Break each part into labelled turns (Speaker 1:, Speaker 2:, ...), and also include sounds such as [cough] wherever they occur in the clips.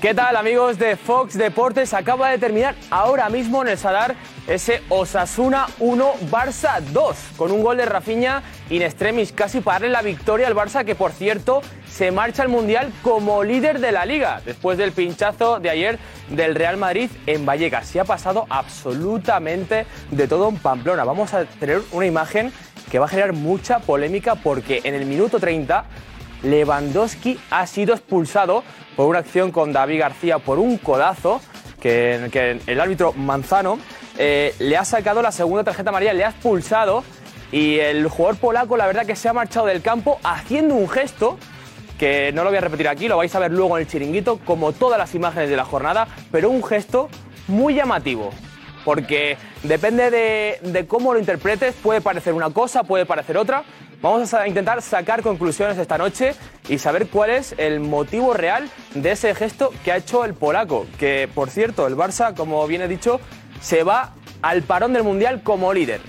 Speaker 1: ¿Qué tal amigos de Fox Deportes? Acaba de terminar ahora mismo en el Sadar ese Osasuna 1 Barça 2 con un gol de Rafinha in extremis casi para darle la victoria al Barça que por cierto se marcha al Mundial como líder de la liga después del pinchazo de ayer del Real Madrid en Vallecas. Se ha pasado absolutamente de todo en Pamplona. Vamos a tener una imagen que va a generar mucha polémica porque en el minuto 30 Lewandowski ha sido expulsado por una acción con David García por un codazo que, que el árbitro Manzano eh, le ha sacado la segunda tarjeta amarilla, le ha expulsado y el jugador polaco la verdad que se ha marchado del campo haciendo un gesto que no lo voy a repetir aquí, lo vais a ver luego en el chiringuito como todas las imágenes de la jornada, pero un gesto muy llamativo porque depende de, de, cómo lo interpretes, puede parecer una cosa, puede parecer otra. Vamos a intentar sacar conclusiones esta noche y saber cuál es el motivo real de ese gesto que ha hecho el polaco, que por cierto, el Barça, como bien he dicho, se va al parón del Mundial como líder.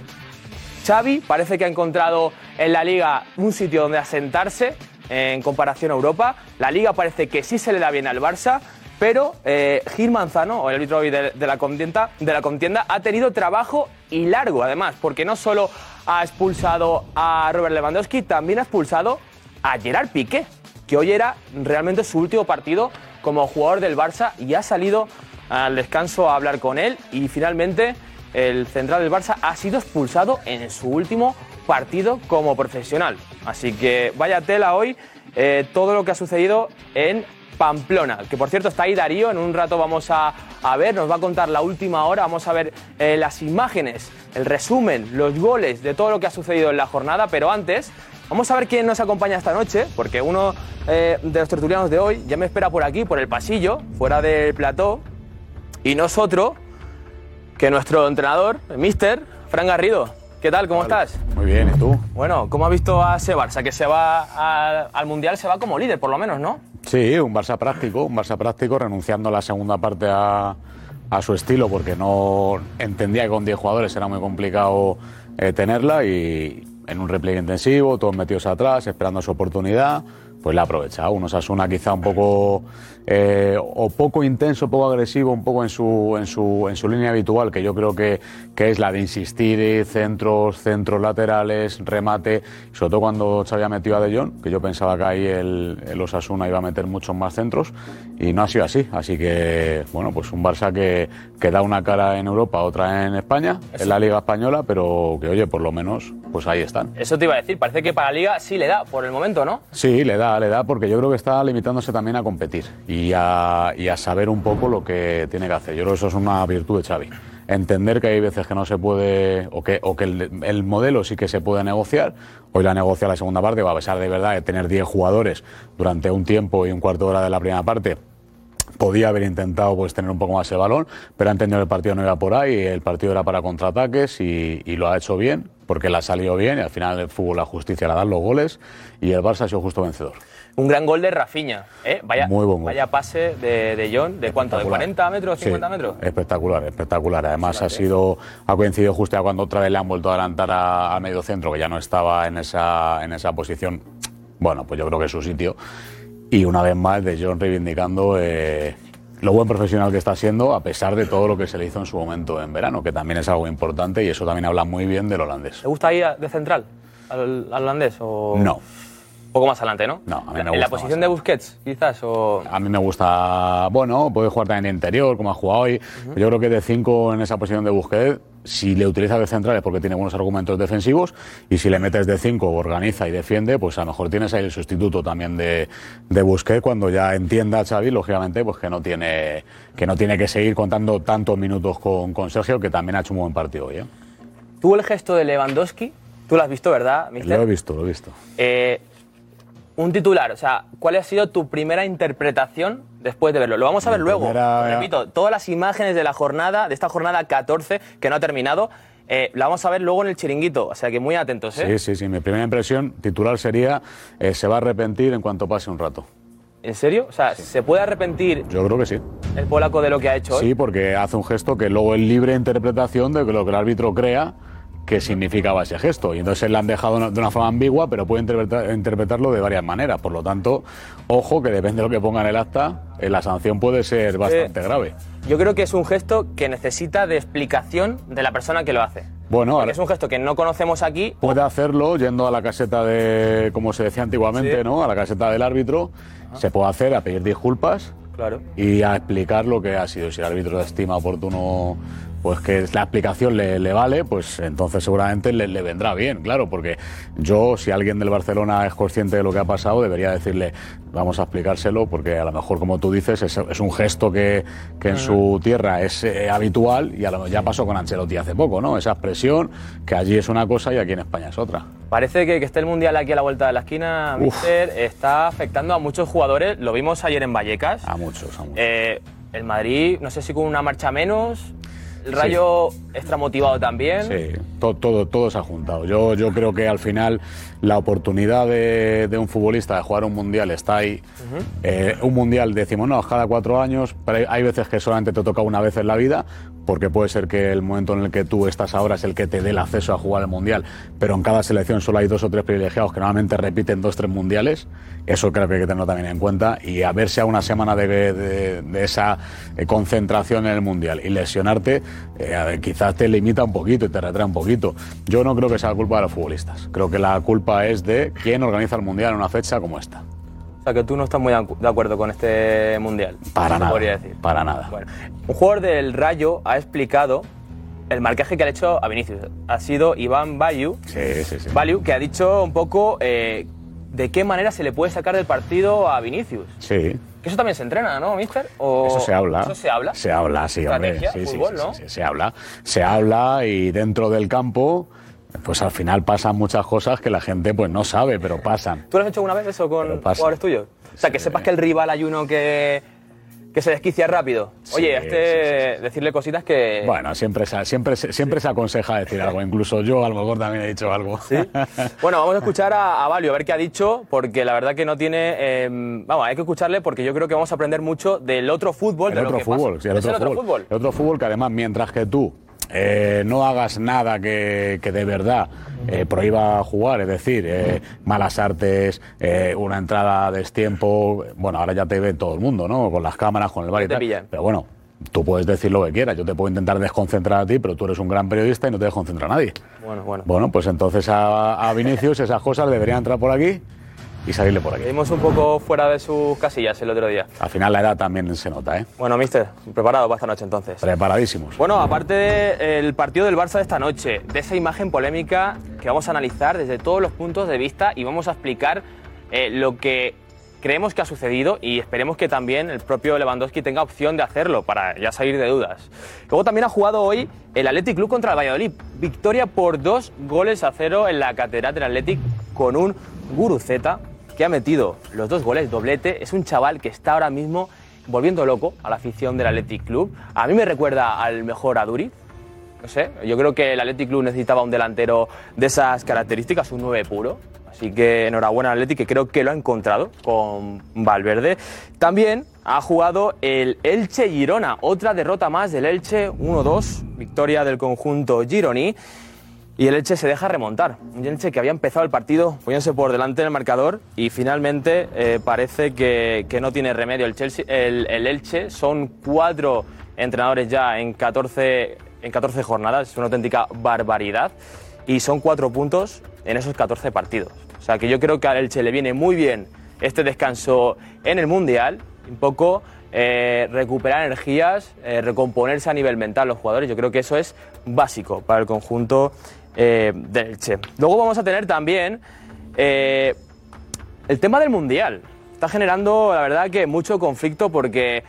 Speaker 1: Xavi parece que ha encontrado en la liga un sitio donde asentarse en comparación a Europa. La liga parece que sí se le da bien al Barça, pero eh, Gil Manzano, el árbitro hoy de, de, la contienda, de la contienda, ha tenido trabajo y largo, además, porque no solo ha expulsado a Robert Lewandowski, también ha expulsado a Gerard Piqué, que hoy era realmente su último partido como jugador del Barça y ha salido al descanso a hablar con él y finalmente el central del Barça ha sido expulsado en su último partido como profesional. Así que vaya tela hoy eh, todo lo que ha sucedido en Pamplona, que por cierto está ahí Darío, en un rato vamos a, a ver, nos va a contar la última hora, vamos a ver eh, las imágenes, el resumen, los goles de todo lo que ha sucedido en la jornada, pero antes vamos a ver quién nos acompaña esta noche, porque uno eh, de los tertulianos de hoy ya me espera por aquí, por el pasillo, fuera del plató, y nosotros, que nuestro entrenador, el mister, Fran Garrido. ¿Qué tal? ¿Cómo
Speaker 2: Hola.
Speaker 1: estás?
Speaker 2: Muy bien, ¿y tú?
Speaker 1: Bueno, ¿cómo has visto a ese Barça? Que se va a, al Mundial, se va como líder, por lo menos, ¿no?
Speaker 2: Sí, un Barça práctico, un Barça práctico renunciando a la segunda parte a, a su estilo porque no entendía que con 10 jugadores era muy complicado eh, tenerla y en un repliegue intensivo, todos metidos atrás, esperando su oportunidad, pues la aprovecha. Un Osasuna quizá un poco eh, o poco intenso, poco agresivo, un poco en su, en su, en su línea habitual, que yo creo que, que es la de insistir, eh, centros, centros laterales, remate, sobre todo cuando se había metido a De Jong, que yo pensaba que ahí el, el, Osasuna iba a meter muchos más centros, y no ha sido así. Así que, bueno, pues un Barça que, que da una cara en Europa, otra en España, Eso. en la Liga Española, pero que, oye, por lo menos, pues ahí están.
Speaker 1: Eso te iba a decir, parece que para la Liga sí le da, por el momento, ¿no?
Speaker 2: Sí, le da le da porque yo creo que está limitándose también a competir y a, y a, saber un poco lo que tiene que hacer. Yo creo que eso es una virtud de Xavi. Entender que hay veces que no se puede, o que, o que el, el, modelo sí que se puede negociar. Hoy la negocia la segunda parte, va a pesar de verdad de tener 10 jugadores durante un tiempo y un cuarto de hora de la primera parte, podía haber intentado pues tener un poco más el balón, pero ha entendido que el partido no iba por ahí, el partido era para contraataques y, y lo ha hecho bien, porque la ha salido bien y al final el fútbol, la justicia la dan los goles y el Barça ha sido justo vencedor.
Speaker 1: Un gran gol de Rafinha, ¿eh? vaya,
Speaker 2: Muy buen gol.
Speaker 1: vaya pase de, de John, ¿de cuánto? ¿De 40 metros, 50
Speaker 2: sí,
Speaker 1: metros?
Speaker 2: Espectacular, espectacular. Además ha sido, ha coincidido justo ya cuando otra vez le han vuelto a adelantar a, a, medio centro, que ya no estaba en esa, en esa posición, bueno, pues yo creo que es su sitio y una vez más de John reivindicando eh, lo buen profesional que está siendo a pesar de todo lo que se le hizo en su momento en verano, que también es algo importante y eso también habla muy bien del holandés.
Speaker 1: ¿Te gusta ir de central al, al holandés o
Speaker 2: no?
Speaker 1: poco más adelante, ¿no?
Speaker 2: No, a mí me gusta.
Speaker 1: ¿En la posición de Busquets, quizás? O...
Speaker 2: A mí me gusta, bueno, puede jugar también en interior, como ha jugado hoy. Uh -huh. Yo creo que de 5 en esa posición de Busquets, si le utilizas de central es porque tiene buenos argumentos defensivos, y si le metes de 5, organiza y defiende, pues a lo mejor tienes ahí el sustituto también de, de Busquets cuando ya entienda a Xavi, lógicamente, pues que no tiene que, no tiene que seguir contando tantos minutos con, con Sergio, que también ha hecho un buen partido hoy. ¿eh?
Speaker 1: Tú el gesto de Lewandowski, tú lo has visto, ¿verdad,
Speaker 2: mister? Lo he visto, lo he visto.
Speaker 1: Eh, un titular, o sea, ¿cuál ha sido tu primera interpretación después de verlo? Lo vamos a ver Mi luego.
Speaker 2: Primera...
Speaker 1: Repito, todas las imágenes de la jornada, de esta jornada 14 que no ha terminado, eh, la vamos a ver luego en el chiringuito, o sea que muy atentos. ¿eh?
Speaker 2: Sí, sí, sí. Mi primera impresión titular sería, eh, se va a arrepentir en cuanto pase un rato.
Speaker 1: ¿En serio? O sea, sí. ¿se puede arrepentir?
Speaker 2: Yo creo que sí.
Speaker 1: El polaco de lo que ha hecho
Speaker 2: sí,
Speaker 1: hoy.
Speaker 2: Sí, porque hace un gesto que luego es libre interpretación de lo que el árbitro crea qué significaba ese gesto. Y entonces le han dejado de una forma ambigua, pero puede interpretar- interpretarlo de varias maneras. Por lo tanto, ojo que depende de lo que ponga en el acta, eh, la sanción puede ser bastante
Speaker 1: Eh,
Speaker 2: grave.
Speaker 1: Yo creo que es un gesto que necesita de explicación de la persona que lo hace.
Speaker 2: Bueno,
Speaker 1: Porque
Speaker 2: ahora-
Speaker 1: es un gesto que no conocemos aquí.
Speaker 2: Puede hacerlo yendo a la caseta de, como se decía antiguamente,
Speaker 1: Sí.
Speaker 2: ¿no? A la caseta del árbitro. Se puede hacer a pedir disculpas
Speaker 1: Claro.
Speaker 2: y a explicar lo que ha sido. Si el árbitro estima oportuno, pues que la explicación le, le vale, pues entonces seguramente le, le vendrá bien, claro, porque yo, si alguien del Barcelona es consciente de lo que ha pasado, debería decirle, vamos a explicárselo, porque a lo mejor, como tú dices, es, es un gesto que, que en su tierra es eh, habitual y a lo, ya pasó con Ancelotti hace poco, ¿no? Esa expresión que allí es una cosa y aquí en España es otra.
Speaker 1: Parece que, que esté el Mundial aquí a la vuelta de la esquina,
Speaker 2: Uf.
Speaker 1: mister, está afectando a muchos jugadores. Lo vimos ayer en Vallecas.
Speaker 2: A muchos, a muchos.
Speaker 1: Eh, el Madrid, no sé si con una marcha menos. El Rayo extra motivado también.
Speaker 2: Sí, to- todo, todo se ha juntado. Yo, yo creo que al final la oportunidad de, de un futbolista de jugar un mundial está ahí. Eh, un mundial decimos, no, es cada cuatro años, pero hay- hay veces que solamente te toca una vez en la vida, porque puede ser que el momento en el que tú estás ahora es el que te dé el acceso a jugar al mundial, pero en cada selección solo hay dos o tres privilegiados que normalmente repiten dos o tres mundiales. Eso creo que hay que tenerlo también en cuenta y a verse a una semana de, de- de esa eh, concentración en el mundial y lesionarte, eh, a ver, quizás te limita un poquito y te retrae un poquito. Yo no creo que sea culpa de los futbolistas, creo que la culpa es de quien organiza el mundial en una fecha como esta.
Speaker 1: O sea que tú no estás muy de acu- de acuerdo con este Mundial.
Speaker 2: Para
Speaker 1: Se
Speaker 2: nada,
Speaker 1: podría decir.
Speaker 2: para nada.
Speaker 1: Bueno, un jugador del Rayo ha explicado el marcaje que le ha hecho a Vinicius. Ha sido Iván Bayu,
Speaker 2: Sí, sí, sí.
Speaker 1: Bayu, que ha dicho un poco eh, de qué manera se le puede sacar del partido a Vinicius.
Speaker 2: Sí.
Speaker 1: Que eso también se entrena, ¿no, mister? O-
Speaker 2: Eso se habla.
Speaker 1: Eso se habla.
Speaker 2: Se habla, sí, hombre.
Speaker 1: Estrategia,
Speaker 2: Sí, sí,
Speaker 1: fútbol,
Speaker 2: sí,
Speaker 1: ¿no?
Speaker 2: sí, sí, se habla. Se habla y dentro del campo, pues al final pasan muchas cosas que la gente pues no sabe, pero pasan.
Speaker 1: ¿Tú lo has hecho alguna vez eso con
Speaker 2: pasa.
Speaker 1: jugadores tuyos? O sea, que sepas que el rival hay uno que, que se desquicia rápido. Oye, a este decirle cositas
Speaker 2: [laughs]
Speaker 1: que...
Speaker 2: Bueno, siempre se, siempre, se- siempre se aconseja decir algo. Incluso yo a lo mejor también he dicho algo. [laughs]
Speaker 1: Bueno, vamos a escuchar a, a Valio, a ver qué ha dicho, porque la verdad que no tiene... eh, vamos, hay que escucharle porque yo creo que vamos a aprender mucho del otro fútbol. de
Speaker 2: el
Speaker 1: lo
Speaker 2: otro
Speaker 1: que
Speaker 2: fútbol,
Speaker 1: pasa.
Speaker 2: sí, el
Speaker 1: Es
Speaker 2: otro fútbol. El otro fútbol que además, mientras que tú eh, no hagas nada que, que de verdad eh, prohíba jugar, es decir, eh, malas artes, eh, una entrada a destiempo, bueno, ahora ya te ve todo el mundo, ¿no? Con las cámaras, con el bar y
Speaker 1: Te
Speaker 2: tal.
Speaker 1: pillan.
Speaker 2: Pero bueno, tú puedes decir lo que quieras, yo te puedo intentar desconcentrar a ti, pero tú eres un gran periodista y no te desconcentra a nadie.
Speaker 1: Bueno, bueno.
Speaker 2: Bueno, pues entonces a, a Vinicius esas cosas deberían entrar por aquí y salirle por aquí.
Speaker 1: Vimos un poco fuera de sus casillas el otro día.
Speaker 2: Al final la edad también se nota, ¿eh?
Speaker 1: Bueno, mister, preparado para esta noche entonces.
Speaker 2: Preparadísimos.
Speaker 1: Bueno, aparte del partido del Barça de esta noche, de esa imagen polémica que vamos a analizar desde todos los puntos de vista y vamos a explicar eh, lo que creemos que ha sucedido y esperemos que también el propio Lewandowski tenga opción de hacerlo para ya salir de dudas. Luego también ha jugado hoy el Athletic Club contra el Valladolid. Victoria por dos goles a cero en la Catedral del Athletic con un Guruceta que ha metido los dos goles, doblete. Es un chaval que está ahora mismo volviendo loco a la afición del Athletic Club. A mí me recuerda al mejor Aduri. No sé, yo creo que el Athletic Club necesitaba un delantero de esas características, un 9 puro. Así que enhorabuena al Athletic, que creo que lo ha encontrado con Valverde. También ha jugado el Elche Girona, otra derrota más del Elche, 1-2, victoria del conjunto Gironi. Y el Elche se deja remontar. Un Elche que había empezado el partido poniéndose por delante en el marcador y finalmente eh, parece que, que no tiene remedio. El, Chelsea- el- el Elche son cuatro entrenadores ya en 14, en 14 jornadas, es una auténtica barbaridad. Y son cuatro puntos en esos 14 partidos. O sea que yo creo que al Elche le viene muy bien este descanso en el Mundial, un poco eh, recuperar energías, eh, recomponerse a nivel mental los jugadores. Yo creo que eso es básico para el conjunto eh, del Che. Luego vamos a tener también eh, el tema del Mundial. Está generando, la verdad, que mucho conflicto porque,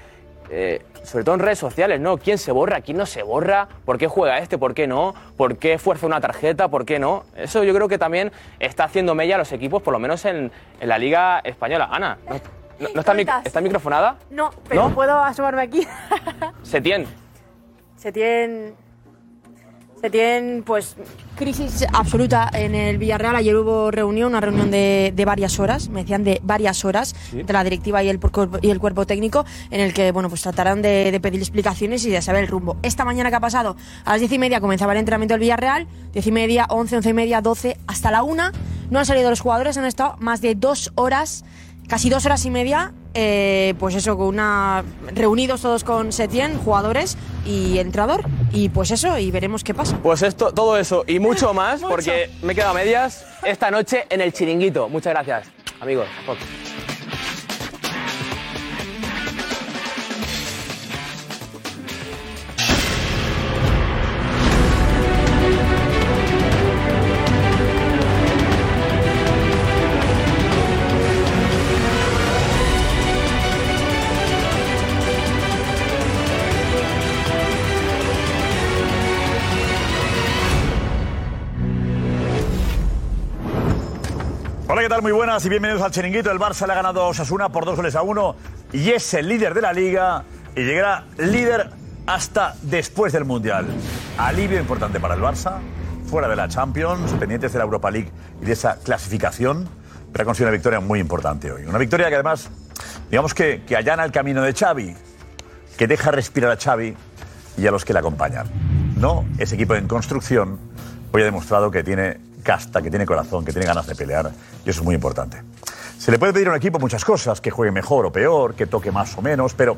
Speaker 1: eh, sobre todo en redes sociales, ¿no? ¿Quién se borra? ¿Quién no se borra? ¿Por qué juega este? ¿Por qué no? ¿Por qué fuerza una tarjeta? ¿Por qué no? Eso yo creo que también está haciendo mella a los equipos, por lo menos en, en la Liga Española. Ana, ¿no, no- no está, mic-
Speaker 3: Cuentas.
Speaker 1: está microfonada?
Speaker 3: No, pero
Speaker 1: ¿No?
Speaker 3: puedo asomarme aquí.
Speaker 1: Setién,
Speaker 3: Se tienen. Se tienen, pues. Crisis absoluta en el Villarreal. Ayer hubo reunión, una reunión de, de varias horas, me decían de varias horas,
Speaker 4: Sí.
Speaker 3: entre la directiva y el, por- y el cuerpo técnico, en el que, bueno, pues trataron de, de pedir explicaciones y de saber el rumbo. Esta mañana que ha pasado, a las diez y media comenzaba el entrenamiento del Villarreal, diez y media, once, once y media, doce, hasta la una. No han salido los jugadores, han estado más de dos horas casi dos horas y media, eh, pues eso, con una reunidos todos con Setién, jugadores y entrador, y pues eso, y veremos qué pasa.
Speaker 1: Pues esto, todo eso y mucho más, porque me he quedado a medias esta noche en el chiringuito. Muchas gracias, amigos. Fox.
Speaker 5: Hola, ¿qué tal? Muy buenas y bienvenidos al Chiringuito. El Barça le ha ganado a Osasuna por dos goles a uno y es el líder de la Liga y llegará líder hasta después del Mundial. Alivio importante para el Barça, fuera de la Champions, pendientes de la Europa League y de esa clasificación, pero ha conseguido una victoria muy importante hoy. Una victoria que además, digamos que, que allana el camino de Xavi, que deja respirar a Xavi y a los que le acompañan. No, ese equipo en construcción hoy ha demostrado que tiene casta, que tiene corazón, que tiene ganas de pelear y eso es muy importante. Se le puede pedir a un equipo muchas cosas, que juegue mejor o peor, que toque más o menos, pero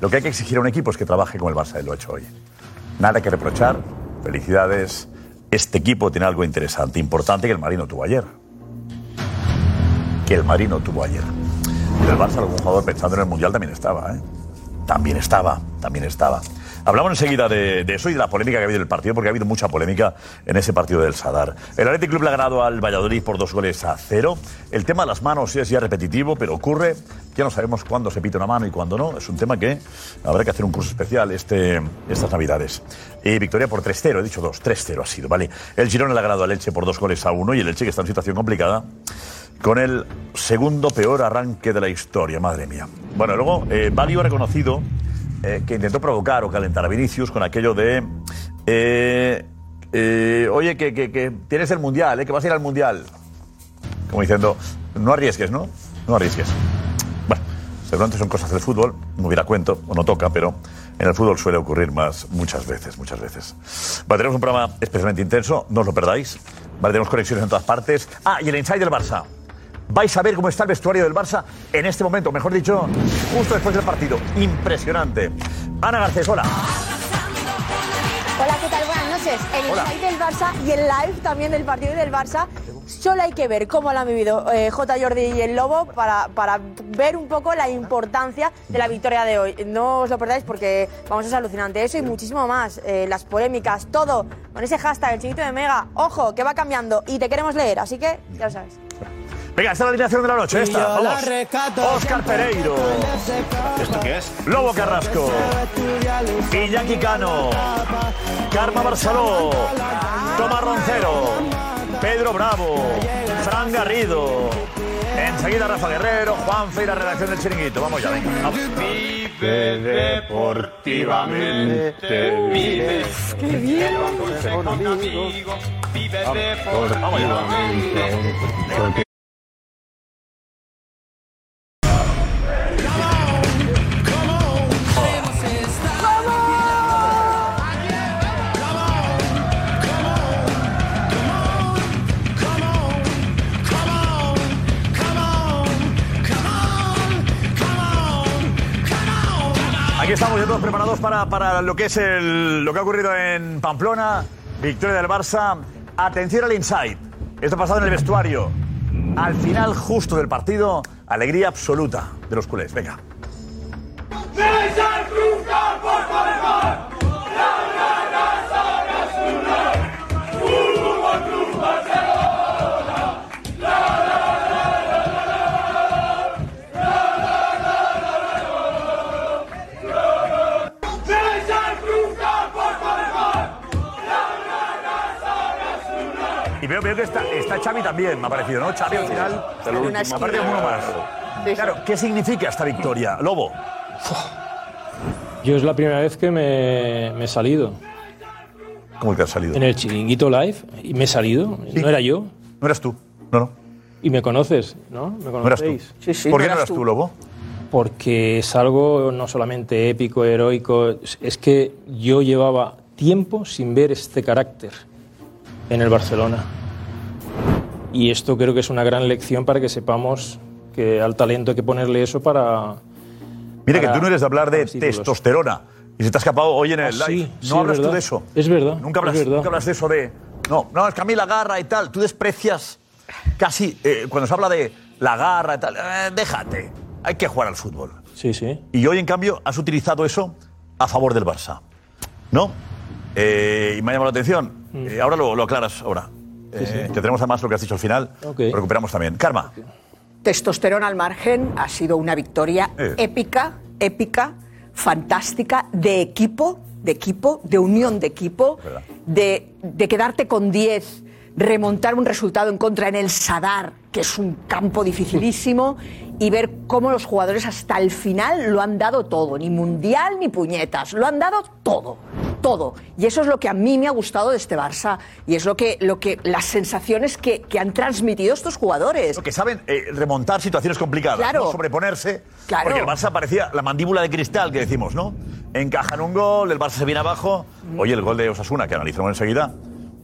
Speaker 5: lo que hay que exigir a un equipo es que trabaje como el Barça él lo ha hecho hoy. Nada que reprochar, felicidades. Este equipo tiene algo interesante, importante que el Marino tuvo ayer. Que el Marino tuvo ayer. El Barça, algún jugador pensando en el Mundial también estaba, ¿eh? También estaba, también estaba. Hablamos enseguida de, de eso y de la polémica que ha habido en el partido, porque ha habido mucha polémica en ese partido del Sadar. El Athletic Club le ha ganado al Valladolid por dos goles a cero. El tema de las manos es ya repetitivo, pero ocurre. Ya no sabemos cuándo se pita una mano y cuándo no. Es un tema que habrá que hacer un curso especial este, estas Navidades. Y victoria por 3-0, he dicho 2, 3-0 ha sido, ¿vale? El Girona le ha ganado al Elche por dos goles a uno y el Elche que está en situación complicada con el segundo peor arranque de la historia, madre mía. Bueno, luego eh, Valio ha reconocido eh, que intentó provocar o calentar a Vinicius con aquello de, eh, eh, oye, que, que- que tienes el Mundial, eh, que vas a ir al Mundial. Como diciendo, no arriesgues, ¿no? No arriesgues. Bueno, seguramente son cosas del fútbol, no hubiera cuento o no toca, pero en el fútbol suele ocurrir más, muchas veces, muchas veces. Vale, tenemos un programa especialmente intenso, no os lo perdáis. Vale, tenemos conexiones en todas partes. Ah, y el Inside del Barça. Vais a ver cómo está el vestuario del Barça en este momento, mejor dicho, justo después del partido. Impresionante. Ana Garcés, hola.
Speaker 6: Hola, ¿qué tal? Buenas noches. El Inside del Barça y el live también del partido del Barça. Solo hay que ver cómo lo han vivido eh, J. Jordi y el Lobo para, para ver un poco la importancia de la victoria de hoy. No os lo perdáis porque vamos, es alucinante. Eso y muchísimo más. eh, las polémicas, todo. Con ese hashtag, el chinito de Mega. Ojo, que va cambiando y te queremos leer, así que ya lo sabes.
Speaker 5: Venga, esta es la alineación de la noche, esta.
Speaker 7: yo la
Speaker 5: Vamos. Oscar Pereiro. ¿Esto qué es? Lobo Carrasco. Iñaki Cano. Karma Barceló. Tomás Roncero. Pedro Bravo. Fran Garrido. Enseguida Rafa Guerrero, Juan Feira, redacción del Chiringuito. Vamos ya, venga. vamos.
Speaker 8: Vive deportivamente, vive. ¡Qué bien! Con amigos, vive deportivamente.
Speaker 5: Aquí estamos ya todos preparados para, para lo que es el, lo que ha ocurrido en Pamplona. Victoria del Barça. Atención al inside. Esto ha pasado en el vestuario. Al final justo del partido, alegría absoluta de los culés. Venga. Y veo, veo que está, está Xavi también, me ha parecido, ¿no? Xavi al final.
Speaker 9: Está en la última.
Speaker 5: me ha parecido uno más. Claro, ¿qué significa esta victoria, Lobo?
Speaker 10: Yo es la primera vez que me, me he salido.
Speaker 5: ¿Cómo que has salido?
Speaker 4: En el chiringuito live y me he salido. No era yo.
Speaker 5: No eras tú. No, no.
Speaker 4: Y me conoces, ¿no? Me
Speaker 5: No eras tú.
Speaker 4: conocéis.
Speaker 5: ¿Por qué no eras tú, Lobo?
Speaker 4: Porque es algo no solamente épico, heroico, es- es que yo llevaba tiempo sin ver este carácter en el Barcelona. Y esto creo que es una gran lección para que sepamos que al talento hay que ponerle eso para...
Speaker 5: Mire que tú no eres de hablar de testosterona. Y se te ha escapado hoy en el
Speaker 4: Ah, sí,
Speaker 5: live.
Speaker 4: sí,
Speaker 5: no hablas
Speaker 4: verdad.
Speaker 5: tú de eso.
Speaker 4: Es verdad.
Speaker 5: Nunca hablas,
Speaker 4: es verdad.
Speaker 5: nunca hablas de eso de. No, no, es que a mí la garra y tal. Tú desprecias casi. eh, cuando se habla de la garra y tal. eh, déjate. Hay que jugar al fútbol.
Speaker 4: Sí, sí.
Speaker 5: Y hoy, en cambio, has utilizado eso a favor del Barça. ¿No? Eh, y me ha llamado la atención.
Speaker 4: Mm.
Speaker 5: Eh, ahora lo, lo aclaras. Ahora. Eh, Tendremos además lo que has dicho al final. Recuperamos también. Karma.
Speaker 7: Testosterona al margen ha sido una victoria
Speaker 5: Eh.
Speaker 7: épica, épica, fantástica, de equipo, de equipo, de unión de equipo, de, de quedarte con 10, remontar un resultado en contra en el Sadar, que es un campo dificilísimo, y ver cómo los jugadores hasta el final lo han dado todo, ni mundial ni puñetas, lo han dado todo. Todo. Y eso es lo que a mí me ha gustado de este Barça. Y es lo que, lo que las sensaciones que, que han transmitido estos jugadores.
Speaker 5: Lo que saben eh, remontar situaciones complicadas,
Speaker 7: Claro.
Speaker 5: ¿no? sobreponerse.
Speaker 7: Claro.
Speaker 5: Porque el Barça parecía la mandíbula de cristal que decimos, ¿no? Encajan un gol, el Barça se viene abajo. Oye, el gol de Osasuna, que analizamos enseguida.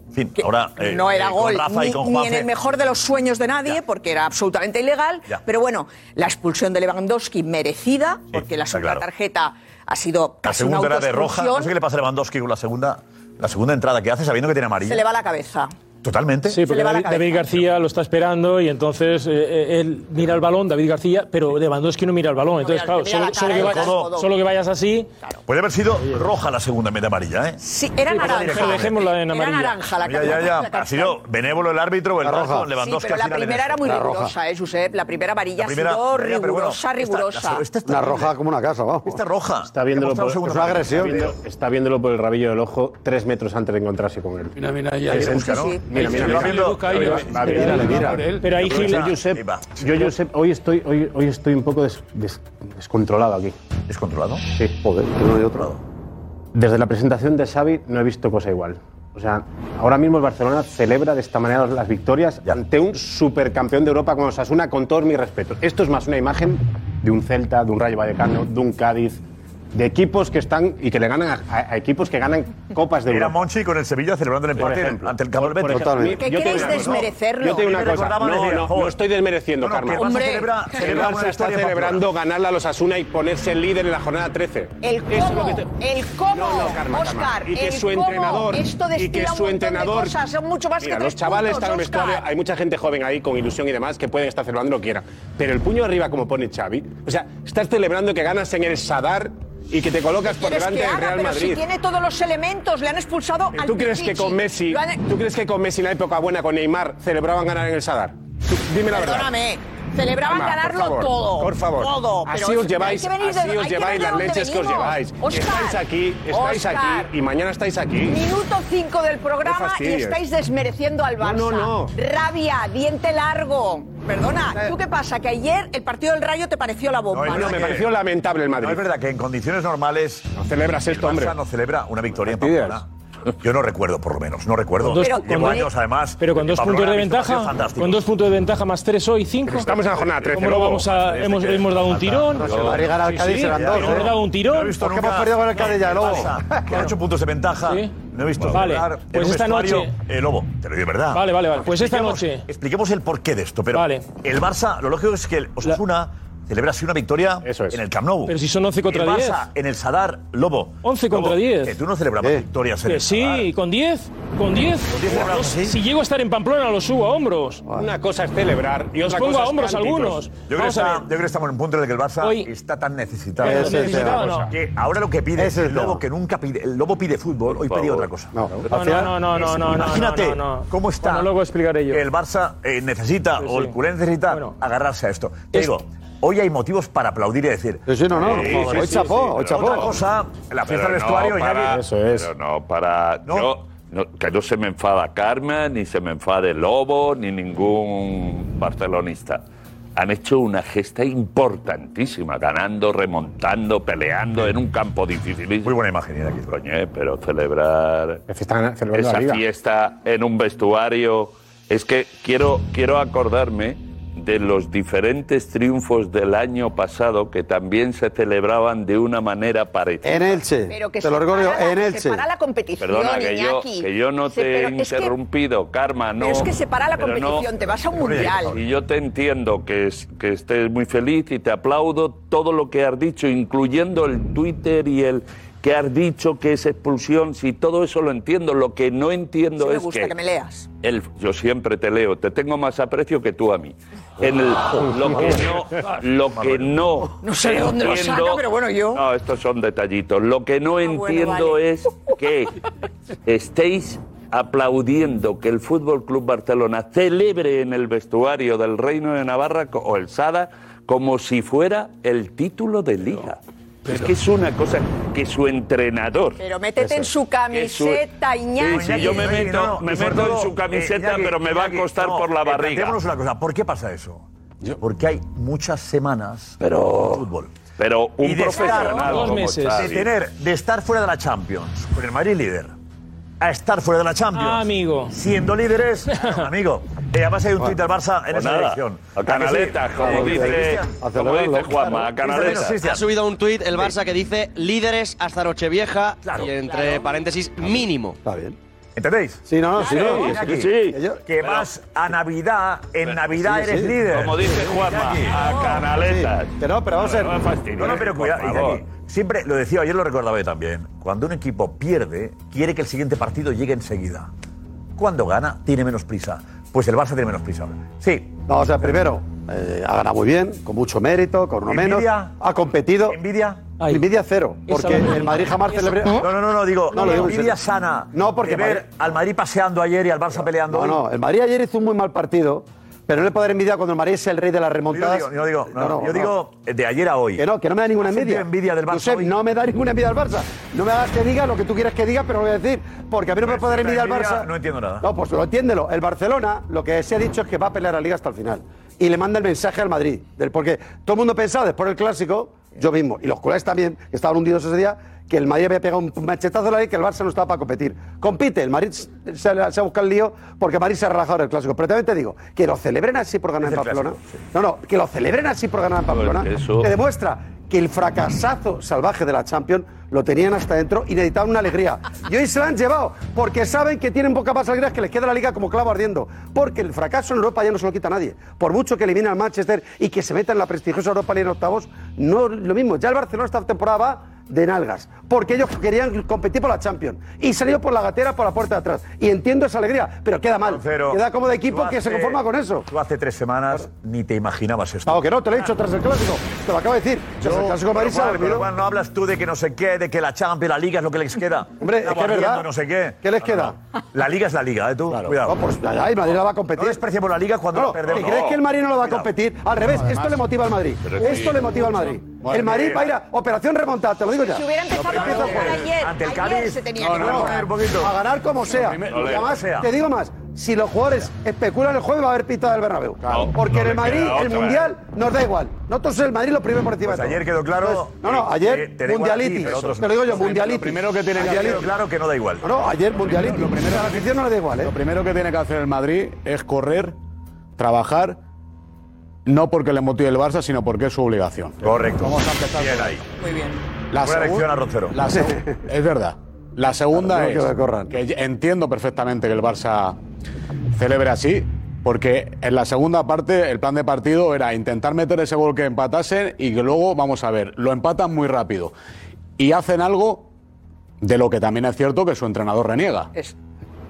Speaker 5: En fin, ahora. eh,
Speaker 7: no era
Speaker 5: eh,
Speaker 7: gol
Speaker 5: Con Rafa
Speaker 7: ni,
Speaker 5: y con
Speaker 7: ni en
Speaker 5: Juanfe.
Speaker 7: el mejor de los sueños de nadie porque era absolutamente ilegal
Speaker 5: Ya.
Speaker 7: pero bueno la expulsión de Lewandowski merecida porque la
Speaker 5: está
Speaker 7: segunda
Speaker 5: claro.
Speaker 7: tarjeta ha sido
Speaker 5: La
Speaker 7: casi una
Speaker 5: segunda era de roja. No
Speaker 7: autoexpulsión.
Speaker 5: sé qué le pasa a Lewandowski con la segunda, la segunda entrada que hace sabiendo que tiene amarilla.
Speaker 7: se le va la cabeza
Speaker 5: Totalmente.
Speaker 4: Sí, porque
Speaker 7: le va la
Speaker 4: David, David García lo está esperando y entonces eh, él mira el balón, David García, pero Lewandowski no mira el balón. Entonces, claro,
Speaker 7: mira, le
Speaker 4: solo,
Speaker 7: mira la
Speaker 4: solo
Speaker 7: cara,
Speaker 4: que
Speaker 7: el
Speaker 4: vayas,
Speaker 7: codo.
Speaker 4: solo que vayas así,
Speaker 5: Puede haber sido roja la segunda en vez de amarilla, ¿eh?
Speaker 7: sí era naranja
Speaker 4: pero dejémosla en
Speaker 7: era
Speaker 4: amarilla.
Speaker 7: naranja la
Speaker 5: Ya,
Speaker 7: cara-
Speaker 5: ya, ya.
Speaker 7: la cara-
Speaker 5: Ha sido benévolo el árbitro, el roja. Con
Speaker 7: Sí,
Speaker 5: Lewandowski
Speaker 7: pero
Speaker 5: al
Speaker 7: la
Speaker 5: final en
Speaker 7: primera
Speaker 5: eso.
Speaker 7: era muy
Speaker 9: La roja.
Speaker 7: rigurosa, ¿eh, Josep? La primera amarilla
Speaker 5: La primera-
Speaker 7: ha sido
Speaker 5: ya, ya, pero bueno,
Speaker 7: rigurosa,
Speaker 5: esta- la- este-
Speaker 7: rigurosa.
Speaker 5: esta está
Speaker 9: La
Speaker 5: horrible.
Speaker 9: roja como una casa, vamos.
Speaker 5: Esta roja.
Speaker 10: Está viéndolo,
Speaker 5: Que
Speaker 10: por,
Speaker 5: ha mostrado segunda
Speaker 9: es una
Speaker 5: parte.
Speaker 9: agresión.
Speaker 10: está viendo- está viéndolo por el rabillo del ojo tres metros antes de encontrarse con él.
Speaker 8: Mira, mira, ya.
Speaker 10: Es-
Speaker 5: busca, ¿no?
Speaker 10: sí, sí. Mira, mira,
Speaker 5: Ahí va
Speaker 10: mira.
Speaker 5: viendo-
Speaker 10: Va bien, va bien,
Speaker 9: Mira, mira.
Speaker 10: va bien. Pero ahí
Speaker 5: Aprovecha.
Speaker 10: Gil, yo,
Speaker 5: Ahí
Speaker 10: Josep,
Speaker 5: va.
Speaker 10: yo, Josep, hoy estoy, hoy, hoy estoy un poco des- des- descontrolado aquí.
Speaker 5: ¿Descontrolado?
Speaker 10: Sí, joder, uno y otro. Desde la presentación de Xavi no he visto cosa igual. O sea, ahora mismo el Barcelona celebra de esta manera las victorias ante un supercampeón de Europa como Osasuna, con todos mis respetos. Esto es más una imagen de un Celta, de un Rayo Vallecano, de un Cádiz, de equipos que están y que le ganan a, a- a equipos que ganan copas de
Speaker 5: Era
Speaker 10: Europa.
Speaker 5: Monchi con el Sevilla celebrando el empate
Speaker 10: ejemplo.
Speaker 5: ante el campo del
Speaker 10: Por
Speaker 5: Betis.
Speaker 10: ejemplo,
Speaker 9: Totalmente.
Speaker 7: ¿Qué
Speaker 10: yo te
Speaker 7: queréis
Speaker 10: digo una cosa.
Speaker 7: desmerecerlo?
Speaker 10: Yo te digo
Speaker 5: Yo
Speaker 10: una cosa.
Speaker 5: recordaba
Speaker 10: No,
Speaker 5: el día,
Speaker 10: no,
Speaker 5: joder.
Speaker 10: no estoy desmereciendo,
Speaker 5: No, no, que
Speaker 10: Carmen.
Speaker 5: el Barça
Speaker 7: Hombre.
Speaker 5: celebra,
Speaker 10: El
Speaker 5: celebra
Speaker 10: Barça
Speaker 5: una
Speaker 10: está
Speaker 5: historia
Speaker 10: celebrando
Speaker 5: factura.
Speaker 10: ganarla a los Asuna y ponerse líder en la jornada 13.
Speaker 7: El
Speaker 10: Eso es lo
Speaker 7: cómo,
Speaker 10: que te-
Speaker 7: el cómo,
Speaker 10: No, no, Karma, Karma.
Speaker 7: Oscar,
Speaker 10: Y que
Speaker 7: el
Speaker 10: su
Speaker 7: cómo,
Speaker 10: entrenador,
Speaker 7: esto destila
Speaker 10: y que
Speaker 7: un
Speaker 10: su
Speaker 7: montón de
Speaker 10: entrenador,
Speaker 7: cosas, son mucho más que
Speaker 10: Mira,
Speaker 7: tres
Speaker 10: los chavales
Speaker 7: puntos,
Speaker 10: están en el
Speaker 7: Oscar.
Speaker 10: vestuario, hay mucha gente joven ahí con ilusión y demás que pueden estar celebrando lo que quieran, pero el puño arriba como pone Xavi, o sea, estás celebrando que ganas en el Sadar y que te colocas por
Speaker 7: ¿Quieres
Speaker 10: delante
Speaker 7: que
Speaker 10: del
Speaker 7: haga?
Speaker 10: Real
Speaker 7: pero si
Speaker 10: Madrid.
Speaker 7: tiene todos los elementos, le han expulsado al
Speaker 10: ¿Tú crees que
Speaker 7: Pichichi.
Speaker 10: con Messi,
Speaker 7: Lo han- e-
Speaker 10: tú crees que con Messi en la época buena con Neymar celebraban ganar en el Sadar? Tú- Dime la verdad.
Speaker 7: Perdóname. Celebraban
Speaker 10: Ama, por
Speaker 7: ganarlo
Speaker 10: favor,
Speaker 7: todo.
Speaker 10: Por favor.
Speaker 7: Todo. pero
Speaker 10: así os
Speaker 7: es-
Speaker 10: lleváis,
Speaker 7: hay que venir de-
Speaker 10: así os
Speaker 7: hay que
Speaker 10: lleváis
Speaker 7: venir de
Speaker 10: las
Speaker 7: donde
Speaker 10: leches que os
Speaker 7: venimos.
Speaker 10: lleváis.
Speaker 7: Oscar,
Speaker 10: estáis aquí, estáis
Speaker 7: Oscar,
Speaker 10: aquí y mañana estáis aquí.
Speaker 7: Minuto 5 del
Speaker 10: No
Speaker 7: programa y
Speaker 10: fastidies.
Speaker 7: estáis desmereciendo al Barça.
Speaker 10: No, no, no.
Speaker 7: Rabia, diente largo.
Speaker 11: Eh.
Speaker 7: Perdona, ¿tú qué pasa? Que ayer el partido del Rayo te pareció la bomba.
Speaker 5: No,
Speaker 10: Bueno,
Speaker 5: que-
Speaker 10: me pareció lamentable el
Speaker 5: No es
Speaker 10: Madrid.
Speaker 5: verdad que en condiciones normales
Speaker 10: No celebras
Speaker 5: el
Speaker 10: esto, hombre.
Speaker 5: Barça no celebra una victoria en
Speaker 10: Partidas.
Speaker 5: Pamplona. Yo no recuerdo, por lo menos, no recuerdo.
Speaker 4: Con dos-
Speaker 5: Llevo
Speaker 4: Pero con-
Speaker 5: años, además.
Speaker 4: pero con
Speaker 5: en
Speaker 4: dos
Speaker 5: Pamplona
Speaker 4: puntos de
Speaker 5: he visto
Speaker 4: ventaja,
Speaker 5: partidos fantásticos.
Speaker 4: con dos puntos de ventaja más tres hoy, cinco.
Speaker 10: Pero estamos en la jornada 13,
Speaker 4: ¿Cómo lo
Speaker 10: Lobo.
Speaker 4: vamos a,
Speaker 5: Desde
Speaker 4: hemos,
Speaker 5: que-
Speaker 4: hemos dado un tirón.
Speaker 5: No,
Speaker 9: si el Madrid gana al
Speaker 4: Sí,
Speaker 9: Cádiz,
Speaker 4: sí,
Speaker 9: serán dos,
Speaker 4: Hemos
Speaker 9: ¿eh?
Speaker 4: dado un
Speaker 5: No he
Speaker 4: tirón.
Speaker 5: visto
Speaker 9: Porque
Speaker 5: nunca
Speaker 9: hemos perdido con el Cádiz ya,
Speaker 5: el
Speaker 9: Lobo.
Speaker 5: Barça, Con ocho puntos de ventaja.
Speaker 4: Sí.
Speaker 5: No he visto
Speaker 4: Vale,
Speaker 5: celebrar en
Speaker 4: pues
Speaker 5: un
Speaker 4: esta
Speaker 5: vestuario,
Speaker 4: noche-
Speaker 5: eh, Lobo, te lo digo de verdad.
Speaker 4: Vale, vale, vale. Pues esta
Speaker 5: Expliquemos-
Speaker 4: noche-
Speaker 5: Expliquemos el porqué de esto, pero
Speaker 4: Vale.
Speaker 5: el Barça, lo lógico es que el Osasuna celebra así una victoria
Speaker 10: Eso es.
Speaker 5: en el Camp Nou.
Speaker 4: Pero si son 11 contra
Speaker 5: el Barça,
Speaker 4: 10.
Speaker 5: en el Sadar, Lobo.
Speaker 4: 11
Speaker 5: Lobo,
Speaker 4: contra 10.
Speaker 5: Que tú no celebrabas
Speaker 9: Eh.
Speaker 5: victorias en
Speaker 4: Que
Speaker 5: el Sadar.
Speaker 4: sí, con 10, con 10.
Speaker 5: diez celebramos, sí.
Speaker 4: Si llego a estar en Pamplona, lo subo a hombros.
Speaker 10: Una cosa es celebrar y
Speaker 4: Y os
Speaker 10: otra
Speaker 4: pongo
Speaker 10: cosa
Speaker 4: a
Speaker 10: es
Speaker 4: hombros
Speaker 10: cánticos.
Speaker 4: algunos.
Speaker 5: Yo creo, que
Speaker 4: Vamos
Speaker 5: está-
Speaker 4: a
Speaker 5: yo
Speaker 4: ver.
Speaker 5: creo que estamos en un punto en el que el Barça
Speaker 4: Hoy-
Speaker 5: está tan necesitado.
Speaker 4: Eh,
Speaker 9: Ese es el
Speaker 4: necesitaba,
Speaker 9: tema.
Speaker 4: no.
Speaker 5: Que ahora lo que pide es
Speaker 9: Ese es
Speaker 5: el
Speaker 9: el
Speaker 5: lobo,
Speaker 9: tema.
Speaker 5: que nunca pide. El lobo pide fútbol, hoy pedía otra cosa.
Speaker 9: No,
Speaker 4: No, no, no, no, no, no,
Speaker 5: Imagínate
Speaker 4: no, no, no.
Speaker 5: cómo está.
Speaker 4: Bueno, luego explicaré yo.
Speaker 5: El Barça eh, necesita,
Speaker 4: Sí,
Speaker 5: o el
Speaker 4: sí.
Speaker 5: culé necesita,
Speaker 4: Bueno.
Speaker 5: agarrarse a esto. Te
Speaker 4: Es-
Speaker 5: digo, hoy hay motivos para aplaudir y decir.
Speaker 9: Sí, sí, no, no.
Speaker 5: Sí,
Speaker 9: Hoy
Speaker 5: sí, sí,
Speaker 9: chapó,
Speaker 5: sí,
Speaker 9: hoy
Speaker 5: pero
Speaker 9: chapó.
Speaker 5: Otra cosa, la fiesta del
Speaker 11: Pero
Speaker 5: vestuario y
Speaker 11: para-
Speaker 5: nadie-
Speaker 10: Eso es.
Speaker 11: Pero no para.
Speaker 5: No.
Speaker 11: yo- no- que no se me enfada Carmen, ni se me enfade Lobo, ni ningún barcelonista. han hecho una gesta importantísima, ganando, remontando, peleando en un campo dificilísimo. Muy
Speaker 5: buena imagen aquí.
Speaker 11: Coño, eh, pero celebrar
Speaker 10: Están celebrando
Speaker 11: esa
Speaker 10: la liga.
Speaker 11: fiesta en un vestuario. Es que quiero, quiero acordarme de los diferentes triunfos del año pasado que también se celebraban de una manera parecida.
Speaker 9: En Elche.
Speaker 7: Pero que
Speaker 9: te lo
Speaker 7: separa
Speaker 9: recuerdo,
Speaker 7: la-
Speaker 9: en Elche.
Speaker 7: separa la competición,
Speaker 11: Perdona, que yo,
Speaker 7: Iñaki.
Speaker 11: que yo no te
Speaker 7: Se-
Speaker 11: he
Speaker 7: pero es que-
Speaker 11: interrumpido, Karma, no.
Speaker 7: pero es que separa la
Speaker 11: pero no-
Speaker 7: competición, te vas a un mundial.
Speaker 11: Y yo te entiendo que, es- que estés muy feliz y te aplaudo todo lo que has dicho, incluyendo el Twitter y el que has dicho que es expulsión, si todo eso lo entiendo, lo que no entiendo
Speaker 7: Sí me
Speaker 11: es
Speaker 7: gusta que me leas.
Speaker 11: el- yo siempre te leo, te tengo más aprecio que tú a mí. En el- lo que no, lo que no,
Speaker 7: No sé de dónde lo saca, pero bueno, yo-
Speaker 11: No, estos son detallitos. Lo que no entiendo es que estéis aplaudiendo que el Fútbol Club Barcelona celebre en el vestuario del Reino de Navarra co- o el Sada como si fuera el título de liga. es que es una cosa que su entrenador.
Speaker 7: Pero métete en su
Speaker 11: que su-
Speaker 7: camiseta, Iñaki.
Speaker 11: Sí, sí, yo me meto,
Speaker 5: No, no,
Speaker 11: me
Speaker 5: y sobre
Speaker 11: meto
Speaker 5: todo,
Speaker 11: en su camiseta,
Speaker 5: eh, Iñaki,
Speaker 11: pero me va a
Speaker 5: Iñaki,
Speaker 11: costar
Speaker 5: no,
Speaker 11: por la
Speaker 5: eh,
Speaker 11: barriga.
Speaker 5: planteémonos una cosa, ¿por qué pasa eso? Porque hay muchas semanas
Speaker 11: Pero-
Speaker 5: de fútbol.
Speaker 11: Pero un
Speaker 5: Y de estar-
Speaker 11: profesional como Xavi.
Speaker 5: De tener, de estar fuera de la Champions, con el Madrid líder, a estar fuera de la Champions. Ah, amigo. Siendo [laughs] líderes, amigo. Eh, además hay un Twitter Barça en
Speaker 11: Pues
Speaker 5: esa
Speaker 11: nada,
Speaker 5: dirección.
Speaker 11: A canaletas, como dice, como dice Juanma, a canaletas.
Speaker 12: Ha subido un tuit el Barça que dice líderes hasta Nochevieja y entre paréntesis mínimo.
Speaker 9: Está bien.
Speaker 5: ¿Entendéis?
Speaker 9: Sí, no, no, Ah, sí,
Speaker 5: Claro,
Speaker 9: no,
Speaker 5: Iñaki,
Speaker 9: sí, sí.
Speaker 5: Que vas a Navidad, en Navidad
Speaker 9: Pues, sí,
Speaker 5: eres
Speaker 9: sí.
Speaker 5: líder.
Speaker 9: Como dice
Speaker 11: Juanma,
Speaker 5: a
Speaker 11: canaletas.
Speaker 9: Pero, pero vamos a ver.
Speaker 5: No, no, pero cuidado,
Speaker 9: Por favor.
Speaker 5: Iñaki. Siempre lo decía, ayer lo recordaba yo también. Cuando un equipo pierde, quiere que el siguiente partido llegue enseguida. Cuando gana, tiene menos prisa. Pues el Barça tiene menos prisa. Sí.
Speaker 9: No, o sea, primero, eh, ha ganado muy bien, con mucho mérito, con uno menos.
Speaker 5: ¿Envidia?
Speaker 9: Ha competido.
Speaker 5: ¿Envidia?
Speaker 9: Envidia cero. Porque el Madrid jamás celebró.
Speaker 5: No, no, no, no, digo,
Speaker 9: No, lo digo en
Speaker 5: envidia
Speaker 9: serio.
Speaker 5: sana.
Speaker 9: No, porque
Speaker 5: de ver
Speaker 9: Madrid-
Speaker 5: al Madrid paseando ayer y al Barça peleando
Speaker 9: No,
Speaker 5: hoy.
Speaker 9: no, el Madrid ayer hizo un muy mal partido, pero no le puede dar envidia cuando el Madrid es el rey de las
Speaker 5: Yo
Speaker 9: remontadas.
Speaker 5: digo, yo digo, no,
Speaker 9: No, no,
Speaker 5: yo
Speaker 9: no.
Speaker 5: digo de ayer a hoy.
Speaker 9: Que no, que no me da ninguna
Speaker 5: ¿Has sentido
Speaker 9: envidia.
Speaker 5: envidia del Barça
Speaker 9: Josep,
Speaker 5: hoy?
Speaker 9: no me da ninguna envidia al Barça. No me hagas que diga lo que tú quieras que diga, pero lo voy a decir. Porque a mí no me puede dar envidia al Barça.
Speaker 5: No entiendo nada.
Speaker 9: No, pues lo entiéndelo. El Barcelona lo que se ha dicho es que va a pelear la liga hasta el final. Y le manda el mensaje al Madrid. del- Porque todo el mundo pensaba después del clásico, yo mismo, y los culés también, que estaban hundidos ese día, que el Madrid había pegado un machetazo a la ley que el Barça no estaba para competir. Compite, el Madrid se, se ha buscado el lío porque el Madrid se ha relajado en el clásico. Pero también te digo, que lo celebren así por ganar en Pamplona. No, no, que lo celebren así por ganar en Pamplona.
Speaker 11: Porque eso-
Speaker 9: que demuestra que el fracasazo salvaje de la Champions lo tenían hasta dentro y necesitaban una alegría. Y hoy se la han llevado porque saben que tienen poca más alegrías que les queda la liga como clavo ardiendo. Porque el fracaso en Europa ya no se lo quita nadie. Por mucho que elimine al Manchester y que se meta en la prestigiosa Europa League en octavos, no es lo mismo. Ya el Barcelona esta temporada va de nalgas, porque ellos querían competir por la Champions y salió por la gatera por la puerta de atrás. Y entiendo esa alegría, pero queda mal.
Speaker 5: Pero
Speaker 9: queda como de
Speaker 5: tú
Speaker 9: equipo que se
Speaker 5: hace-
Speaker 9: conforma con eso.
Speaker 5: Tú hace tres semanas ni te imaginabas esto.
Speaker 9: Claro que no, te lo he dicho tras el clásico. Te lo acabo de decir. Tras el clásico de Madrid
Speaker 5: Pero,
Speaker 9: se ha
Speaker 5: Juan, pero,
Speaker 9: dormido.
Speaker 5: Juan, no hablas tú de que no sé qué, de que la Champions, la Liga es lo que les queda.
Speaker 9: [laughs] Hombre,
Speaker 5: Estamos
Speaker 9: es que es verdad.
Speaker 5: haciendo no sé qué.
Speaker 9: ¿Qué les
Speaker 5: No, no,
Speaker 9: queda?
Speaker 5: no. La Liga es la Liga, ¿eh? Tú, cuidado.
Speaker 9: No, pues nada, y Madrid la va a competir.
Speaker 5: No despreciemos la Liga cuando
Speaker 9: No,
Speaker 5: la perdemos.
Speaker 9: ¿Te crees que el Madrid no lo va a
Speaker 5: Cuidado.
Speaker 9: competir? Al revés,
Speaker 5: No, además-
Speaker 9: esto le motiva al Madrid.
Speaker 5: Pero es que-
Speaker 9: Esto le motiva al Madrid.
Speaker 5: Madre
Speaker 9: el Madrid
Speaker 5: mía.
Speaker 9: va a ir a operación remontada, te lo digo ya.
Speaker 7: Si hubiera empezado a jugar ayer,
Speaker 5: Ante el
Speaker 7: ayer
Speaker 5: Cádiz,
Speaker 7: se tenía
Speaker 5: no,
Speaker 7: que
Speaker 5: no,
Speaker 7: jugar.
Speaker 5: no, un poquito.
Speaker 9: A ganar como sea.
Speaker 5: primero,
Speaker 9: Y
Speaker 5: lo
Speaker 9: además,
Speaker 5: sea.
Speaker 9: te digo más, si los jugadores especulan el jueves va a haber pitado del Bernabéu. Porque
Speaker 11: no
Speaker 9: en
Speaker 11: le
Speaker 9: el Madrid,
Speaker 11: queda
Speaker 9: el
Speaker 11: otra,
Speaker 9: Mundial, nos da igual. Nosotros el Madrid lo primero por encima
Speaker 5: Pues
Speaker 9: de todo.
Speaker 5: ayer quedó claro
Speaker 9: Entonces, No, no,
Speaker 5: que-
Speaker 9: ayer,
Speaker 5: que te da igual a ti,
Speaker 9: Mundialitis.
Speaker 5: pero a otros
Speaker 9: Te lo digo yo,
Speaker 5: no.
Speaker 9: Mundialitis.
Speaker 5: Lo primero que tiene que
Speaker 9: Mundialitis.
Speaker 5: quedó claro que no da igual.
Speaker 9: No, no, ayer Mundialitis.
Speaker 2: lo primero-
Speaker 9: a la afición no le da igual, ¿eh?
Speaker 2: Lo primero que tiene que hacer el Madrid es correr, trabajar, no porque le motive el Barça, sino porque es su obligación.
Speaker 5: Correcto.
Speaker 2: Vamos a empezar.
Speaker 5: Bien ahí.
Speaker 7: Muy bien.
Speaker 2: La
Speaker 5: Buena
Speaker 2: segun-
Speaker 5: lección a Roncero.
Speaker 2: la segu-
Speaker 5: [laughs]
Speaker 2: es verdad. La segunda
Speaker 9: Claro, tengo que corran.
Speaker 2: es que yo entiendo perfectamente que el Barça celebre así, porque en la segunda parte el plan de partido era intentar meter ese gol que empatasen y que luego, vamos a ver, lo empatan muy rápido. Y hacen algo de lo que también es cierto que su entrenador reniega.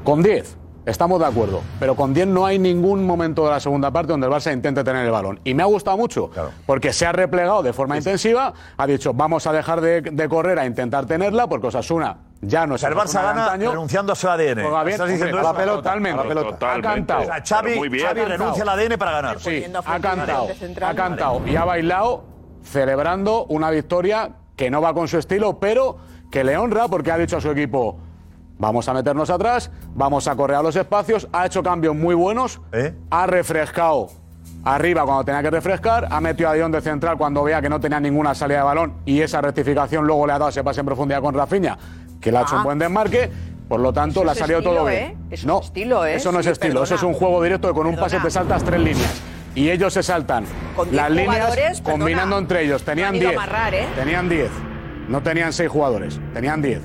Speaker 2: Con 10, estamos de acuerdo. Pero con 10 no hay ningún momento de la segunda parte donde el Barça intente tener el balón. Y me ha gustado mucho, porque se ha replegado de forma intensiva, ha dicho, vamos a dejar de, de correr a intentar tenerla, porque Osasuna ya no
Speaker 5: O
Speaker 2: es
Speaker 5: sea, el Barça
Speaker 2: Osasuna de
Speaker 5: gana
Speaker 2: antaño.
Speaker 5: renunciando a su ADN.
Speaker 2: Juega bien,
Speaker 5: ¿Estás diciendo
Speaker 2: hombre,
Speaker 5: eso?
Speaker 2: a la pelota,
Speaker 5: Totalmente.
Speaker 2: a la pelota.
Speaker 11: Totalmente.
Speaker 2: Ha cantado.
Speaker 5: O sea,
Speaker 11: Pero muy
Speaker 5: Xavi,
Speaker 11: bien.
Speaker 5: Xavi renuncia al ADN para ganar.
Speaker 2: Sí,
Speaker 7: Poniendo a
Speaker 2: ha
Speaker 7: funcionar
Speaker 2: cantado,
Speaker 7: de central.
Speaker 2: ha cantado y ha bailado celebrando una victoria que no va con su estilo, pero que le honra porque ha dicho a su equipo, vamos a meternos atrás, vamos a correr a los espacios, ha hecho cambios muy buenos,
Speaker 5: ¿Eh?
Speaker 2: ha refrescado arriba cuando tenía que refrescar, ha metido a Dion de central cuando veía que no tenía ninguna salida de balón y esa rectificación luego le ha dado ese pase en profundidad con Rafinha, que le ha hecho un buen desmarque. Por lo tanto,
Speaker 13: Ah. Eso
Speaker 2: le ha
Speaker 13: es
Speaker 2: salido todo
Speaker 13: estilo,
Speaker 2: bien.
Speaker 13: ¿eh? Eso es
Speaker 2: no,
Speaker 13: estilo, ¿eh?
Speaker 2: Eso no es
Speaker 13: Sí,
Speaker 2: estilo, eso es
Speaker 13: perdona.
Speaker 2: un juego directo que con un pase te saltas tres líneas. Y ellos se saltan
Speaker 13: diez
Speaker 2: las líneas
Speaker 13: jugadores, perdona,
Speaker 2: combinando entre ellos. Tenían
Speaker 13: han ido a
Speaker 2: 10.
Speaker 13: amarrar, ¿eh?
Speaker 2: Tenían 10. No tenían 6 jugadores, tenían 10.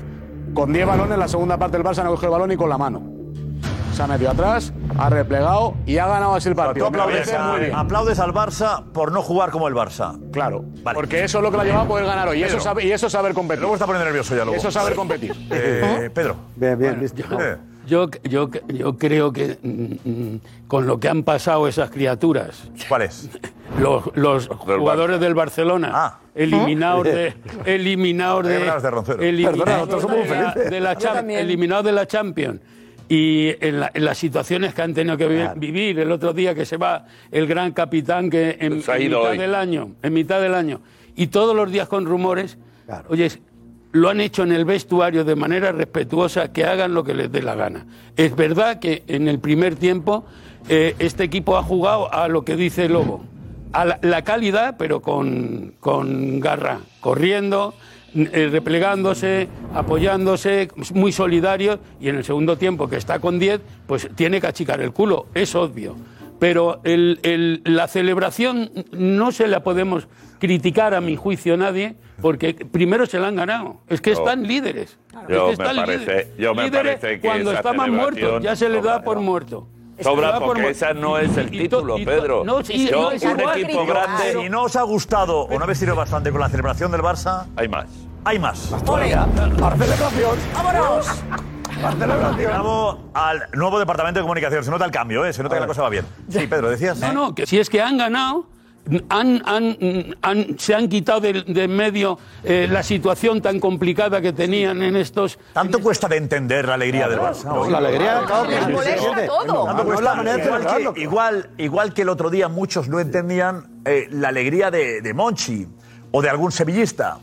Speaker 2: Con 10 balones, la segunda parte del Barça no cogió el balón ni con la mano. Se ha metido atrás, ha replegado y ha ganado así el
Speaker 5: Tú
Speaker 2: partido. Me
Speaker 5: aplaudes,
Speaker 2: parece muy bien.
Speaker 5: a- aplaudes al Barça por no jugar como el Barça.
Speaker 2: Claro, porque eso es lo que la lleva a poder ganar hoy. Y eso,
Speaker 5: Pedro.
Speaker 2: sabe- y eso es saber competir.
Speaker 5: Luego está poniendo nervioso ya, luego.
Speaker 2: Eso es saber competir.
Speaker 5: Eh, Pedro. eh.
Speaker 9: Bien, bien,
Speaker 14: Yo, yo, yo creo que mm, mm, con lo que han pasado esas criaturas.
Speaker 5: ¿Cuáles?
Speaker 14: Los, los jugadores del Barcelona. Eliminados de. Eliminados de.
Speaker 5: Eliminados Ah. de Roncero.
Speaker 14: eliminados
Speaker 5: Perdona, nosotros somos
Speaker 14: de la-
Speaker 5: felices.
Speaker 14: de la
Speaker 5: Yo
Speaker 14: Champ-
Speaker 5: también.
Speaker 14: eliminados de la Champions. Y en, la- en las situaciones que han tenido que vi- vivir, el otro día que se va el gran capitán que en,
Speaker 11: Se ha
Speaker 14: en
Speaker 11: ido
Speaker 14: mitad
Speaker 11: hoy.
Speaker 14: del año, en mitad del año, y todos los días con rumores, oye, lo han hecho en el vestuario de manera respetuosa, que hagan lo que les dé la gana. Es verdad que en el primer tiempo eh, este equipo ha jugado a lo que dice Lobo, a la, la calidad, pero con, con garra, corriendo, n- eh, replegándose, apoyándose, muy solidario, y en el segundo tiempo, que está con 10, pues tiene que achicar el culo, es obvio pero el- el- la celebración no se la podemos criticar a mi juicio a nadie, porque primero se la han ganado. Es que
Speaker 11: No.
Speaker 14: están líderes. Es
Speaker 11: Yo me
Speaker 14: que
Speaker 11: parece- yo me
Speaker 14: líderes
Speaker 11: parece que
Speaker 14: cuando
Speaker 11: esa
Speaker 14: estaban muertos
Speaker 11: celebración
Speaker 14: ya se les da por muerto. Se
Speaker 11: Sobra
Speaker 14: les da por
Speaker 11: porque
Speaker 14: muerto.
Speaker 11: esa no es el título, Pedro.
Speaker 14: no, sí,
Speaker 11: Yo,
Speaker 14: no, es
Speaker 11: un
Speaker 14: igual.
Speaker 11: equipo grande.
Speaker 5: Si no os ha gustado o no habéis sido bastante con la celebración del Barça,
Speaker 11: hay más.
Speaker 5: Hay más.
Speaker 8: celebración!
Speaker 5: ¡Vámonos! Bravo al nuevo departamento de comunicación. Se nota el cambio, ¿eh? Se nota que la cosa va bien. Sí, Pedro,
Speaker 11: ¿eh?
Speaker 5: decías.
Speaker 14: No, no, que si es que han ganado, han, han- han- se han quitado del- de, en medio eh, la situación tan complicada que tenían en estos.
Speaker 5: ¿Tanto cuesta de entender la alegría del Barça?
Speaker 9: No, la alegría, claro que Les molesta
Speaker 5: Tanto
Speaker 9: todo.
Speaker 5: cuesta.
Speaker 9: No es la manera de
Speaker 5: igual,
Speaker 9: celebrarlo.
Speaker 5: que, igual, igual que el otro día muchos no entendían eh, la alegría de, de Monchi o de algún sevillista.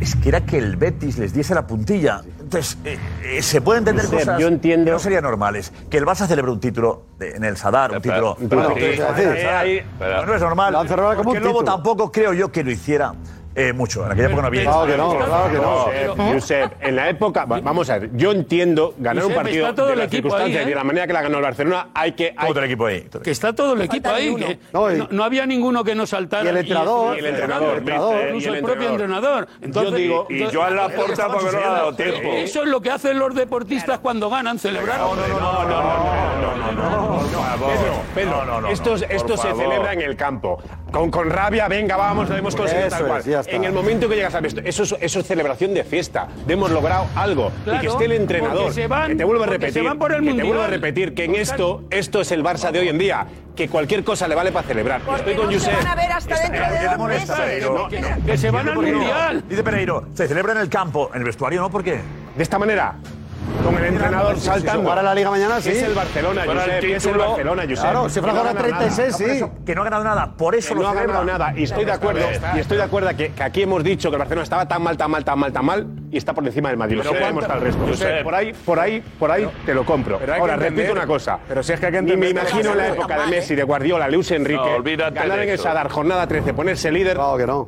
Speaker 5: Es que era que el Betis les diese la puntilla. Entonces, eh, eh, se pueden entender
Speaker 10: Josep,
Speaker 5: cosas
Speaker 10: yo
Speaker 5: entiendo. que no serían normales. Que el Barça celebre un título de- en el Sadar, un título...
Speaker 10: pero- pero-
Speaker 5: Bueno, que-
Speaker 10: sí,
Speaker 5: en el
Speaker 10: sí.
Speaker 5: Sadar.
Speaker 10: Ahí-
Speaker 5: Pero no es normal.
Speaker 10: La han cerrado como un
Speaker 5: porque el Lobo
Speaker 10: título.
Speaker 5: tampoco creo yo que lo hiciera eh, mucho. En aquella época no había...
Speaker 10: Josep, Josep, en la época, va- vamos a ver, yo entiendo ganar un
Speaker 5: Josep,
Speaker 10: partido
Speaker 5: está todo
Speaker 10: de
Speaker 5: el
Speaker 10: las
Speaker 5: equipo
Speaker 10: circunstancias
Speaker 5: ahí, ¿eh?
Speaker 10: y de la manera que la ganó el Barcelona, hay que... Hay,
Speaker 5: todo el equipo ahí.
Speaker 14: Que está todo el equipo ahí. que no, no había ninguno que no saltara.
Speaker 10: Y el entrenador, y
Speaker 14: y-
Speaker 10: el entrenador, viste,
Speaker 14: incluso
Speaker 10: y el
Speaker 14: el propio
Speaker 10: entrenador.
Speaker 14: entrenador. Entonces,
Speaker 10: Yo digo- Y- y
Speaker 14: entonces-
Speaker 10: Joan Laporta porque no le ha dado tiempo.
Speaker 14: Eso es lo que hacen los deportistas cuando ganan, celebrar.
Speaker 10: Pedro, Pedro, esto, esto se
Speaker 14: favor.
Speaker 10: celebra en el campo. Con, con rabia, venga, vamos, lo hemos conseguido
Speaker 9: Eso
Speaker 10: tal cual.
Speaker 9: es, ya está.
Speaker 10: en el momento que llegas a esto, eso es, eso es celebración de fiesta. De hemos logrado algo. y que
Speaker 14: Claro,
Speaker 10: esté el entrenador.
Speaker 14: porque se van-
Speaker 10: que te vuelvo a
Speaker 14: porque
Speaker 10: repetir.
Speaker 14: se van por el
Speaker 10: que te vuelvo a
Speaker 14: Mundial.
Speaker 10: repetir que en esto, esto es el Barça de hoy en día. Que cualquier cosa le vale para celebrar. Estoy con
Speaker 5: no se
Speaker 10: Josep.
Speaker 5: van a ver hasta
Speaker 10: Está-
Speaker 5: dentro de
Speaker 10: ¿Qué te
Speaker 5: dos
Speaker 10: molesta,
Speaker 5: meses?
Speaker 10: Pedro?
Speaker 5: No, que-
Speaker 10: Que se van
Speaker 5: Dice
Speaker 10: al
Speaker 5: Pereiro,
Speaker 10: Mundial.
Speaker 5: Dice Pereiro, se celebra en el campo, en el vestuario, ¿no? ¿Por qué?
Speaker 10: De esta manera. Con el entrenador
Speaker 5: Sí, sí, sí.
Speaker 10: saltando.
Speaker 5: Jugar a la Liga mañana, sí.
Speaker 10: Es el Barcelona,
Speaker 5: Jugar al
Speaker 10: Josep. Es el
Speaker 5: título.
Speaker 10: Barcelona, Josep.
Speaker 5: Claro, si fuera
Speaker 10: No
Speaker 5: ahora
Speaker 10: gana nada.
Speaker 5: 36, sí. Que no ha ganado nada, por eso
Speaker 10: Que
Speaker 5: lo
Speaker 10: no ha
Speaker 5: celebra.
Speaker 10: ganado nada. Y estoy de acuerdo, y estoy de acuerdo que, que aquí hemos dicho que el Barcelona estaba tan mal, tan mal, tan mal, tan mal, y está por encima del Madrid. Lo
Speaker 2: Josep,
Speaker 10: sabemos hasta el resto.
Speaker 2: Josep.
Speaker 10: por ahí, por ahí, por ahí te lo compro.
Speaker 2: pero hay que
Speaker 10: Ahora,
Speaker 2: entender-
Speaker 10: repito una cosa.
Speaker 2: pero si es que hay que
Speaker 10: Ni me
Speaker 2: entender-
Speaker 10: imagino en la época de
Speaker 2: ¿eh?
Speaker 10: Messi, de Guardiola, Luis Enrique,
Speaker 11: No, olvídate
Speaker 10: ganar
Speaker 11: de
Speaker 10: en el
Speaker 11: eso.
Speaker 10: Sadar, jornada 13, ponerse líder.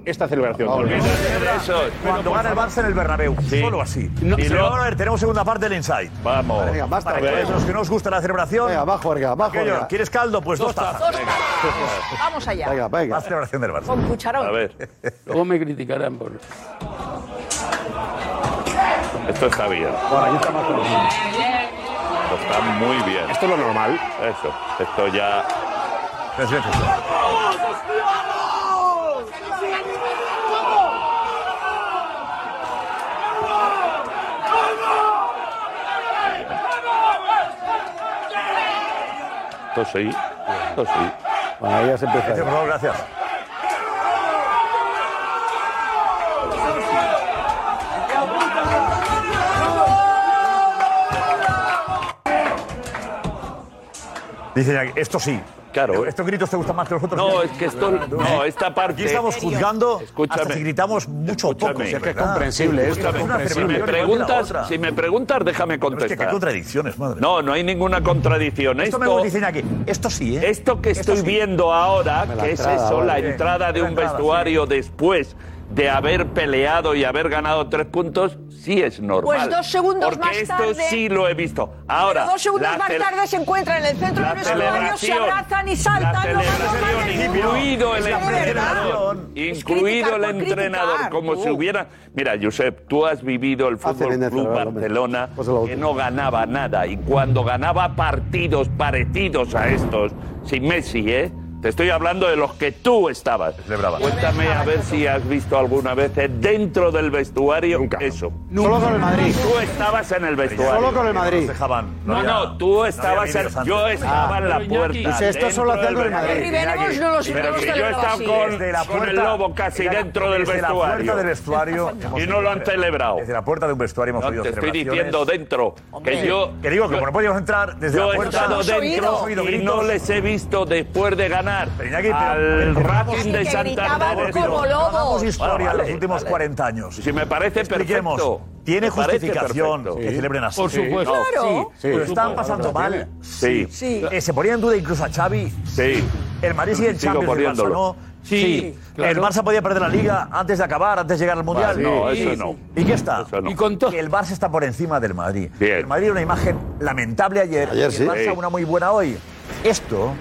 Speaker 10: Esta celebración.
Speaker 5: Cuando gana el Barça en el Bernabéu, solo así.
Speaker 10: No,
Speaker 5: y
Speaker 10: se
Speaker 5: luego
Speaker 10: lo-
Speaker 5: a ver, tenemos segunda parte del Inside.
Speaker 11: Vamos.
Speaker 5: Vale, venga, basta. Para
Speaker 9: venga.
Speaker 5: aquellos a los que no os gusta la celebración.
Speaker 9: Venga, va, Jorga, va,
Speaker 5: aquello,
Speaker 9: Jorga.
Speaker 5: ¿Quieres caldo? Pues dos
Speaker 9: Dos tazas.
Speaker 5: tazas.
Speaker 13: Vamos allá.
Speaker 9: Venga, venga.
Speaker 5: La celebración del Barça.
Speaker 13: Con cucharón.
Speaker 11: ver.
Speaker 14: Luego me criticarán por.
Speaker 11: Esto está bien. Esto está muy bien.
Speaker 10: Esto es lo normal.
Speaker 11: Eso. Esto ya. Esto sí. Esto sí.
Speaker 9: Bueno, ahí ya se empieza.
Speaker 5: Gracias, Eh, por favor, gracias. Dice Iñaki, esto sí.
Speaker 11: Claro.
Speaker 5: ¿Estos gritos te gustan más que los otros?
Speaker 11: No, es que esto. No, esta parte.
Speaker 5: Aquí estamos juzgando hasta
Speaker 11: Escúchame.
Speaker 5: si gritamos mucho o poco.
Speaker 11: Escúchame.
Speaker 5: si
Speaker 11: Escúchame. Escúchame.
Speaker 5: verdad. Es una
Speaker 11: Si me
Speaker 5: ceremonial igual que la
Speaker 11: preguntas,
Speaker 5: otra.
Speaker 11: si me preguntas, déjame contestar.
Speaker 5: qué contradicciones, madre.
Speaker 11: No, no hay ninguna contradicción.
Speaker 5: Esto
Speaker 11: Esto,
Speaker 5: me dicen aquí. Esto sí, ¿eh?
Speaker 11: Esto que estoy
Speaker 5: sí.
Speaker 11: viendo ahora,
Speaker 5: Dame la
Speaker 11: que es
Speaker 5: entrada,
Speaker 11: eso, la
Speaker 5: vale.
Speaker 11: entrada de
Speaker 5: La
Speaker 11: un
Speaker 5: entrada,
Speaker 11: vestuario después de haber peleado y haber ganado tres puntos, sí es normal.
Speaker 13: Pues dos segundos
Speaker 11: Porque
Speaker 13: más
Speaker 11: esto
Speaker 13: tarde-
Speaker 11: sí lo he visto. Ahora,
Speaker 13: Pero dos segundos
Speaker 11: la
Speaker 13: más
Speaker 11: cel-
Speaker 13: tarde se encuentran en el centro del vestuario, se
Speaker 11: celebración,
Speaker 13: abrazan y saltan. lo más normal del mundo.
Speaker 11: incluido el
Speaker 13: Es la
Speaker 11: entrenador,
Speaker 13: verdad.
Speaker 11: incluido el
Speaker 13: criticar por
Speaker 11: entrenador,
Speaker 13: criticar,
Speaker 11: como
Speaker 13: tú.
Speaker 11: si hubiera. Mira, Josep, tú has vivido el Fútbol
Speaker 9: bien de
Speaker 11: Club
Speaker 9: cerrarlo,
Speaker 11: Barcelona que no ganaba nada y cuando ganaba partidos parecidos a estos, sin Messi, ¿eh? Te estoy hablando de los que tú estabas. Cuéntame a ver si has visto alguna vez eh, dentro del vestuario eso.
Speaker 9: Solo con el Madrid.
Speaker 11: Tú estabas en el vestuario.
Speaker 9: Solo con el Madrid.
Speaker 11: No, no, tú estabas en, yo estaba en la
Speaker 9: Pero
Speaker 11: puerta.
Speaker 9: Iñaki, dice, esto solo hace algo el Madrid.
Speaker 11: Iñaki,
Speaker 9: Riveremos no lo- no
Speaker 11: Pero
Speaker 9: lo
Speaker 11: si yo he
Speaker 9: celebraba
Speaker 11: estado
Speaker 9: así.
Speaker 11: con,
Speaker 9: Desde la
Speaker 11: con el
Speaker 9: puerta-
Speaker 11: lobo casi
Speaker 9: desde la-
Speaker 11: dentro del
Speaker 5: desde la puerta
Speaker 11: vestuario.
Speaker 5: del [laughs] vestuario hemos
Speaker 11: Y no lo han
Speaker 5: tenido-
Speaker 11: celebrado.
Speaker 5: Desde la puerta de un vestuario hemos
Speaker 11: No,
Speaker 5: oído
Speaker 11: te estoy
Speaker 5: celebraciones.
Speaker 11: diciendo dentro.
Speaker 5: Hombre.
Speaker 11: que yo.
Speaker 5: Que digo que
Speaker 11: yo-
Speaker 5: como no podíamos entrar desde
Speaker 11: yo
Speaker 5: la
Speaker 11: he
Speaker 5: puerta-
Speaker 11: estado
Speaker 5: Hemos
Speaker 11: dentro
Speaker 5: oído
Speaker 11: y
Speaker 5: gritos.
Speaker 11: no les he visto después de ganar
Speaker 5: Iñaki, pero-
Speaker 11: al
Speaker 5: pero-
Speaker 11: Racing
Speaker 5: Sí,
Speaker 11: de
Speaker 5: que
Speaker 11: Santander.
Speaker 5: gritaban como
Speaker 11: Bueno,
Speaker 5: lobos.
Speaker 11: vale,
Speaker 5: historia en los últimos 40 años.
Speaker 11: Si me parece
Speaker 5: Expliquemos.
Speaker 11: perfecto.
Speaker 5: ¿Tiene
Speaker 11: Me parece
Speaker 5: justificación
Speaker 11: perfecto.
Speaker 5: que
Speaker 11: Sí.
Speaker 5: celebren así?
Speaker 11: Por supuesto.
Speaker 5: No,
Speaker 11: Claro.
Speaker 5: sí,
Speaker 11: Sí,
Speaker 5: Lo
Speaker 11: por
Speaker 5: están
Speaker 11: supuesto.
Speaker 5: pasando
Speaker 11: Claro que
Speaker 5: mal.
Speaker 11: Sí. Sí.
Speaker 5: Eh, se ponía en duda incluso a Xavi.
Speaker 11: Sí.
Speaker 5: El Madrid sigue en
Speaker 11: Sigo
Speaker 5: Champions, el Barça
Speaker 11: poniéndolo.
Speaker 5: no.
Speaker 11: Sí,
Speaker 5: El Barça podía perder la Liga antes de acabar, antes de llegar al Mundial.
Speaker 11: Vale, no, Sí. eso no.
Speaker 5: ¿Y qué está?
Speaker 11: Eso no.
Speaker 5: Y con todo. El Barça está por encima del Madrid. El Madrid era una imagen lamentable ayer.
Speaker 9: Ayer
Speaker 5: y
Speaker 9: sí.
Speaker 5: el Barça
Speaker 9: Sí.
Speaker 5: una muy buena hoy. Esto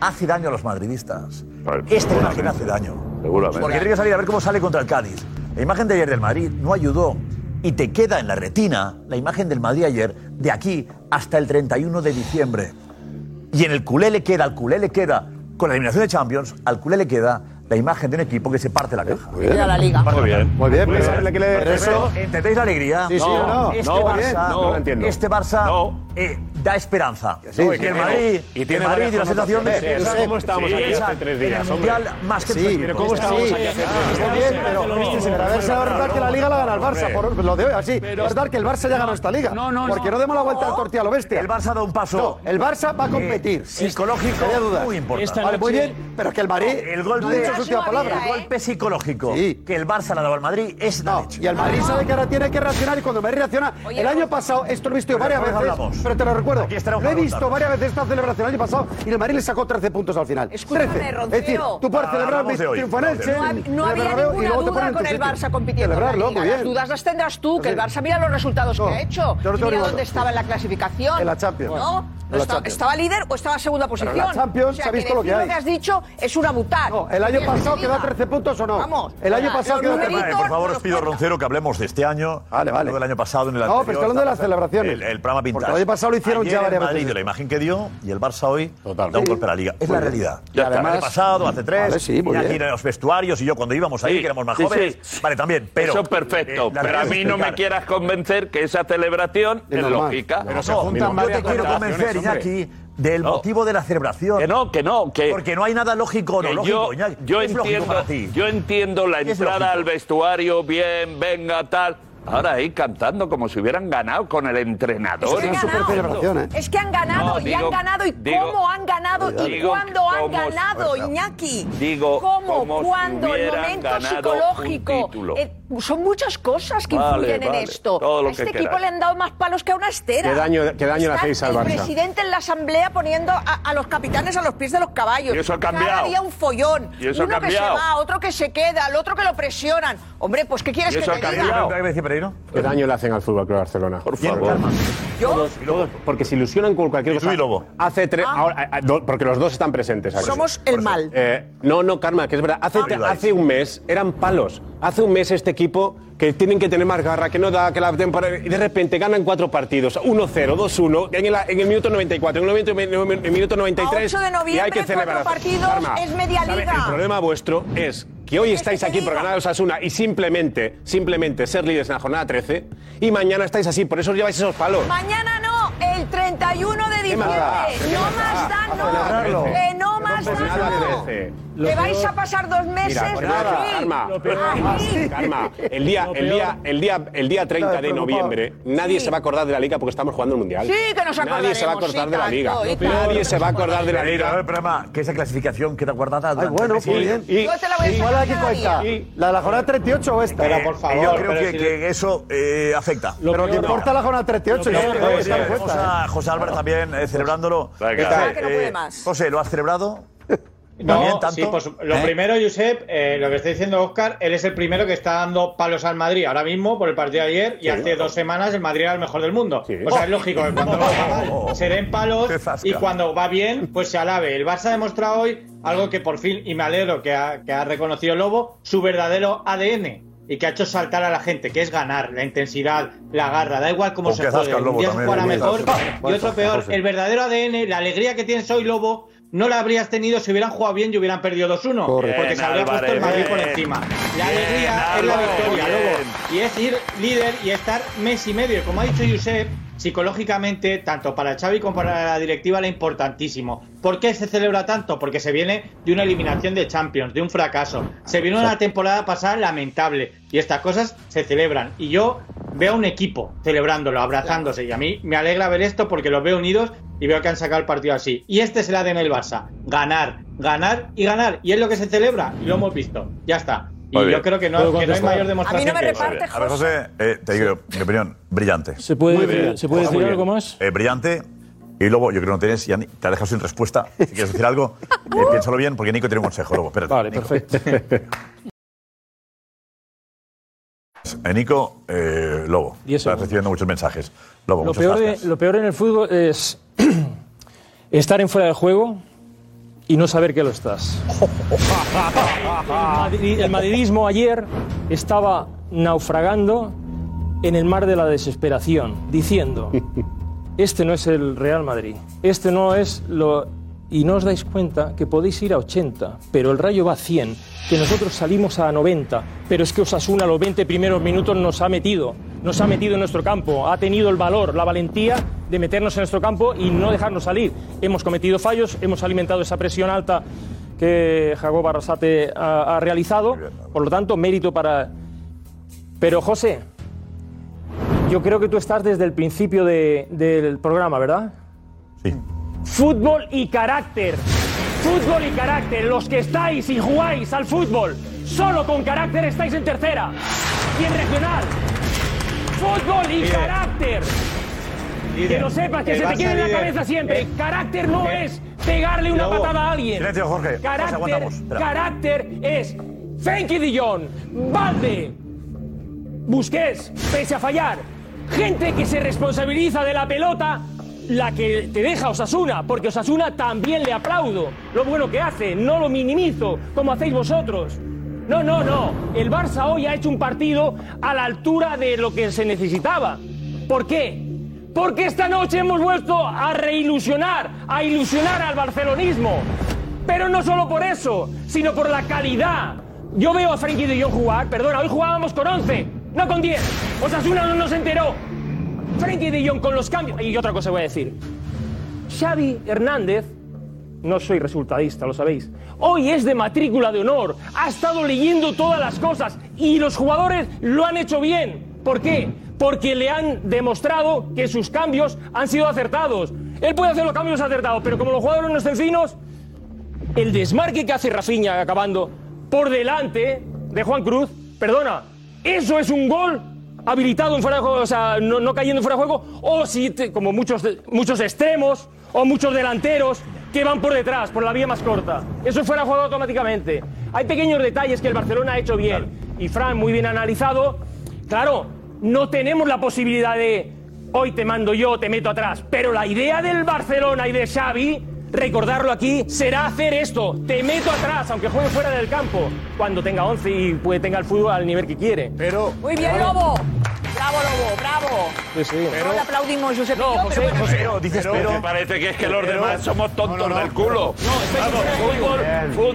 Speaker 5: hace daño a los madridistas. Esta imagen hace daño.
Speaker 11: Seguramente.
Speaker 5: Porque tiene que salir a ver cómo sale contra el Cádiz. La imagen de ayer del Madrid no ayudó y te queda en la retina la imagen del Madrid ayer de aquí hasta el 31 de diciembre. Y en el culé le queda, al culé le queda, con la eliminación de Champions, al culé le queda la imagen de un equipo que se parte la caja.
Speaker 9: bien. Queda la liga.
Speaker 5: Parte
Speaker 9: Muy
Speaker 5: la
Speaker 9: bien.
Speaker 5: caja.
Speaker 9: Muy bien, pero
Speaker 5: Pero
Speaker 9: ¿sabes qué le-
Speaker 5: pero ¿eh,
Speaker 9: eso-
Speaker 5: ¿Entendéis la alegría?
Speaker 9: Sí, sí, No, no.
Speaker 5: Este
Speaker 9: no,
Speaker 5: Barça,
Speaker 9: no, no lo entiendo.
Speaker 5: Este Barça eh, da esperanza.
Speaker 9: sí,
Speaker 5: Y
Speaker 9: sí,
Speaker 5: el
Speaker 9: sí.
Speaker 5: Madrid,
Speaker 9: Y
Speaker 5: el
Speaker 9: tiene
Speaker 5: Madrid
Speaker 9: varias
Speaker 5: y la sensación de
Speaker 9: connotaciones. Sí, ¿cómo estábamos aquí
Speaker 5: piensa
Speaker 9: hace tres
Speaker 5: en el
Speaker 9: días, hombre?
Speaker 5: Mundial más que en su
Speaker 9: Sí,
Speaker 5: equipo.
Speaker 9: pero ¿cómo
Speaker 5: Sí,
Speaker 9: estábamos
Speaker 5: sí,
Speaker 9: aquí hace tres
Speaker 5: sí,
Speaker 9: días?
Speaker 5: está bien, pero-
Speaker 9: Pero a ver si la verdad que la Liga la gana el Barça,
Speaker 5: Hombre.
Speaker 9: por lo de hoy, así. es verdad que el Barça ya ganó esta Liga. porque no, demos la vuelta al tortilla a lo bestia. El
Speaker 5: Barça da un paso.
Speaker 9: el Barça va a
Speaker 5: eh,
Speaker 9: competir.
Speaker 5: psicológico,
Speaker 9: No hay duda.
Speaker 5: muy importante.
Speaker 9: Vale, muy bien, pero es que el Madrid
Speaker 5: El
Speaker 9: no ha
Speaker 5: golpe,
Speaker 9: dicho su última ¿eh? palabra.
Speaker 5: el golpe psicológico que el Barça le ha dado al Madrid es la leche.
Speaker 9: Y el Madrid sabe que ahora tiene que reaccionar y cuando el Madrid reacciona, el año pasado, esto lo he visto yo
Speaker 5: Pero
Speaker 9: varias veces,
Speaker 5: después hablamos.
Speaker 9: pero te lo recuerdo,
Speaker 5: estaremos
Speaker 9: lo he
Speaker 5: para
Speaker 9: visto
Speaker 5: contarlo.
Speaker 9: varias veces esta celebración el año pasado y el Madrid le sacó 13 puntos al final.
Speaker 13: Escúchame,
Speaker 9: 13. Es
Speaker 13: Rocío.
Speaker 9: decir, tú puedes
Speaker 13: Ah,
Speaker 9: celebrar
Speaker 13: hablamos
Speaker 9: mi
Speaker 13: de hoy,
Speaker 9: triunfo en
Speaker 13: hablamos
Speaker 9: Elche,
Speaker 13: de hoy.
Speaker 9: en
Speaker 13: No
Speaker 9: el
Speaker 13: había
Speaker 9: Bernabéu, y
Speaker 13: ninguna
Speaker 9: luego te ponen
Speaker 13: duda
Speaker 9: en
Speaker 13: con
Speaker 9: tu
Speaker 13: el
Speaker 9: sitio.
Speaker 13: Barça compitiendo. en la
Speaker 9: Celebrarlo,
Speaker 13: Liga.
Speaker 9: muy bien.
Speaker 13: Las dudas las tendrás tú, que el Barça mira los resultados que ha hecho.
Speaker 9: yo no
Speaker 13: y
Speaker 9: tengo
Speaker 13: mira
Speaker 9: ninguna
Speaker 13: dónde
Speaker 9: duda.
Speaker 13: estaba en la clasificación.
Speaker 9: En la Champions.
Speaker 13: ¿No?
Speaker 9: En
Speaker 13: No
Speaker 9: la
Speaker 13: está-
Speaker 9: Champions.
Speaker 13: ¿Estaba líder o estaba en segunda
Speaker 9: Pero en la
Speaker 13: posición?
Speaker 9: Champions
Speaker 13: O sea,
Speaker 9: se ha visto lo que
Speaker 13: decir
Speaker 9: hay.
Speaker 13: has dicho es una butada. No,
Speaker 9: El año pasado quedó 13 puntos o no.
Speaker 13: Vamos.
Speaker 9: El año
Speaker 13: Los
Speaker 9: pasado quedó 13
Speaker 13: numeritos
Speaker 9: puntos.
Speaker 5: Por favor, os pido, Roncero, que hablemos de este año, no del año pasado, ni del
Speaker 9: No,
Speaker 5: anterior,
Speaker 9: pero estoy hablando de las
Speaker 5: tal,
Speaker 9: celebraciones.
Speaker 5: El, el programa Pintas.
Speaker 9: Porque el año pasado lo hicieron
Speaker 5: Ayer
Speaker 9: ya
Speaker 5: el
Speaker 9: varias
Speaker 5: Madrid
Speaker 9: veces.
Speaker 5: dio la imagen que dio y el Barça hoy da un golpe a la Liga. Es
Speaker 9: Muy
Speaker 5: la
Speaker 9: bien.
Speaker 5: realidad.
Speaker 9: Y además-
Speaker 5: el año pasado, hace tres,
Speaker 9: Vale, sí, muy
Speaker 5: y aquí
Speaker 9: bien.
Speaker 5: en los vestuarios, y yo cuando íbamos ahí,
Speaker 11: Sí,
Speaker 5: que éramos más
Speaker 11: sí,
Speaker 5: jóvenes,
Speaker 11: sí.
Speaker 5: vale, también, pero...
Speaker 11: Eso perfecto,
Speaker 5: eh, la
Speaker 11: pero a
Speaker 5: realidad
Speaker 11: mí
Speaker 5: es
Speaker 11: no me
Speaker 5: explicar.
Speaker 11: quieras convencer que esa celebración es,
Speaker 5: normal.
Speaker 11: lógica.
Speaker 5: No, no, yo te quiero convencer, Iñaki, del motivo de la celebración.
Speaker 11: Que no, que no, que...
Speaker 5: Porque no hay nada lógico o no
Speaker 11: que
Speaker 5: lógico,
Speaker 11: yo,
Speaker 5: Iñaki.
Speaker 11: yo
Speaker 5: Es lógico
Speaker 11: entiendo,
Speaker 5: para ti.
Speaker 11: yo entiendo la
Speaker 5: Es
Speaker 11: entrada
Speaker 5: lógico.
Speaker 11: al vestuario, bien, venga, tal. Ahora ahí cantando como si hubieran ganado con el entrenador.
Speaker 13: Es que han ganado. Es que han ganado
Speaker 11: No,
Speaker 13: y han
Speaker 11: digo-
Speaker 13: ganado y
Speaker 11: digo-
Speaker 13: cómo han ganado y
Speaker 11: digo
Speaker 13: cuándo han
Speaker 11: cómo-
Speaker 13: ganado, Iñaki.
Speaker 11: Digo,
Speaker 13: ¿Cómo,
Speaker 11: como si
Speaker 13: cuándo, el
Speaker 11: hubieran
Speaker 13: momento
Speaker 11: ganado un
Speaker 13: psicológico?
Speaker 11: título.
Speaker 13: Eh, son muchas cosas que
Speaker 11: Vale,
Speaker 13: influyen
Speaker 11: vale,
Speaker 13: en esto.
Speaker 11: todo lo
Speaker 13: a este
Speaker 11: que
Speaker 13: equipo
Speaker 11: queráis.
Speaker 13: le han dado más palos que a una estera.
Speaker 10: ¿Qué daño- qué daño le
Speaker 13: Está
Speaker 10: hacéis al
Speaker 13: el
Speaker 10: Barça?
Speaker 13: presidente en la asamblea poniendo a, a los capitanes a los pies de los caballos.
Speaker 11: Y eso ha
Speaker 13: Cada
Speaker 11: cambiado.
Speaker 13: día un follón.
Speaker 11: Y eso ha
Speaker 13: Uno que se
Speaker 11: cambiado.
Speaker 13: va, otro que se queda, el otro que lo presionan. Hombre, pues ¿qué quieres
Speaker 10: Y eso
Speaker 13: que te
Speaker 10: ha
Speaker 13: diga?
Speaker 10: cambiado.
Speaker 5: ¿Qué decir, Pereiro?
Speaker 10: ¿Qué daño le hacen al Fútbol Club Barcelona? Por favor.
Speaker 13: ¿Yo?
Speaker 10: Todos, porque se ilusionan con cualquier cosa. Hace tres. ahora, a- a- do- porque los dos están presentes aquí.
Speaker 13: Somos el mal.
Speaker 10: Eh, no, no, Karma, que es verdad. Hace, hace un mes eran palos. Hace un mes este equipo que tienen que tener más garra, que no da, que la temporada. Y de repente ganan cuatro partidos: 1-0, 2-1, en, el- en el minuto 94, en el minuto, en el minuto 93.
Speaker 13: A 8 de
Speaker 10: y hay
Speaker 13: noviembre,
Speaker 10: que celebrar.
Speaker 13: cuatro partidos, es media
Speaker 10: ¿sabe?
Speaker 13: liga.
Speaker 10: El problema vuestro es que hoy estáis aquí por ganar a Osasuna y simplemente, simplemente ser líderes en la jornada 13 y mañana estáis así, por eso os lleváis esos palos.
Speaker 13: Mañana no, el 31 de diciembre.
Speaker 10: más da?
Speaker 13: No más da,
Speaker 10: celebrarlo.
Speaker 13: no. Que no más Le vais a pasar dos meses
Speaker 15: Mira, por nada,
Speaker 13: aquí.
Speaker 15: calma,
Speaker 13: Aquí.
Speaker 15: calma. El día, el día, el día, el día 30 de noviembre, nadie se va a acordar de la liga porque estamos jugando el mundial.
Speaker 13: Sí, que nos
Speaker 15: Nadie se va a
Speaker 13: acordaremos,
Speaker 15: acordar
Speaker 13: sí,
Speaker 15: de la liga.
Speaker 13: tanto, y
Speaker 15: Nadie
Speaker 13: tanto.
Speaker 15: se va a acordar de la
Speaker 5: Pero,
Speaker 15: liga.
Speaker 5: a ver, el problema que esa clasificación queda guardada. durante
Speaker 9: bueno,
Speaker 5: meses.
Speaker 9: muy bien.
Speaker 5: Y-
Speaker 13: Yo te la voy a
Speaker 9: ¿Cuál es la
Speaker 13: enseñar
Speaker 9: que
Speaker 13: a nadie.
Speaker 9: cuesta? ¿La de la jornada 38 o esta?
Speaker 5: Eh, Yo creo que, que eso eh, afecta.
Speaker 9: Pero que importa la jornada 38.
Speaker 5: Lo
Speaker 9: yo
Speaker 5: peor
Speaker 9: creo que
Speaker 5: es
Speaker 9: está
Speaker 5: que
Speaker 9: puesta,
Speaker 5: tenemos a José Álvarez también eh, celebrándolo.
Speaker 16: Venga.
Speaker 5: ¿Qué tal?
Speaker 16: Ya que no puede más.
Speaker 5: José, ¿lo has celebrado?
Speaker 16: No,
Speaker 5: ¿También tanto?
Speaker 16: sí, pues lo
Speaker 5: ¿Eh?
Speaker 16: primero, Josep, eh, lo que está diciendo Oscar, él es el primero que está dando palos al Madrid ahora mismo por el partido de ayer y
Speaker 15: Sí,
Speaker 16: hace
Speaker 15: claro.
Speaker 16: dos semanas el Madrid era el mejor del mundo. O sea, es lógico que cuando va
Speaker 5: Oh,
Speaker 16: mal [laughs] se den palos y cuando va bien, pues se alabe. El Barça ha demostrado hoy algo que por fin, y me alegro que ha, que ha reconocido Lobo, su verdadero ADN. Y que ha hecho saltar a la gente, que es ganar, la intensidad, la garra, da igual cómo
Speaker 5: Con
Speaker 16: se
Speaker 5: que
Speaker 16: juegue.
Speaker 5: zasca el
Speaker 16: Un
Speaker 5: Lobo
Speaker 16: día se
Speaker 5: también,
Speaker 16: jugará
Speaker 5: el
Speaker 16: mejor
Speaker 5: Lobo.
Speaker 16: y otro peor, el verdadero ADN, la alegría que tienes hoy, Lobo, no la habrías tenido si hubieran jugado bien y hubieran perdido 2-1.
Speaker 5: Correcto.
Speaker 16: Porque se habría
Speaker 5: Bien,
Speaker 16: puesto el Madrid
Speaker 5: Álvarez,
Speaker 16: por
Speaker 5: bien.
Speaker 16: encima. La
Speaker 5: Bien,
Speaker 16: alegría es la
Speaker 5: Álvaro,
Speaker 16: victoria,
Speaker 5: bien.
Speaker 16: Lobo. Y es ir líder y estar mes y medio. Como ha dicho Josep, psicológicamente, tanto para Xavi como para la directiva, era importantísimo. ¿Por qué se celebra tanto? Porque se viene de una eliminación de Champions, de un fracaso. Se viene una temporada pasada lamentable. Y estas cosas se celebran. Y yo veo a un equipo celebrándolo, abrazándose. Y a mí me alegra ver esto porque los veo unidos y veo que han sacado el partido así. Y este es el ADN del Barça. Ganar, ganar y ganar. Y es lo que se celebra. Y lo hemos visto. Ya está. Y
Speaker 5: Muy
Speaker 16: yo
Speaker 5: bien.
Speaker 16: creo que
Speaker 5: ¿Puedo
Speaker 16: no, que no hay
Speaker 5: contestar?
Speaker 16: mayor demostración. que eso.
Speaker 5: A ver, José, eh, te digo mi opinión, brillante.
Speaker 4: ¿Se puede-
Speaker 5: Muy bien.
Speaker 4: se puede
Speaker 5: José,
Speaker 4: decir
Speaker 5: muy
Speaker 4: algo
Speaker 5: bien.
Speaker 4: más?
Speaker 5: Eh, brillante. Y Lobo, yo creo que no tienes, ya ni- te ha dejado sin respuesta. Si quieres decir [laughs] algo, eh, piénsalo bien, porque Nico tiene un consejo, Lobo. Espérate, vale, [laughs] perfecto. Nico, eh, Lobo,
Speaker 16: Diez
Speaker 5: estás recibiendo muchos mensajes. Lobo,
Speaker 16: Lo
Speaker 5: muchas
Speaker 16: peor
Speaker 5: gracias.
Speaker 16: de-
Speaker 4: Lo peor en el fútbol es [clears throat] estar en fuera de juego y no saber que lo estás. El, madri- el madridismo ayer estaba naufragando en el mar de la desesperación, diciendo, [laughs] este no es el Real Madrid, este no es lo... Y no os dais cuenta que podéis ir a 80, pero el rayo va a 100, que nosotros salimos a 90, pero es que Osasuna los 20 primeros minutos nos ha metido, nos ha metido en nuestro campo, ha tenido el valor, la valentía de meternos en nuestro campo y no dejarnos salir. Hemos cometido fallos, hemos alimentado esa presión alta que Jacob Arrasate ha, ha realizado. Por lo tanto, mérito para. Pero José, yo creo que tú estás desde el principio de- del programa, ¿verdad? Sí. Fútbol y carácter. Fútbol y carácter. Los que estáis y jugáis al fútbol, solo con carácter estáis en tercera y en regional. Fútbol y
Speaker 16: Líder.
Speaker 4: carácter. Que
Speaker 16: Líder.
Speaker 4: lo sepas, que
Speaker 16: El
Speaker 4: se te
Speaker 16: Barça
Speaker 4: quede en la
Speaker 16: líder.
Speaker 4: cabeza siempre.
Speaker 16: Eh,
Speaker 4: Carácter no
Speaker 16: eh,
Speaker 4: es pegarle una
Speaker 16: Lobo.
Speaker 4: patada a alguien.
Speaker 16: Silencio, Jorge. Nos
Speaker 4: Carácter,
Speaker 16: aguantamos. Espera.
Speaker 4: carácter es Frenkie de Jong, Valde, Busquets, pese a fallar. Gente que se responsabiliza de la pelota, la que te deja Osasuna, porque Osasuna también le aplaudo lo bueno que hace, no lo minimizo como hacéis vosotros. No, no, no. El Barça hoy ha hecho un partido a la altura de lo que se necesitaba. ¿Por qué? Porque esta noche hemos vuelto a reilusionar, a ilusionar al barcelonismo. Pero no solo por eso, sino por la calidad. Yo veo a Frenkie de Jong jugar, perdona, hoy jugábamos con 11, no con 10. Osasuna no nos enteró. Frenkie de Jong con los cambios. Y otra cosa voy a decir. Xavi Hernández no soy resultadista, lo sabéis. Hoy es de matrícula de honor. Ha estado leyendo todas las cosas y los jugadores lo han hecho bien. ¿Por qué? Porque le han demostrado que sus cambios han sido acertados. Él puede hacer los cambios acertados, pero como los jugadores no estén finos, el desmarque que hace Rafinha acabando por delante de Juan Cruz, perdona, eso es un gol habilitado en fuera de juego, o sea, no, no cayendo en fuera de juego, o si, te- como muchos, de- muchos extremos o muchos delanteros que van por detrás, por la vía más corta. Eso es fuera de juego automáticamente. Hay pequeños detalles que el Barcelona ha hecho bien y Fran muy bien analizado. Claro, no tenemos la posibilidad de Hoy te mando yo, te meto atrás. Pero la idea del Barcelona y de Xavi, recordarlo aquí, será hacer esto. Te meto atrás, aunque juegue fuera del campo. Cuando tenga 11 y puede tenga el fútbol al nivel que quiere. Pero...
Speaker 13: Muy bien, Lobo. Bravo, Lobo, bravo. no le aplaudimos, Josep. No, José,
Speaker 11: Pero me parece que es que los demás somos tontos del culo. Vamos, fútbol,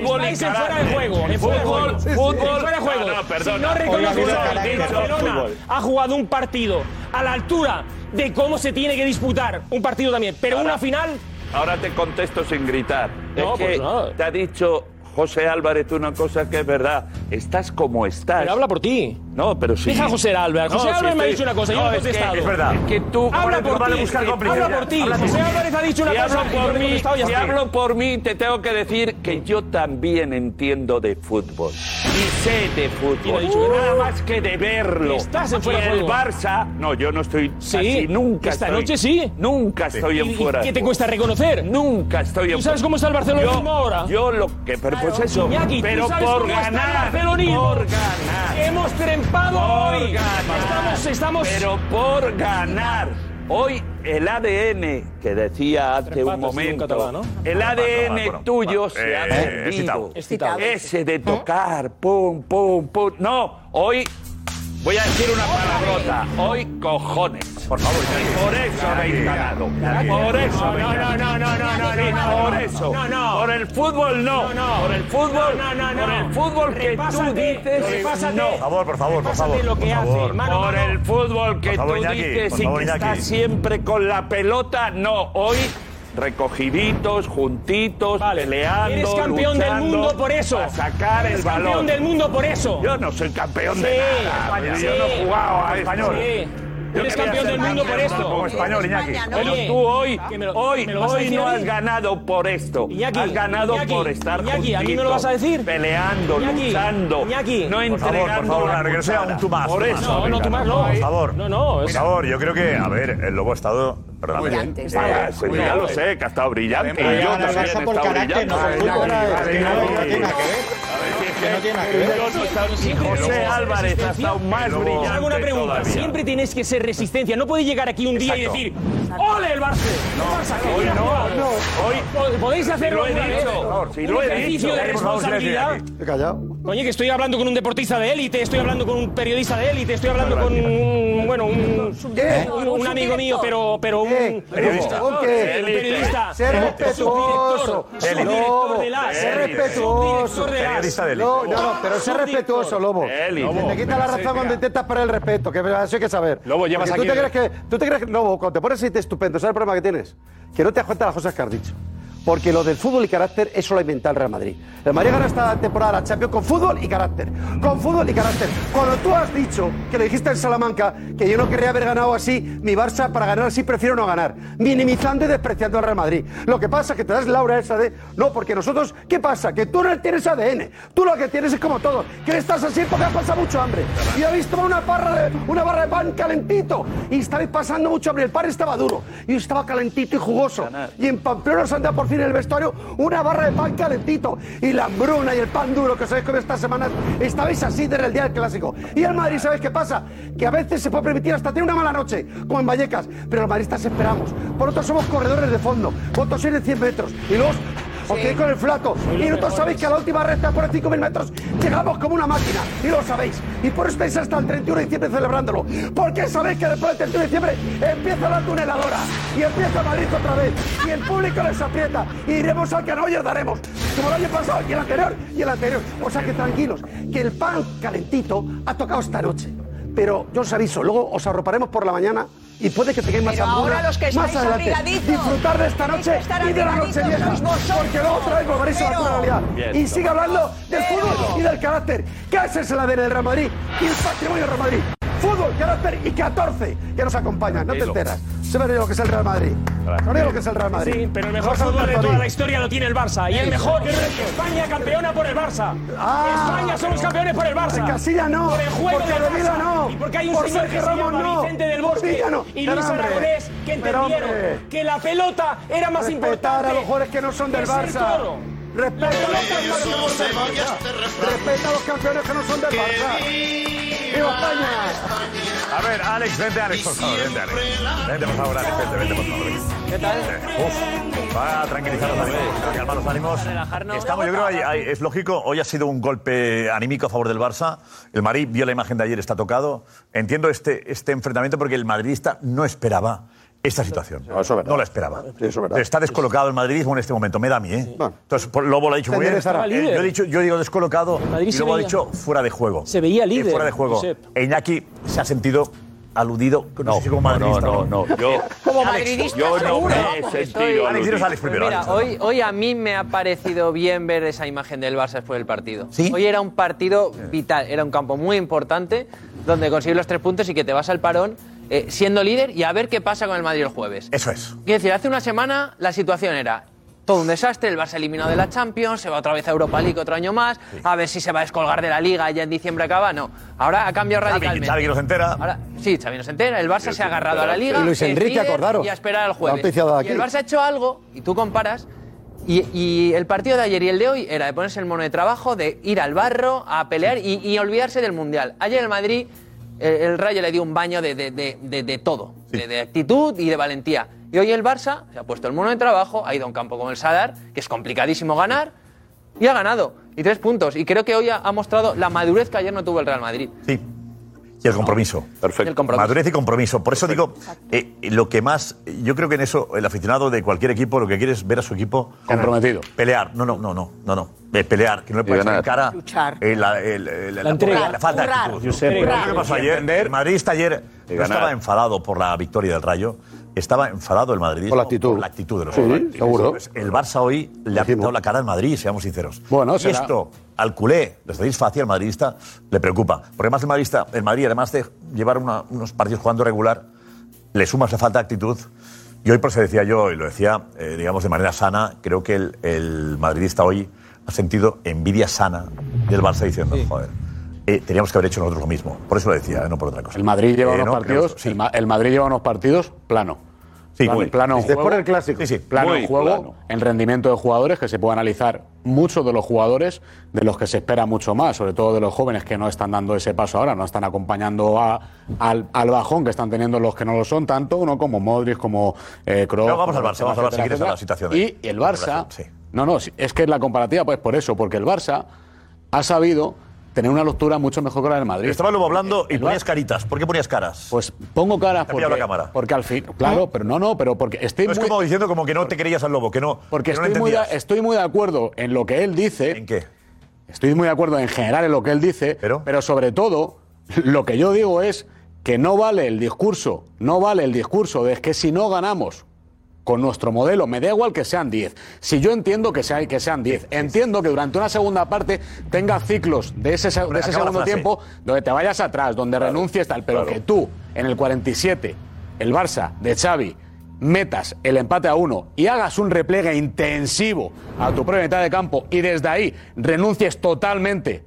Speaker 11: fútbol y
Speaker 4: Estáis en fuera de
Speaker 11: carácter.
Speaker 4: juego, en fuera de
Speaker 11: Fútbol,
Speaker 4: juego. Sí, sí.
Speaker 11: fútbol,
Speaker 4: En fuera de juego.
Speaker 11: No, no, perdona.
Speaker 4: Si no reconozco que el Barcelona ha jugado un partido a la altura de cómo se tiene que disputar un partido también, pero una final
Speaker 11: Ahora te contesto sin gritar. Es que
Speaker 4: pues
Speaker 11: te ha dicho José Álvarez una cosa que es verdad. Estás como estás.
Speaker 4: Pero habla por ti.
Speaker 11: No, pero sí.
Speaker 4: Deja a José Álvarez. José Álvarez me ha dicho una cosa, yo no he
Speaker 11: es que-
Speaker 4: contestado.
Speaker 11: Es verdad.
Speaker 4: Es que tú- Habla por ti, es que habla por ti. José Álvarez ha dicho una
Speaker 11: Si
Speaker 4: cosa
Speaker 11: hablo
Speaker 4: y yo no
Speaker 11: por
Speaker 4: he
Speaker 11: mí,
Speaker 4: contestado, ya
Speaker 11: si
Speaker 4: está.
Speaker 11: hablo por mí, te tengo que decir que yo también entiendo de fútbol. Y sé de
Speaker 4: ¿Quién ha
Speaker 11: fútbol.
Speaker 4: dicho que no?
Speaker 11: Nada más que de verlo.
Speaker 4: Estás en fuera
Speaker 11: Y
Speaker 4: de
Speaker 11: el
Speaker 4: juego.
Speaker 11: Barça... No, yo no estoy...
Speaker 4: Sí,
Speaker 11: casi nunca
Speaker 4: esta
Speaker 11: estoy-
Speaker 4: noche sí.
Speaker 11: Nunca estoy
Speaker 4: ¿Y-
Speaker 11: en
Speaker 4: y
Speaker 11: fuera de
Speaker 4: ¿Qué te
Speaker 11: juego.
Speaker 4: cuesta reconocer?
Speaker 11: Nunca estoy
Speaker 4: ¿Tú sabes
Speaker 11: fuera.
Speaker 4: cómo está el Barcelona
Speaker 11: Yo-
Speaker 4: ahora?
Speaker 11: Yo lo que... Pero pues eso.
Speaker 4: Iñaki, ¿tú
Speaker 11: pero
Speaker 4: sabes
Speaker 11: por
Speaker 4: cómo está el
Speaker 11: ganar.
Speaker 4: barcelonismo?
Speaker 11: Por ganar.
Speaker 4: Hemos trempado
Speaker 11: Por
Speaker 4: hoy.
Speaker 11: ganar.
Speaker 4: Estamos, estamos.
Speaker 11: Pero por ganar. Hoy el ADN que decía hace
Speaker 4: patas,
Speaker 11: un
Speaker 4: sí, un
Speaker 11: momento,
Speaker 4: catalán, ¿no? Ah,
Speaker 11: el
Speaker 4: Tres patas,
Speaker 11: ADN
Speaker 4: bueno, bueno,
Speaker 11: tuyo
Speaker 4: va.
Speaker 11: se ha
Speaker 4: Eh,
Speaker 11: vendido.
Speaker 4: excitado. Excitado.
Speaker 11: Ese de tocar, pum, pum, pum. No, hoy voy a decir una palabrota. Hoy cojones. Por favor. por eso habéis ganado. Por eso habéis ganado.
Speaker 4: no, no, no, no, no, no.
Speaker 11: Por eso.
Speaker 4: No, no.
Speaker 11: Por el fútbol no. Por el fútbol.
Speaker 4: No, no, no,
Speaker 11: Por
Speaker 4: no.
Speaker 11: el fútbol que tú
Speaker 4: Repásate,
Speaker 11: dices.
Speaker 4: repásate.
Speaker 11: No.
Speaker 5: Por favor, por favor, por favor.
Speaker 11: lo que
Speaker 5: por
Speaker 11: hace,
Speaker 5: favor.
Speaker 11: mano, Por el fútbol que
Speaker 5: Por favor,
Speaker 11: tú
Speaker 5: Iñaki,
Speaker 11: dices
Speaker 5: por
Speaker 11: y
Speaker 5: favor,
Speaker 11: que
Speaker 5: Iñaki.
Speaker 11: estás siempre con la pelota, no. Hoy recogiditos, juntitos, peleando,
Speaker 4: Eres campeón del
Speaker 11: luchando,
Speaker 4: mundo por eso.
Speaker 11: A sacar
Speaker 4: Eres
Speaker 11: el balón.
Speaker 4: campeón del mundo por eso.
Speaker 11: Yo no soy campeón
Speaker 4: Sí,
Speaker 11: de nada.
Speaker 4: España,
Speaker 11: Yo no
Speaker 4: sí.
Speaker 11: he jugado a
Speaker 4: Como
Speaker 11: esto.
Speaker 4: español. Sí.
Speaker 11: Yo
Speaker 4: Eres
Speaker 11: quería
Speaker 4: campeón
Speaker 11: ser
Speaker 4: del mundo por esto.
Speaker 11: Como español,
Speaker 4: Eres
Speaker 11: Iñaki.
Speaker 4: España, ¿no?
Speaker 11: Pero
Speaker 4: Oye,
Speaker 11: tú hoy,
Speaker 4: que me lo-
Speaker 11: hoy,
Speaker 4: me lo vas a
Speaker 11: hoy
Speaker 4: decir
Speaker 11: no
Speaker 4: a mí.
Speaker 11: has ganado por esto.
Speaker 4: Iñaki,
Speaker 11: has ganado
Speaker 4: Iñaki,
Speaker 11: por estar
Speaker 4: Iñaki, ¿a mí me lo
Speaker 11: juntito,
Speaker 4: vas a decir?
Speaker 11: Peleando,
Speaker 4: Iñaki,
Speaker 11: luchando. No
Speaker 5: Por favor, por
Speaker 11: entregando
Speaker 5: favor,
Speaker 11: la
Speaker 5: que no sea
Speaker 11: cuchara.
Speaker 5: un tú más.
Speaker 11: Por
Speaker 5: tú
Speaker 11: eso.
Speaker 5: más, venga, Por favor.
Speaker 4: No, no.
Speaker 5: Por
Speaker 4: Oh, es-
Speaker 5: favor, yo creo que, a ver, el Lobo ha estado... perdóname,
Speaker 4: Brillante,
Speaker 5: eh,
Speaker 4: está brillante.
Speaker 5: sí, ya lo sé, que ha estado brillante.
Speaker 16: Pero
Speaker 5: y yo
Speaker 16: gana el
Speaker 5: también he
Speaker 16: Barça
Speaker 5: estado
Speaker 16: por carácter, no por
Speaker 5: brillante.
Speaker 16: fútbol.
Speaker 5: Iñaki,
Speaker 16: Es que no-
Speaker 5: Iñaki.
Speaker 16: no tiene nada que ver. Que no tiene nada que ver.
Speaker 11: Yo no he estado- si José Álvarez ha estado más brillante.
Speaker 4: Hago una pregunta.
Speaker 11: todavía.
Speaker 4: Siempre tienes que ser resistencia. No puedes llegar aquí un día
Speaker 11: Exacto.
Speaker 4: y decir ¡Ole el Barça! No,
Speaker 11: hoy no,
Speaker 4: Hoy podéis
Speaker 11: Si
Speaker 4: hacerlo
Speaker 11: lo he
Speaker 4: alguna vez?
Speaker 11: dicho, por favor, si
Speaker 4: Un
Speaker 11: lo he
Speaker 4: ejercicio
Speaker 11: dicho.
Speaker 4: de
Speaker 11: Por favor, silencio,
Speaker 4: responsabilidad.
Speaker 9: He callado.
Speaker 4: Oye, que estoy hablando con un deportista de élite, estoy hablando con un periodista de élite, estoy hablando con un, bueno, un, un, un amigo mío, pero, pero un
Speaker 9: Periodista. ¿Con qué?
Speaker 4: Un periodista.
Speaker 9: Sé respetuoso.
Speaker 4: Subdirector.
Speaker 9: Lobo.
Speaker 4: Subdirector de la-
Speaker 9: Sé respetuoso.
Speaker 4: Subdirector de la- Periodista de élite.
Speaker 9: No, no, no, pero sé respetuoso, Lobo.
Speaker 15: Élite.
Speaker 9: Se te quita la
Speaker 15: Sí,
Speaker 9: razón cuando
Speaker 15: mira.
Speaker 9: intentas perder el respeto, que eso hay que saber.
Speaker 15: Lobo, llevas
Speaker 9: Porque
Speaker 15: aquí-
Speaker 9: ¿tú te, crees que, tú te crees que- Lobo, cuando te pones así de estupendo, ¿sabes el problema que tienes? Que no te das cuenta de las cosas que has dicho. Porque lo del fútbol y carácter, eso lo ha inventado el Real Madrid. El Real Madrid gana esta temporada la Champions con fútbol y carácter. Con fútbol y carácter. Cuando tú has dicho, que lo dijiste en Salamanca, que yo no querría haber ganado así, mi Barça para ganar así prefiero no ganar. Minimizando y despreciando al Real Madrid. Lo que pasa es que te das Laura esa de. No, porque nosotros. ¿Qué pasa? Que tú no tienes ADN. Tú lo que tienes es como todo. Que estás así porque has pasado mucho hambre. Y habéis tomado una barra de, una barra de pan calentito. Y estabais pasando mucho hambre. El pan estaba duro. Y estaba calentito y jugoso. Y en Pamplona os han dado por fin en el vestuario una barra de pan calentito. Y la hambruna y el pan duro que os habéis comido estas semanas. Estabais así desde el día del clásico. Y el Madrid, ¿sabéis qué pasa? Que a veces se puede permitir hasta tener una mala noche, como en Vallecas. Pero los madridistas esperamos. Por otros somos corredores de fondo. Vosotros sois de 100 metros. Y luego os quedéis con el flaco. Y nosotros sabéis que a la última recta por 5.000 metros llegamos como una máquina. Y lo sabéis. Y por eso estáis hasta el 31 de diciembre celebrándolo. Porque sabéis que después del 31 de diciembre empieza la tuneladora. Y empieza Madrid otra vez. Y el público les aprieta. Y iremos al que no y os daremos. Como el año pasado y el anterior y el anterior. O sea que tranquilos. Que el pan calentito ha tocado esta noche. Pero yo os aviso, luego os arroparemos por la mañana y puede que tengáis más
Speaker 13: Pero ahora
Speaker 9: hamburguesas
Speaker 13: los que
Speaker 9: más
Speaker 13: estáis
Speaker 9: adelante.
Speaker 13: obligaditos,
Speaker 9: Disfrutar de esta
Speaker 13: tenéis que
Speaker 9: noche
Speaker 13: estar
Speaker 9: y de la noche
Speaker 13: obligaditos
Speaker 9: vieja.
Speaker 13: sois vosotros.
Speaker 9: Porque luego otra vez volveréis a la
Speaker 13: Pero-
Speaker 9: realidad.
Speaker 13: Bien,
Speaker 9: Y sigue hablando del
Speaker 13: Pero-
Speaker 9: fútbol y del carácter. Que ese es el ADN del Real Madrid y el patrimonio del Real Madrid. Fútbol, carácter y 14 que nos acompañan. No te
Speaker 4: Tranquilo.
Speaker 9: enteras. Se ve lo que es el Real Madrid. Se ve lo que es el Real Madrid.
Speaker 4: Sí, pero el mejor
Speaker 9: Vas a
Speaker 4: fútbol de
Speaker 9: Madrid.
Speaker 4: toda la historia lo tiene el Barça. Y el
Speaker 9: Eso.
Speaker 4: mejor, España campeona por el Barça.
Speaker 9: Ah.
Speaker 4: España somos campeones por el Barça.
Speaker 9: Por Casilla no.
Speaker 4: Por el juego
Speaker 9: Por
Speaker 4: del
Speaker 9: Capdevila
Speaker 4: Barça.
Speaker 9: no.
Speaker 4: Y porque hay un
Speaker 9: Por
Speaker 4: señor que
Speaker 9: Sergio
Speaker 4: se llama
Speaker 9: Ramos no.
Speaker 4: Vicente del
Speaker 9: Por
Speaker 4: Bosque
Speaker 9: Villa no.
Speaker 4: y
Speaker 9: Pero
Speaker 4: Luis
Speaker 9: hombre,
Speaker 4: Aragonés que
Speaker 9: pero
Speaker 4: entendieron
Speaker 9: hombre.
Speaker 4: que la pelota era más
Speaker 9: Respetar
Speaker 4: importante.
Speaker 9: a los jugadores que no son del
Speaker 4: que ser
Speaker 9: Barça.
Speaker 4: toro.
Speaker 9: Respeta a los campeones que no son del Barça. Respeta a los campeones que no son del Barça. ¡Viva España!
Speaker 5: A ver, Alex, vente, Alex, por favor, vente, Alex. Vente, por favor, Alex, vente, vente, por favor. ¿Qué tal? Uf, va a tranquilizar los ánimos, a calmar los ánimos. Estamos, yo creo, ahí- ahí, es lógico, hoy ha sido un golpe anímico a favor del Barça. El Madrid vio la imagen de ayer, está tocado. Entiendo este, este enfrentamiento porque el madridista no esperaba esta situación. No, la esperaba. Está descolocado el madridismo en este momento, me da a mí, ¿eh? Entonces, por- Lobo lo ha dicho muy bien.
Speaker 4: Estaba
Speaker 5: Eh,
Speaker 4: líder.
Speaker 5: yo, he dicho, yo digo descolocado
Speaker 4: Madrid
Speaker 5: y
Speaker 4: se
Speaker 5: Lobo ha
Speaker 4: veía-
Speaker 5: dicho fuera de juego.
Speaker 4: Se veía
Speaker 5: Eh,
Speaker 4: líder,
Speaker 5: Fuera de juego.
Speaker 4: Josep.
Speaker 5: Iñaki se ha sentido aludido, no, sé si como madridista.
Speaker 11: no, no, no, yo-
Speaker 5: como
Speaker 11: madridista, yo no seguro. me
Speaker 17: Pues
Speaker 11: he sentido
Speaker 5: Alex, dinos Alex primero.
Speaker 17: Mira,
Speaker 5: Alex.
Speaker 17: hoy, hoy a mí me ha parecido bien ver esa imagen del Barça después del partido. Hoy era un partido vital, era un campo muy importante donde consigues los tres puntos y que te vas al parón eh, siendo líder y a ver qué pasa con el Madrid el jueves.
Speaker 5: Eso es.
Speaker 17: Quiero decir, hace una semana la situación era todo un desastre, el Barça eliminado de la Champions, se va otra vez a Europa League otro año más, a ver si se va a descolgar de la Liga ya en diciembre acaba, no. Ahora ha cambiado
Speaker 5: Xavi,
Speaker 17: radicalmente.
Speaker 5: Xavi que no se entera.
Speaker 17: Ahora, sí, Xavi no se entera, el Barça se ha agarrado a la Liga.
Speaker 9: Y Luis
Speaker 17: es
Speaker 9: Enrique,
Speaker 17: líder
Speaker 9: acordaros,
Speaker 17: Y a esperar al
Speaker 9: lo ha
Speaker 17: jueves.
Speaker 9: noticiado
Speaker 17: Y el
Speaker 9: aquí.
Speaker 17: Barça ha hecho algo, y tú comparas, y, y el partido de ayer y el de hoy era de ponerse el mono de trabajo, de ir al barro, a pelear y, y olvidarse del Mundial. Ayer el Madrid, eh, el, Rayo le dio un baño de, de- de- de- de todo, de, de actitud y de valentía. Y hoy el Barça se ha puesto el mono de trabajo, ha ido a un campo como el Sadar, que es complicadísimo ganar, y ha ganado. Y tres puntos. Y creo que hoy ha, ha mostrado la madurez que ayer no tuvo el Real Madrid.
Speaker 5: Y el compromiso. Perfecto. Madurez y compromiso. Por eso digo, eh, lo que más, yo creo que en eso el aficionado de cualquier equipo lo que quiere es ver a su equipo comprometido. Pelear. No, no, no, no, no, no. Eh, pelear, que no le
Speaker 11: Y
Speaker 5: puedes echar en
Speaker 11: ganar.
Speaker 5: cara
Speaker 7: Luchar.
Speaker 5: eh, la, el- el- la-
Speaker 11: La entrega.
Speaker 5: la- la falta de
Speaker 11: Currar,
Speaker 5: actitud.
Speaker 11: Josep,
Speaker 5: Yo creo que
Speaker 11: currar.
Speaker 5: pasó ayer. El madridista ayer
Speaker 11: Y
Speaker 5: no estaba
Speaker 11: ganar.
Speaker 5: enfadado por la victoria del Rayo. Estaba enfadado el madridismo por la actitud, la actitud de los
Speaker 9: Sí,
Speaker 5: jugadores.
Speaker 9: seguro.
Speaker 5: Entonces, El Barça hoy le ha pintado la cara al Madrid, seamos sinceros. Bueno, y
Speaker 9: será-
Speaker 5: esto al culé, le estáis fácil al madridista, le preocupa. Porque además el madridista, el Madrid, además de llevar una- unos partidos jugando regular, le sumas la falta de actitud. Y hoy, por eso decía yo, y lo decía, eh, digamos, de manera sana, creo que el, el madridista hoy ha sentido envidia sana del Barça diciendo, joder, eh, teníamos que haber hecho nosotros lo mismo. Por eso lo decía, eh, no por otra cosa.
Speaker 2: Pues El Madrid lleva
Speaker 5: Eh,
Speaker 2: unos
Speaker 5: no,
Speaker 2: partidos, el, Ma- el Madrid lleva unos partidos plano.
Speaker 5: Sí,
Speaker 2: plano,
Speaker 5: muy.
Speaker 2: plano en
Speaker 5: Después
Speaker 2: juego,
Speaker 5: del clásico. Sí, sí.
Speaker 2: plano
Speaker 5: Muy
Speaker 2: en juego,
Speaker 5: plano.
Speaker 2: en rendimiento de jugadores que se puede analizar muchos de los jugadores de los que se espera mucho más, sobre todo de los jóvenes que no están dando ese paso ahora, no están acompañando a- al, al bajón que están teniendo los que no lo son tanto, uno como Modric, como eh, Kroos,
Speaker 5: No, vamos
Speaker 2: como
Speaker 5: al Barça, vamos al Barça, si quieres, a la situación de-
Speaker 2: Y y el Barça,
Speaker 5: Sí.
Speaker 2: no, no, sí, es que la comparativa pues por eso, porque el Barça ha sabido tener una lectura mucho mejor que la del Madrid.
Speaker 5: Estaba luego hablando y
Speaker 2: El
Speaker 5: ponías
Speaker 2: Bar-
Speaker 5: caritas. ¿Por qué ponías caras?
Speaker 2: Pues pongo caras
Speaker 5: Te ha pillado
Speaker 2: porque,
Speaker 5: la cámara.
Speaker 2: porque al fin, claro, pero no, no, pero porque estoy
Speaker 5: No, es
Speaker 2: muy,
Speaker 5: como diciendo como que no te querías al lobo, que no.
Speaker 2: porque
Speaker 5: que no lo
Speaker 2: estoy, muy de,
Speaker 5: entendías.
Speaker 2: estoy muy de acuerdo en lo que él dice. ¿En
Speaker 5: qué?
Speaker 2: Estoy muy de acuerdo en general en lo que él dice, pero, sobre todo lo que yo digo es que no vale el discurso, no vale el discurso de que si no ganamos con nuestro modelo, me da igual que sean 10. Si yo entiendo que, sea, que sean 10, entiendo que durante una segunda parte tenga ciclos de ese, se- de ese
Speaker 5: acaba la
Speaker 2: segundo
Speaker 5: frase.
Speaker 2: tiempo donde te vayas atrás, donde renuncies tal, pero que tú en el 47, el Barça de Xavi, metas el empate a uno y hagas un repliegue intensivo a tu propia mitad de campo y desde ahí renuncies totalmente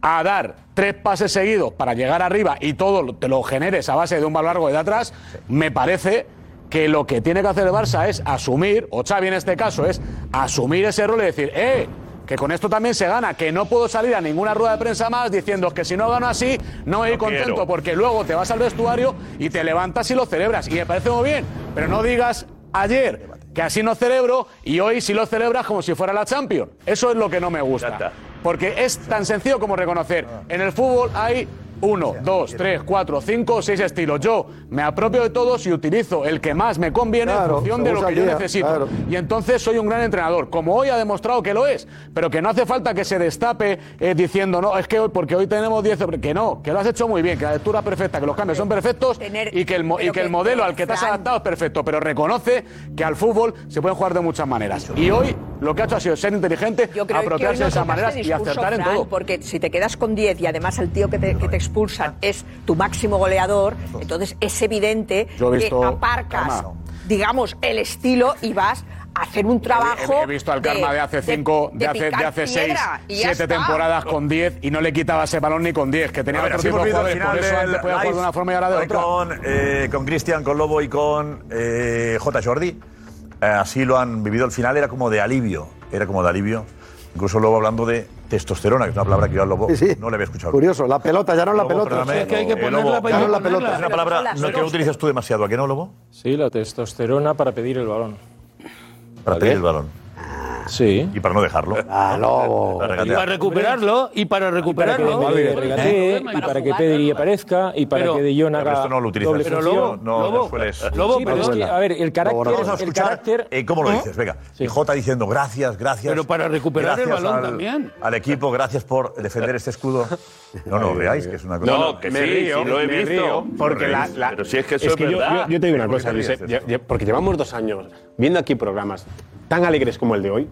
Speaker 2: a dar tres pases seguidos para llegar arriba y todo lo- te lo generes a base de un balón largo de atrás, me parece que lo que tiene que hacer el Barça es asumir, o Xavi en este caso, es asumir ese rol y decir, ¡eh! Que con esto también se gana, que no puedo salir a ninguna rueda de prensa más diciendo que si no gano así, no voy a ir contento,
Speaker 11: quiero.
Speaker 2: porque luego te vas al vestuario y te levantas y lo celebras. Y me parece muy bien, pero no digas ayer que así no celebro y hoy sí lo celebras como si fuera la Champions. Eso es lo que no me gusta. Porque es tan sencillo como reconocer, en el fútbol hay uno, dos, tres, cuatro, cinco, seis estilos. Yo me apropio de todos y utilizo el que más me conviene en
Speaker 9: Claro,
Speaker 2: función de lo
Speaker 9: según
Speaker 2: que yo
Speaker 9: salía,
Speaker 2: necesito.
Speaker 9: claro.
Speaker 2: Y entonces soy un gran entrenador, como hoy ha demostrado que lo es, pero que no hace falta que se destape eh, diciendo, no, es que hoy, porque hoy tenemos 10, hombre", que no, que lo has hecho muy bien, que la lectura es perfecta, que los cambios son perfectos y que el, mo- y que el modelo al que te has adaptado es perfecto, pero reconoce que al fútbol se puede jugar de muchas maneras. Y hoy lo que ha hecho ha sido ser inteligente,
Speaker 7: creo que hoy
Speaker 2: apropiarse
Speaker 7: no
Speaker 2: de esas
Speaker 7: tocaste
Speaker 2: maneras y
Speaker 7: discurso,
Speaker 2: acertar en
Speaker 7: Fran,
Speaker 2: todo.
Speaker 7: Porque si te quedas con 10 y además el tío que te, que te expulsan es tu máximo goleador, entonces es evidente
Speaker 2: Yo he
Speaker 7: que
Speaker 2: visto
Speaker 7: aparcas,
Speaker 2: karma.
Speaker 7: digamos, el estilo y vas a hacer un trabajo.
Speaker 2: He, he visto al Karma de, hace cinco, de, hace, de
Speaker 7: picar
Speaker 2: hace seis,
Speaker 7: piedra, y ya
Speaker 2: siete
Speaker 7: está.
Speaker 2: temporadas con 10 y no le quitaba ese balón ni con 10, que tenía
Speaker 5: A ver,
Speaker 2: otro
Speaker 5: así
Speaker 2: tipo
Speaker 5: hemos
Speaker 2: de
Speaker 5: vivido el
Speaker 2: jugadores, por
Speaker 5: final del
Speaker 2: eso antes podía jugar
Speaker 5: live.
Speaker 2: de una forma y ahora de
Speaker 5: Hoy
Speaker 2: otra.
Speaker 5: Con, eh, con Cristian, con Lobo y con eh, J. Jordi. Eh, así lo han vivido al final, era como de alivio. Era como de alivio. Incluso Lobo hablando de testosterona, que es una palabra que yo al Lobo no le había escuchado.
Speaker 9: Curioso, la pelota, ya no la pelota.
Speaker 5: Perdóname, eh, Lobo,
Speaker 9: Ya no la pelota.
Speaker 5: Es una palabra
Speaker 9: Las
Speaker 5: no, que no
Speaker 9: dos.
Speaker 5: utilizas tú demasiado, ¿a qué no, Lobo?
Speaker 4: Sí, la testosterona para pedir el balón.
Speaker 5: Para pedir el balón.
Speaker 4: Sí.
Speaker 5: Y para no dejarlo.
Speaker 7: Ah, lobo.
Speaker 16: Y para recuperarlo, y para recuperarlo.
Speaker 4: Para que regatee, y para que Pedri aparezca, y para
Speaker 16: Pero-
Speaker 4: que De Jong
Speaker 16: Pero
Speaker 4: haga
Speaker 16: esto no lo utilizas.
Speaker 4: doble
Speaker 16: Pero
Speaker 4: función.
Speaker 16: Lobo,
Speaker 5: No, no sueles.
Speaker 4: Sí, pero es que, a ver, el carácter...
Speaker 5: Vamos a
Speaker 4: el
Speaker 5: escuchar,
Speaker 4: carácter-
Speaker 5: eh, ¿Cómo lo
Speaker 4: ¿no?
Speaker 5: dices? Venga. Y J diciendo gracias, gracias.
Speaker 16: Pero para recuperar el
Speaker 5: gracias
Speaker 16: balón
Speaker 5: al-
Speaker 16: también.
Speaker 5: Al equipo, gracias por defender este escudo. No, no, veáis que es una cosa.
Speaker 11: No, no, que sí, sí, lo he visto.
Speaker 10: porque
Speaker 11: Me
Speaker 10: la,
Speaker 11: río,
Speaker 10: la-
Speaker 11: pero si es que eso es
Speaker 10: yo-
Speaker 11: verdad.
Speaker 10: Yo, yo te digo una
Speaker 11: ¿Por qué
Speaker 10: cosa,
Speaker 11: te
Speaker 10: Luis,
Speaker 11: ríes
Speaker 10: eh,
Speaker 11: de
Speaker 10: lle- lle- porque llevamos dos años viendo aquí programas tan alegres como el de hoy,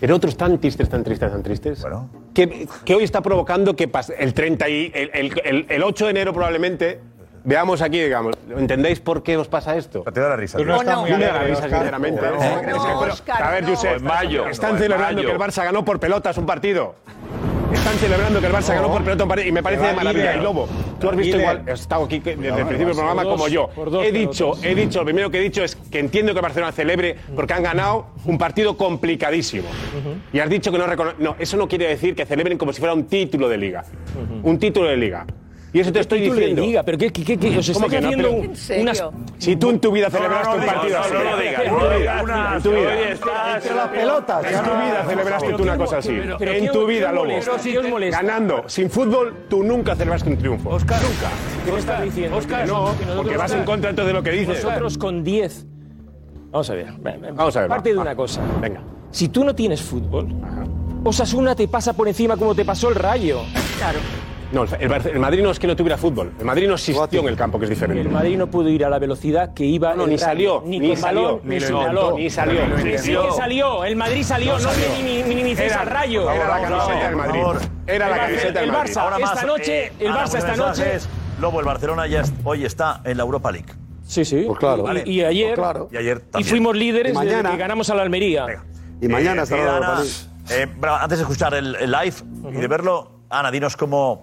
Speaker 10: pero otros tan tristes, tan tristes, tan tristes, que, que hoy está provocando que pas- el 30 y el, el- el- el 8 de enero probablemente veamos aquí, digamos, ¿entendéis por qué os pasa esto?
Speaker 5: Te da la risa.
Speaker 10: Tú no
Speaker 5: tío.
Speaker 10: estás muy
Speaker 5: Me da la
Speaker 10: alegre,
Speaker 5: risa,
Speaker 10: Oscar.
Speaker 5: sinceramente.
Speaker 10: No,
Speaker 5: ¿eh?
Speaker 10: no,
Speaker 5: Pero-
Speaker 10: Oscar, a ver, Josep,
Speaker 5: En mayo.
Speaker 10: Están
Speaker 5: En
Speaker 10: celebrando
Speaker 5: mayo.
Speaker 10: que el Barça ganó por pelotas un partido. Están celebrando que el Barça ganó por pelota un partido y me parece de maravilla. Y Lobo, tú has visto
Speaker 16: Líder.
Speaker 10: igual, has estado aquí que- desde
Speaker 16: Cuidado,
Speaker 10: el principio
Speaker 16: el
Speaker 10: del
Speaker 16: Barça.
Speaker 10: programa
Speaker 16: Por dos,
Speaker 10: como yo.
Speaker 16: por dos
Speaker 10: He dicho,
Speaker 16: pelotas.
Speaker 10: he dicho, lo primero que he dicho es que entiendo que Barcelona celebre porque han ganado un partido complicadísimo. Y has dicho que no recono- No, eso no quiere decir que celebren como si fuera un título de liga. Un título de liga. Y eso te estoy
Speaker 4: título de
Speaker 10: diciendo.
Speaker 4: liga? ¿Pero qué, qué, qué, qué? ¿Os
Speaker 10: ¿Cómo
Speaker 4: estáis
Speaker 10: que no?
Speaker 4: haciendo
Speaker 10: Pero-
Speaker 4: un-
Speaker 10: ¿En serio?
Speaker 4: unas-
Speaker 10: Si tú en tu vida
Speaker 4: No, no,
Speaker 10: celebraste
Speaker 4: no,
Speaker 10: un
Speaker 4: no,
Speaker 10: partido
Speaker 4: no,
Speaker 10: así.
Speaker 4: no lo digas,
Speaker 10: En
Speaker 4: no
Speaker 10: tu
Speaker 4: lo
Speaker 10: vida,
Speaker 4: digas.
Speaker 10: En tu vida.
Speaker 4: Oye, está-
Speaker 10: En
Speaker 4: está-
Speaker 10: tu vida celebraste tú una cosa así.
Speaker 4: Pero- pero
Speaker 10: En
Speaker 4: ¿qué-
Speaker 10: tu
Speaker 4: qué
Speaker 10: vida,
Speaker 4: os
Speaker 10: Lobo.
Speaker 4: molesta? ¿Qué os molesta?
Speaker 10: Ganando. Sin fútbol, tú nunca celebraste un triunfo. Oscar, nunca.
Speaker 4: ¿Qué me estás diciendo?
Speaker 10: Óscar,
Speaker 4: Que
Speaker 10: no,
Speaker 4: que nosotros-
Speaker 10: porque vas en contra entonces de lo que dices.
Speaker 4: Nosotros con 10. Vamos a ver. ven, ven,
Speaker 10: Vamos a ver,
Speaker 4: Parte
Speaker 10: va,
Speaker 4: de
Speaker 10: va.
Speaker 4: una cosa.
Speaker 10: Venga.
Speaker 4: Si tú no tienes fútbol, Osasuna te pasa por encima como te pasó el Rayo.
Speaker 10: Claro. No, el, Bar- el Madrid no es que no tuviera fútbol. El Madrid no existió en el campo, que es diferente.
Speaker 4: El Madrid no pudo ir a la velocidad que iba
Speaker 10: No,
Speaker 4: el
Speaker 10: ni
Speaker 4: Rayo,
Speaker 10: salió,
Speaker 4: ni,
Speaker 10: ni
Speaker 4: con
Speaker 10: salió,
Speaker 4: balón,
Speaker 10: ni
Speaker 4: ni
Speaker 10: lo
Speaker 4: sin
Speaker 10: intentó,
Speaker 4: balón,
Speaker 10: ni salió. Ni lo
Speaker 4: Que sí que
Speaker 10: intentó.
Speaker 4: salió, el Madrid salió,
Speaker 10: No
Speaker 4: no,
Speaker 10: salió.
Speaker 4: minimi- minimicéis
Speaker 10: Era-
Speaker 4: al Rayo.
Speaker 10: por favor, Era la
Speaker 4: Por
Speaker 10: camiseta
Speaker 4: favor.
Speaker 10: del Madrid. Era la
Speaker 4: El Barça-
Speaker 10: camiseta del
Speaker 4: el
Speaker 10: Madrid.
Speaker 4: Barça,
Speaker 10: Ahora
Speaker 4: esta
Speaker 10: más, Ah,
Speaker 4: noche,
Speaker 5: Eh,
Speaker 4: el
Speaker 5: ahora,
Speaker 4: Barça esta
Speaker 5: buenos
Speaker 4: noche.
Speaker 5: mensajes. Lobo, el Barcelona ya es- hoy está en la Europa League. Pues
Speaker 4: Sí, sí.
Speaker 5: claro.
Speaker 4: Y, y ayer,
Speaker 10: Pues
Speaker 5: Y ayer
Speaker 4: y
Speaker 5: también.
Speaker 4: fuimos líderes
Speaker 5: Y
Speaker 4: desde
Speaker 5: mañana-
Speaker 4: que ganamos a la Almería.
Speaker 5: Eh,
Speaker 7: mañana estará
Speaker 5: eh,
Speaker 7: la
Speaker 5: Ana,
Speaker 7: Europa
Speaker 5: eh, bravo, antes de escuchar el, el live y de verlo, Ana, dinos cómo.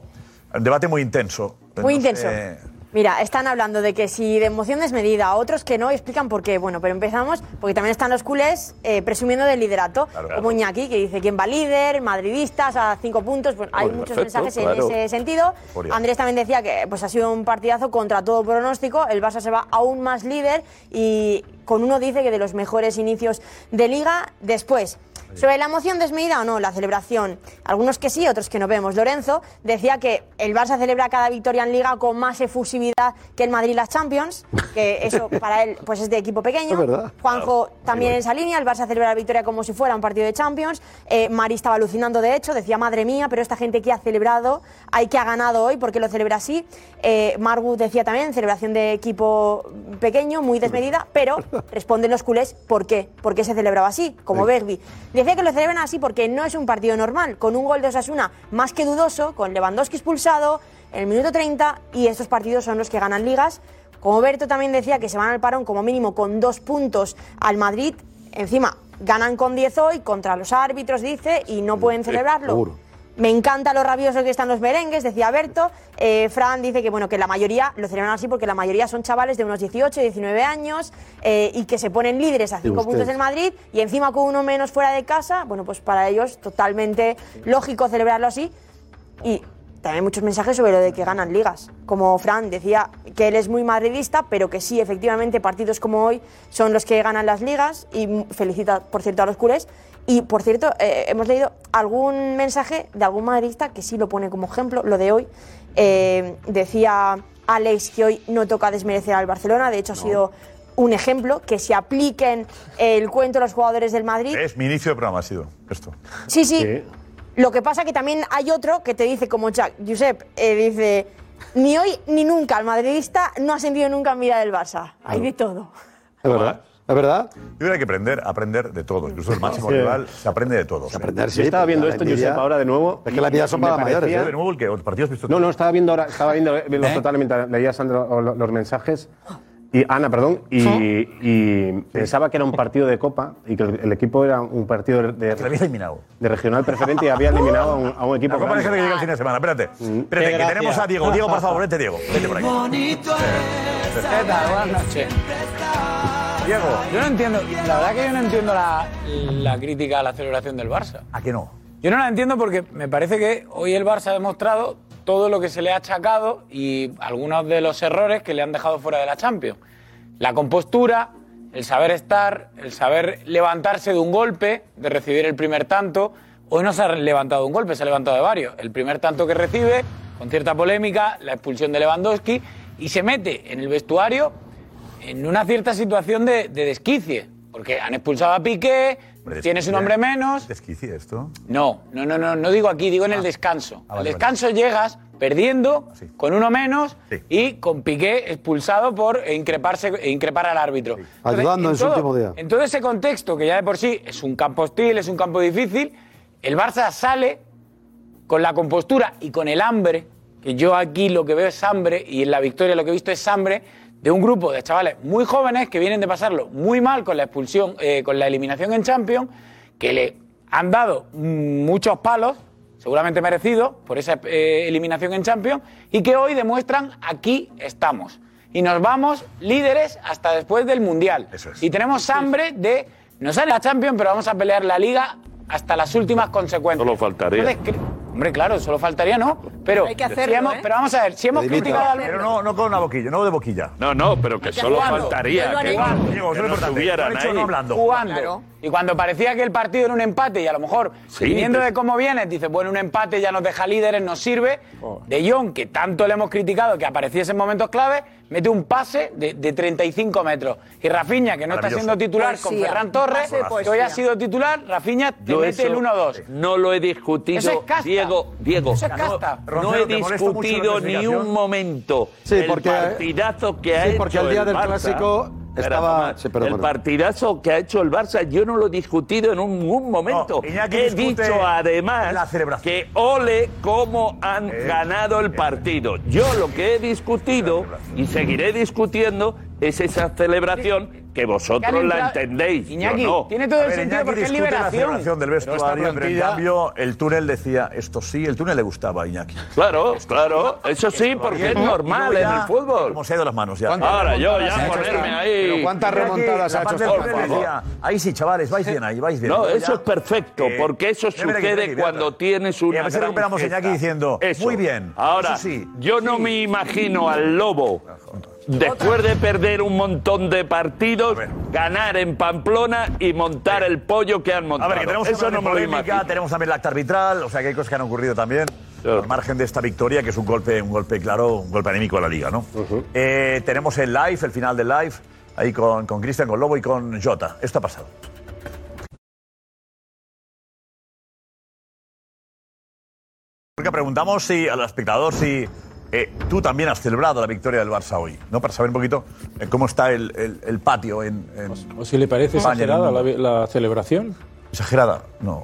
Speaker 5: Un debate muy intenso. eh,
Speaker 6: Muy
Speaker 5: No
Speaker 6: intenso.
Speaker 5: sé-
Speaker 6: Mira, están hablando de que si de emoción desmedida, otros que no, y explican por qué. Bueno, pero empezamos porque también están los culés eh, presumiendo del liderato,
Speaker 11: Claro.
Speaker 6: como Iñaki, que dice quién va líder, madridistas a cinco puntos. Bueno, hay
Speaker 11: Pues
Speaker 6: muchos
Speaker 11: perfecto,
Speaker 6: mensajes
Speaker 11: claro.
Speaker 6: en ese este sentido.
Speaker 11: Euforia.
Speaker 6: Andrés también decía que pues ha sido un partidazo contra todo pronóstico. El Barça se va aún más líder y con uno dice que de los mejores inicios de liga. Después, sobre la emoción desmedida o no, la celebración. Algunos que sí, otros que no vemos. Lorenzo decía que el Barça celebra cada victoria en liga con más efusividad que el Madrid las Champions, que
Speaker 7: [laughs]
Speaker 6: eso para él pues es de equipo pequeño.
Speaker 7: Es verdad.
Speaker 6: Juanjo también en esa línea, el Barça celebra la victoria como si fuera un partido de Champions. Eh, Mari estaba alucinando de hecho, decía, madre mía, pero esta gente que ha celebrado, hay que ha ganado hoy, porque lo celebra así? Eh, Margu decía también, celebración de equipo pequeño, muy desmedida, pero responden los culés, ¿por qué? ¿Por qué se celebraba así? Como
Speaker 18: Sí.
Speaker 6: Bergby. Decía que lo celebran así porque no es un partido normal, con un gol de Osasuna más que dudoso, con Lewandowski expulsado en el minuto 30, y estos partidos son los que ganan ligas. Como Berto también decía que se van al parón como mínimo con dos puntos al Madrid, encima ganan con 10 hoy contra los árbitros, dice, y no pueden celebrarlo.
Speaker 7: Seguro.
Speaker 6: Me encanta lo rabioso que están los merengues, decía Berto. Eh, Fran dice que bueno que la mayoría lo celebran así porque la mayoría son chavales de unos 18, 19 años eh, y que se ponen líderes a
Speaker 7: Y
Speaker 6: cinco
Speaker 7: ustedes.
Speaker 6: puntos del Madrid y encima con uno menos fuera de casa. Bueno, pues para ellos totalmente lógico celebrarlo así. Y también muchos mensajes sobre lo de que ganan ligas. Como Fran decía que él es muy madridista, pero que sí, efectivamente, partidos como hoy son los que ganan las ligas y mm, felicita, por cierto, a los culés. Y, por cierto, eh, hemos leído algún mensaje de algún madridista que sí lo pone como ejemplo, lo de hoy. Eh, decía Alex que hoy no toca desmerecer al Barcelona, de hecho ha sido un ejemplo, que se apliquen el cuento a los jugadores del Madrid.
Speaker 5: Es mi inicio de programa, ha sido esto.
Speaker 6: Sí, sí. Lo que pasa que también hay otro que te dice, como Jack, Josep, eh, dice, ni hoy ni nunca el madridista no ha sentido nunca mirar el Barça. Hay de todo. [laughs]
Speaker 7: Es verdad. Es verdad.
Speaker 5: Yo creo que hay que aprender, aprender de todo. Incluso el máximo
Speaker 10: Sí.
Speaker 5: rival se aprende de todo.
Speaker 7: aprender,
Speaker 10: Yo estaba viendo esto, Josep, ahora de nuevo.
Speaker 7: Es que las vidas son para mayores, ¿eh?
Speaker 5: De nuevo, el que el partido has visto.
Speaker 10: No, no, estaba viendo ahora, estaba
Speaker 4: ¿Eh?
Speaker 10: viendo los totalmente, leía Sandra o lo- los mensajes. Y Ana, perdón, y, y pensaba que era un partido de copa y que el, el equipo era un partido de,
Speaker 5: había eliminado.
Speaker 10: de regional preferente y había eliminado a un, a un equipo.
Speaker 5: La copa de
Speaker 10: grande.
Speaker 5: gente que llega el fin de semana. Espérate.
Speaker 7: Mm.
Speaker 5: Espérate, que
Speaker 10: gracia.
Speaker 5: tenemos a Diego. Diego, por favor, vente, Diego. Vente
Speaker 10: [laughs]
Speaker 5: por aquí.
Speaker 19: ¿Qué tal? Buenas noches.
Speaker 5: Diego.
Speaker 19: Yo no entiendo, la verdad que yo no entiendo la, la crítica a la celebración del Barça.
Speaker 5: ¿A qué no?
Speaker 19: Yo no la entiendo porque me parece que hoy el Barça ha demostrado todo lo que se le ha achacado y algunos de los errores que le han dejado fuera de la Champions. La compostura, el saber estar, el saber levantarse de un golpe, de recibir el primer tanto. Hoy no se ha levantado de un golpe, se ha levantado de varios. El primer tanto que recibe, con cierta polémica, la expulsión de Lewandowski, y se mete en el vestuario en una cierta situación de, de desquicie. Porque han expulsado a Piqué, tienes un hombre menos.
Speaker 5: ¿Desquicie esto?
Speaker 19: No, no, no, no, no digo aquí, digo en el descanso.
Speaker 5: Ah. vale,
Speaker 19: Al
Speaker 5: vale. Ah,
Speaker 19: descanso llegas perdiendo, con uno menos y con Piqué expulsado por increparse, increpar al árbitro. Entonces,
Speaker 14: Ayudando en su
Speaker 19: todo-
Speaker 14: último día.
Speaker 19: En todo ese contexto, que ya de por sí es un campo hostil, es un campo difícil, el Barça sale con la compostura y con el hambre, que yo aquí lo que veo es hambre y en la victoria lo que he visto es hambre de un grupo de chavales muy jóvenes que vienen de pasarlo muy mal con la expulsión, eh, con la eliminación en Champions, que le han dado mm, muchos palos, seguramente merecidos, por esa eh, eliminación en Champions, y que hoy demuestran aquí estamos. Y nos vamos líderes hasta después del Mundial. Y tenemos hambre de, no sale la Champions, pero vamos a pelear la Liga hasta las últimas consecuencias.
Speaker 11: Solo faltaría.
Speaker 19: Entonces, cre- Hombre, claro, solo faltaría, ¿no? Pero,
Speaker 11: Hay que hacerlo,
Speaker 19: si hemos-
Speaker 11: ¿eh?
Speaker 19: pero vamos a ver, si hemos criticado al
Speaker 5: Pero no, no con una boquilla, no de boquilla.
Speaker 11: No, no, pero que solo
Speaker 5: jugando,
Speaker 11: faltaría.
Speaker 5: lo han
Speaker 11: que
Speaker 5: hecho.
Speaker 11: no-
Speaker 5: Diego,
Speaker 11: que
Speaker 5: eso es
Speaker 11: no
Speaker 5: lo importante,
Speaker 11: estuvieran
Speaker 5: lo han hecho
Speaker 11: ahí.
Speaker 5: no hablando.
Speaker 19: jugando. Y cuando parecía que el partido era un empate y a lo mejor,
Speaker 11: Sí, pues.
Speaker 19: viniendo
Speaker 11: pero-
Speaker 19: de cómo vienes, dices, bueno, un empate ya nos deja líderes, nos sirve.
Speaker 5: Oh.
Speaker 19: De Jong, que tanto le hemos criticado que apareciese en momentos clave, mete un pase de, de 35 metros. Y Rafinha, que no está
Speaker 11: Maravilloso.
Speaker 19: siendo titular con
Speaker 11: Poesía,
Speaker 19: Ferran
Speaker 11: un
Speaker 19: Torres,
Speaker 11: pase de
Speaker 19: que hoy
Speaker 11: poesía.
Speaker 19: ha sido titular, Rafinha te
Speaker 11: Yo
Speaker 19: mete
Speaker 11: eso
Speaker 19: el 1-2.
Speaker 11: No lo he discutido.
Speaker 19: Eso es casta.
Speaker 11: Diego, Diego.
Speaker 19: Eso es
Speaker 11: no-
Speaker 19: casta.
Speaker 11: No,
Speaker 19: Roncero,
Speaker 11: he
Speaker 19: ¿te molesta mucho la
Speaker 11: discutido ni
Speaker 19: clasificación?
Speaker 11: un momento
Speaker 14: Sí,
Speaker 11: el
Speaker 14: porque- eh,
Speaker 11: partidazo que ha
Speaker 14: sí,
Speaker 11: hecho
Speaker 14: porque el día del
Speaker 11: Barça.
Speaker 14: Clásico
Speaker 11: Espera,
Speaker 14: estaba-
Speaker 11: Tomás,
Speaker 14: sí, perdón,
Speaker 11: el
Speaker 14: perdón.
Speaker 11: partidazo que ha hecho el Barça yo no lo he discutido en un- ningún momento.
Speaker 5: No, Iñaki
Speaker 11: he
Speaker 5: discute
Speaker 11: dicho además
Speaker 5: la celebración. Eh,
Speaker 11: que ole cómo han ganado el partido. Yo lo que he discutido y seguiré discutiendo es esa celebración que
Speaker 19: Que
Speaker 11: vosotros
Speaker 19: han
Speaker 11: la
Speaker 19: entrado-
Speaker 11: entendéis. yo
Speaker 19: Iñaki,
Speaker 11: no.
Speaker 19: tiene todo el sentido
Speaker 5: Iñaki
Speaker 19: porque es
Speaker 5: discute la
Speaker 19: liberación.
Speaker 5: celebración del
Speaker 19: Pero esta
Speaker 5: vestuario, pero en
Speaker 19: plantilla-
Speaker 5: cambio el túnel decía esto sí, el túnel le gustaba a Iñaki.
Speaker 11: Claro, claro, eso sí, porque es
Speaker 5: Y luego
Speaker 11: normal en
Speaker 5: ya,
Speaker 11: el fútbol.
Speaker 5: Como se ha ido las manos ya.
Speaker 11: ¿Cuántas Ahora, yo remontadas ya ha hecho ponerme esta- ahí. pero cuántas
Speaker 5: Iñaki,
Speaker 11: remontadas
Speaker 5: la
Speaker 11: ha hecho
Speaker 5: parte
Speaker 11: esta,
Speaker 5: del túnel
Speaker 11: por favor?
Speaker 5: decía, Ahí sí, chavales, vais bien, ahí vais bien.
Speaker 11: No,
Speaker 5: Luego
Speaker 11: eso
Speaker 5: ya-
Speaker 11: es perfecto,
Speaker 5: Eh,
Speaker 11: porque eso
Speaker 5: mira, mira,
Speaker 11: sucede
Speaker 5: mira, mira.
Speaker 11: cuando tienes una.
Speaker 5: Y Eh, a veces
Speaker 11: gran
Speaker 5: recuperamos a Iñaki
Speaker 11: fiesta.
Speaker 5: diciendo, muy bien,
Speaker 11: Ahora,
Speaker 5: eso sí,
Speaker 11: yo no me imagino al lobo. Después de perder un montón de partidos, ganar en Pamplona y montar el pollo que han
Speaker 5: A
Speaker 11: montado.
Speaker 5: ver, que tenemos
Speaker 11: Eso
Speaker 5: una
Speaker 11: no me lo
Speaker 5: polémica,
Speaker 11: imagino.
Speaker 5: tenemos también la acta arbitral, o sea que hay cosas que han ocurrido también. Al margen de esta victoria, que es un golpe, un golpe claro, un golpe anímico a la liga, ¿no? Eh, tenemos el live, el final del live, ahí con con Cristian, con Lobo y con Jota. Esto ha pasado. Porque preguntamos si al espectador si eh, tú también has celebrado la victoria del Barça hoy, ¿no? Para saber un poquito eh, cómo está el, el- el patio en, en
Speaker 4: ¿O Pues, si le parece
Speaker 5: España, en el
Speaker 4: exagerada la,
Speaker 5: mundo.
Speaker 4: la celebración?
Speaker 5: Exagerada, no.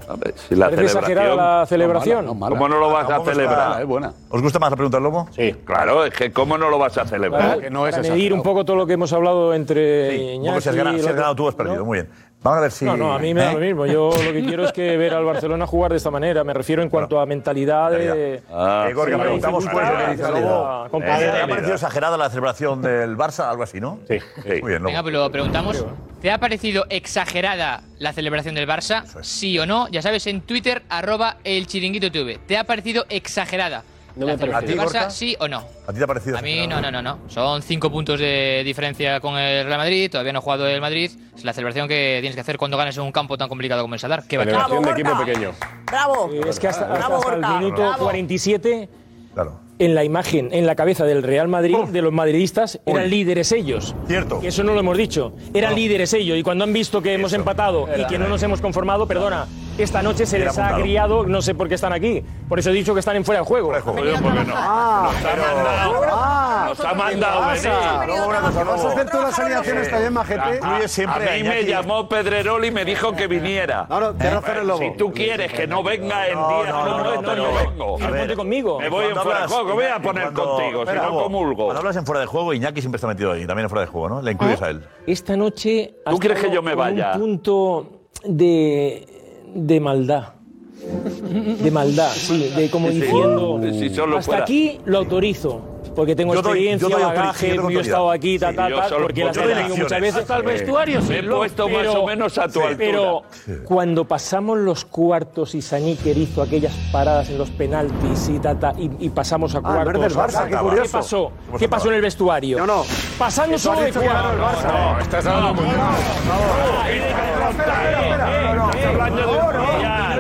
Speaker 11: si la
Speaker 4: ¿Parece exagerada la celebración?
Speaker 11: No, mala, no, mala. ¿Cómo no lo vas a
Speaker 5: Tampoco está-
Speaker 11: celebrar?
Speaker 4: ¿eh?
Speaker 5: ¿Os gusta más la pregunta del Lobo?
Speaker 11: Sí. Claro, es que ¿cómo no lo vas a celebrar?
Speaker 4: Para medir un poco todo lo que hemos hablado entre
Speaker 5: Un poco
Speaker 4: Iñaki
Speaker 5: si has ganado,
Speaker 4: y
Speaker 5: si has
Speaker 4: lo que-
Speaker 5: ganado tú, has perdido. Muy bien. Vamos a ver si. ¿eh?
Speaker 4: No, no, a mí me da lo mismo. Yo lo que quiero es que ver al Barcelona jugar de esta manera. Me refiero en cuanto a mentalidad de...
Speaker 11: Ah,
Speaker 5: Eh, Gorka,
Speaker 4: Sí,
Speaker 5: preguntamos
Speaker 4: dificultad,
Speaker 5: cuál es lo que dice el Lobo.
Speaker 4: la complicidad.
Speaker 5: Eh, ¿Te ha parecido exagerada la celebración del Barça? Algo así, ¿no? Sí. Muy bien,
Speaker 20: Venga,
Speaker 5: Lobo.
Speaker 20: pues lo preguntamos. ¿Te ha parecido exagerada la celebración del Barça? Sí o no. Ya sabes, en Twitter, arroba el chiringuito TV. ¿Te ha parecido exagerada la
Speaker 5: No me ha
Speaker 20: celebración del
Speaker 5: parecido. ¿A ti,
Speaker 20: Barça?
Speaker 5: Gorka?
Speaker 20: Sí o no.
Speaker 5: ¿A ti te ha parecido?
Speaker 20: A mí no, no, no, no. Son cinco puntos de diferencia con el Real Madrid. Todavía no ha jugado el Madrid. Es la celebración que tienes que hacer cuando ganas en un campo tan complicado como el Sadar. ¡Qué bacala!
Speaker 4: Celebración de equipo pequeño.
Speaker 21: Bravo.
Speaker 4: Eh, Es que hasta, hasta-
Speaker 21: Bravo,
Speaker 4: hasta
Speaker 21: Gorka.
Speaker 4: el minuto
Speaker 21: Bravo.
Speaker 4: 47, en la imagen, en la cabeza del Real Madrid, de los madridistas, eran líderes ellos.
Speaker 5: Cierto.
Speaker 4: Eso no lo hemos dicho. Eran
Speaker 5: No.
Speaker 4: líderes ellos. Y cuando han visto que hemos empatado y
Speaker 5: Era.
Speaker 4: que no nos hemos conformado, perdona, esta noche se
Speaker 5: Era
Speaker 4: les ha
Speaker 5: apuntado.
Speaker 4: criado, no sé por qué están aquí. Por eso he dicho que están en fuera de juego.
Speaker 9: Ah.
Speaker 11: Nos ha mandado
Speaker 5: Barça.
Speaker 11: venir.
Speaker 5: Luego una cosa, Lobo.
Speaker 14: Vas a hacer todas las alineaciones también, majete.
Speaker 11: A,
Speaker 14: Incluye siempre
Speaker 11: a mí
Speaker 14: a
Speaker 11: me
Speaker 14: Iñaki.
Speaker 11: llamó Pedrerol y me dijo que viniera. No, no,
Speaker 14: tiene razón el Lobo.
Speaker 11: Si tú quieres que no venga en día, no, no, no, vengo.
Speaker 4: Y no ponte conmigo.
Speaker 11: Me voy en
Speaker 5: Cuando
Speaker 11: fuera de
Speaker 5: hablas-
Speaker 11: juego, voy a poner
Speaker 5: cuando-
Speaker 11: contigo, si
Speaker 5: espera,
Speaker 11: no
Speaker 5: Lobo,
Speaker 11: comulgo.
Speaker 5: Cuando hablas en fuera de juego, Iñaki siempre está metido ahí, también en fuera de juego, ¿no? Le incluyes a él.
Speaker 4: Esta noche. ha
Speaker 11: ¿Tú quieres
Speaker 4: estado
Speaker 11: que yo me
Speaker 4: con
Speaker 11: vaya?
Speaker 4: Un punto de, de maldad. De maldad, sí. De como
Speaker 11: Sí, sí.
Speaker 4: diciendo.
Speaker 11: Si solo
Speaker 4: hasta
Speaker 11: fuera".
Speaker 4: aquí lo autorizo. Porque tengo
Speaker 11: Yo doy-
Speaker 4: experiencia,
Speaker 11: yo doy autoridad,
Speaker 4: bagaje,
Speaker 11: yo
Speaker 4: yo,
Speaker 11: doy
Speaker 4: he estado
Speaker 11: autoridad.
Speaker 4: aquí, tal,
Speaker 11: Sí,
Speaker 4: tal,
Speaker 11: yo
Speaker 4: tal,
Speaker 11: solo-
Speaker 4: porque
Speaker 11: yo
Speaker 4: las he
Speaker 11: doy
Speaker 4: tenido muchas
Speaker 11: lecciones.
Speaker 4: veces.
Speaker 11: Hasta el vestuario,
Speaker 4: sí,
Speaker 11: me he
Speaker 4: lo-
Speaker 11: puesto más o menos a tu altura.
Speaker 4: Pero
Speaker 11: Sí.
Speaker 4: cuando pasamos los cuartos y Saníquer hizo aquellas paradas en los penaltis y, ta, ta, y, y pasamos a
Speaker 14: Ah, no
Speaker 4: cuartos.
Speaker 14: eres del Barça, qué curioso.
Speaker 4: pasó? ¿Qué pasó en el vestuario?
Speaker 14: No, no. pasando
Speaker 22: Eso has
Speaker 14: solo de
Speaker 22: dicho que
Speaker 14: cuatro.
Speaker 22: ganó el Barça. No, estás hablando
Speaker 14: No,
Speaker 22: muy
Speaker 14: no,
Speaker 22: mal.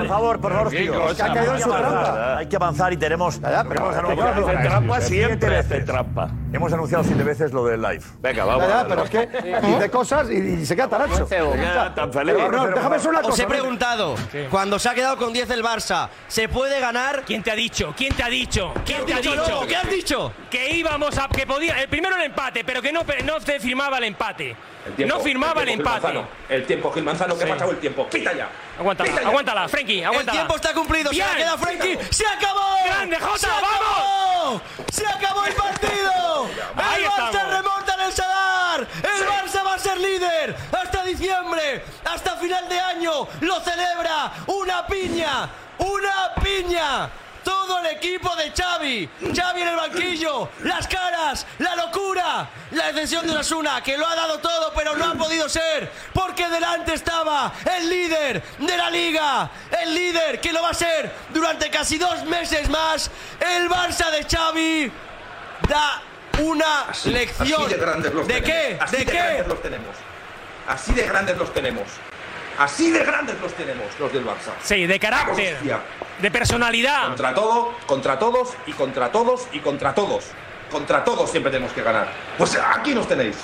Speaker 5: Por favor, por favor,
Speaker 22: Qué
Speaker 5: tío.
Speaker 22: cosa
Speaker 5: Es que ha caído en su más trampa. rara. Hay que avanzar y tenemos. Hemos
Speaker 23: Pero hace trampa
Speaker 5: siete
Speaker 23: siempre hace
Speaker 5: veces.
Speaker 23: trampa.
Speaker 5: Hemos anunciado siete veces lo del live.
Speaker 23: Venga,
Speaker 9: Ya,
Speaker 23: vamos.
Speaker 9: ya, pero es que dice cosas y, y se queda taracho. Pero, Arnau, déjame solo una
Speaker 21: Os
Speaker 9: cosa.
Speaker 21: he preguntado, cuando se ha quedado con 10 el Barça, ¿se puede ganar?
Speaker 4: ¿Quién te ha dicho? ¿Quién te ha dicho? ¿Quién te ha
Speaker 21: dicho,
Speaker 4: dicho?
Speaker 21: Lobo? ¿Qué has dicho?
Speaker 4: Que íbamos a. que podía. El primero el empate, pero que no, no se firmaba el empate. no firmaba el, empate.
Speaker 11: el tiempo, Gil Manzano, que ha pasado el tiempo. ¡Pita ya!
Speaker 4: Aguántala,
Speaker 11: Pita ya.
Speaker 4: aguántala, Frenkie, aguántala.
Speaker 11: El tiempo está cumplido, se la queda Frenkie.
Speaker 21: ¡Se acabó!
Speaker 4: ¡Grande, Jota!
Speaker 21: ¡Se
Speaker 4: ¡Vamos!
Speaker 21: acabó! ¡Se acabó el partido!
Speaker 4: [laughs] Ahí
Speaker 21: ¡El Barça
Speaker 4: estamos.
Speaker 21: remonta en el Sadar! ¡El Barça va a ser líder! ¡Hasta diciembre! ¡Hasta final de año! ¡Lo celebra! ¡Una piña! ¡Una piña! Todo el equipo de Xavi, Xavi en el banquillo, las caras, la locura, la excepción de Osasuna, que lo ha dado todo pero no ha podido ser, porque delante estaba el líder de la liga, el líder que lo va a ser durante casi dos meses más, el Barça de Xavi da una
Speaker 11: Así-
Speaker 21: lección.
Speaker 11: así de grandes los tenemos.
Speaker 21: qué?
Speaker 11: Así
Speaker 21: ¿De
Speaker 11: de
Speaker 21: qué?
Speaker 11: grandes los tenemos. Así de grandes los tenemos. Así de grandes los tenemos, los del Barça.
Speaker 4: Sí, de carácter,
Speaker 11: Vamos, hostia.
Speaker 4: de personalidad.
Speaker 11: Contra todo, contra todos y contra todos y contra todos. Contra todos siempre tenemos que ganar. Pues aquí nos tenéis.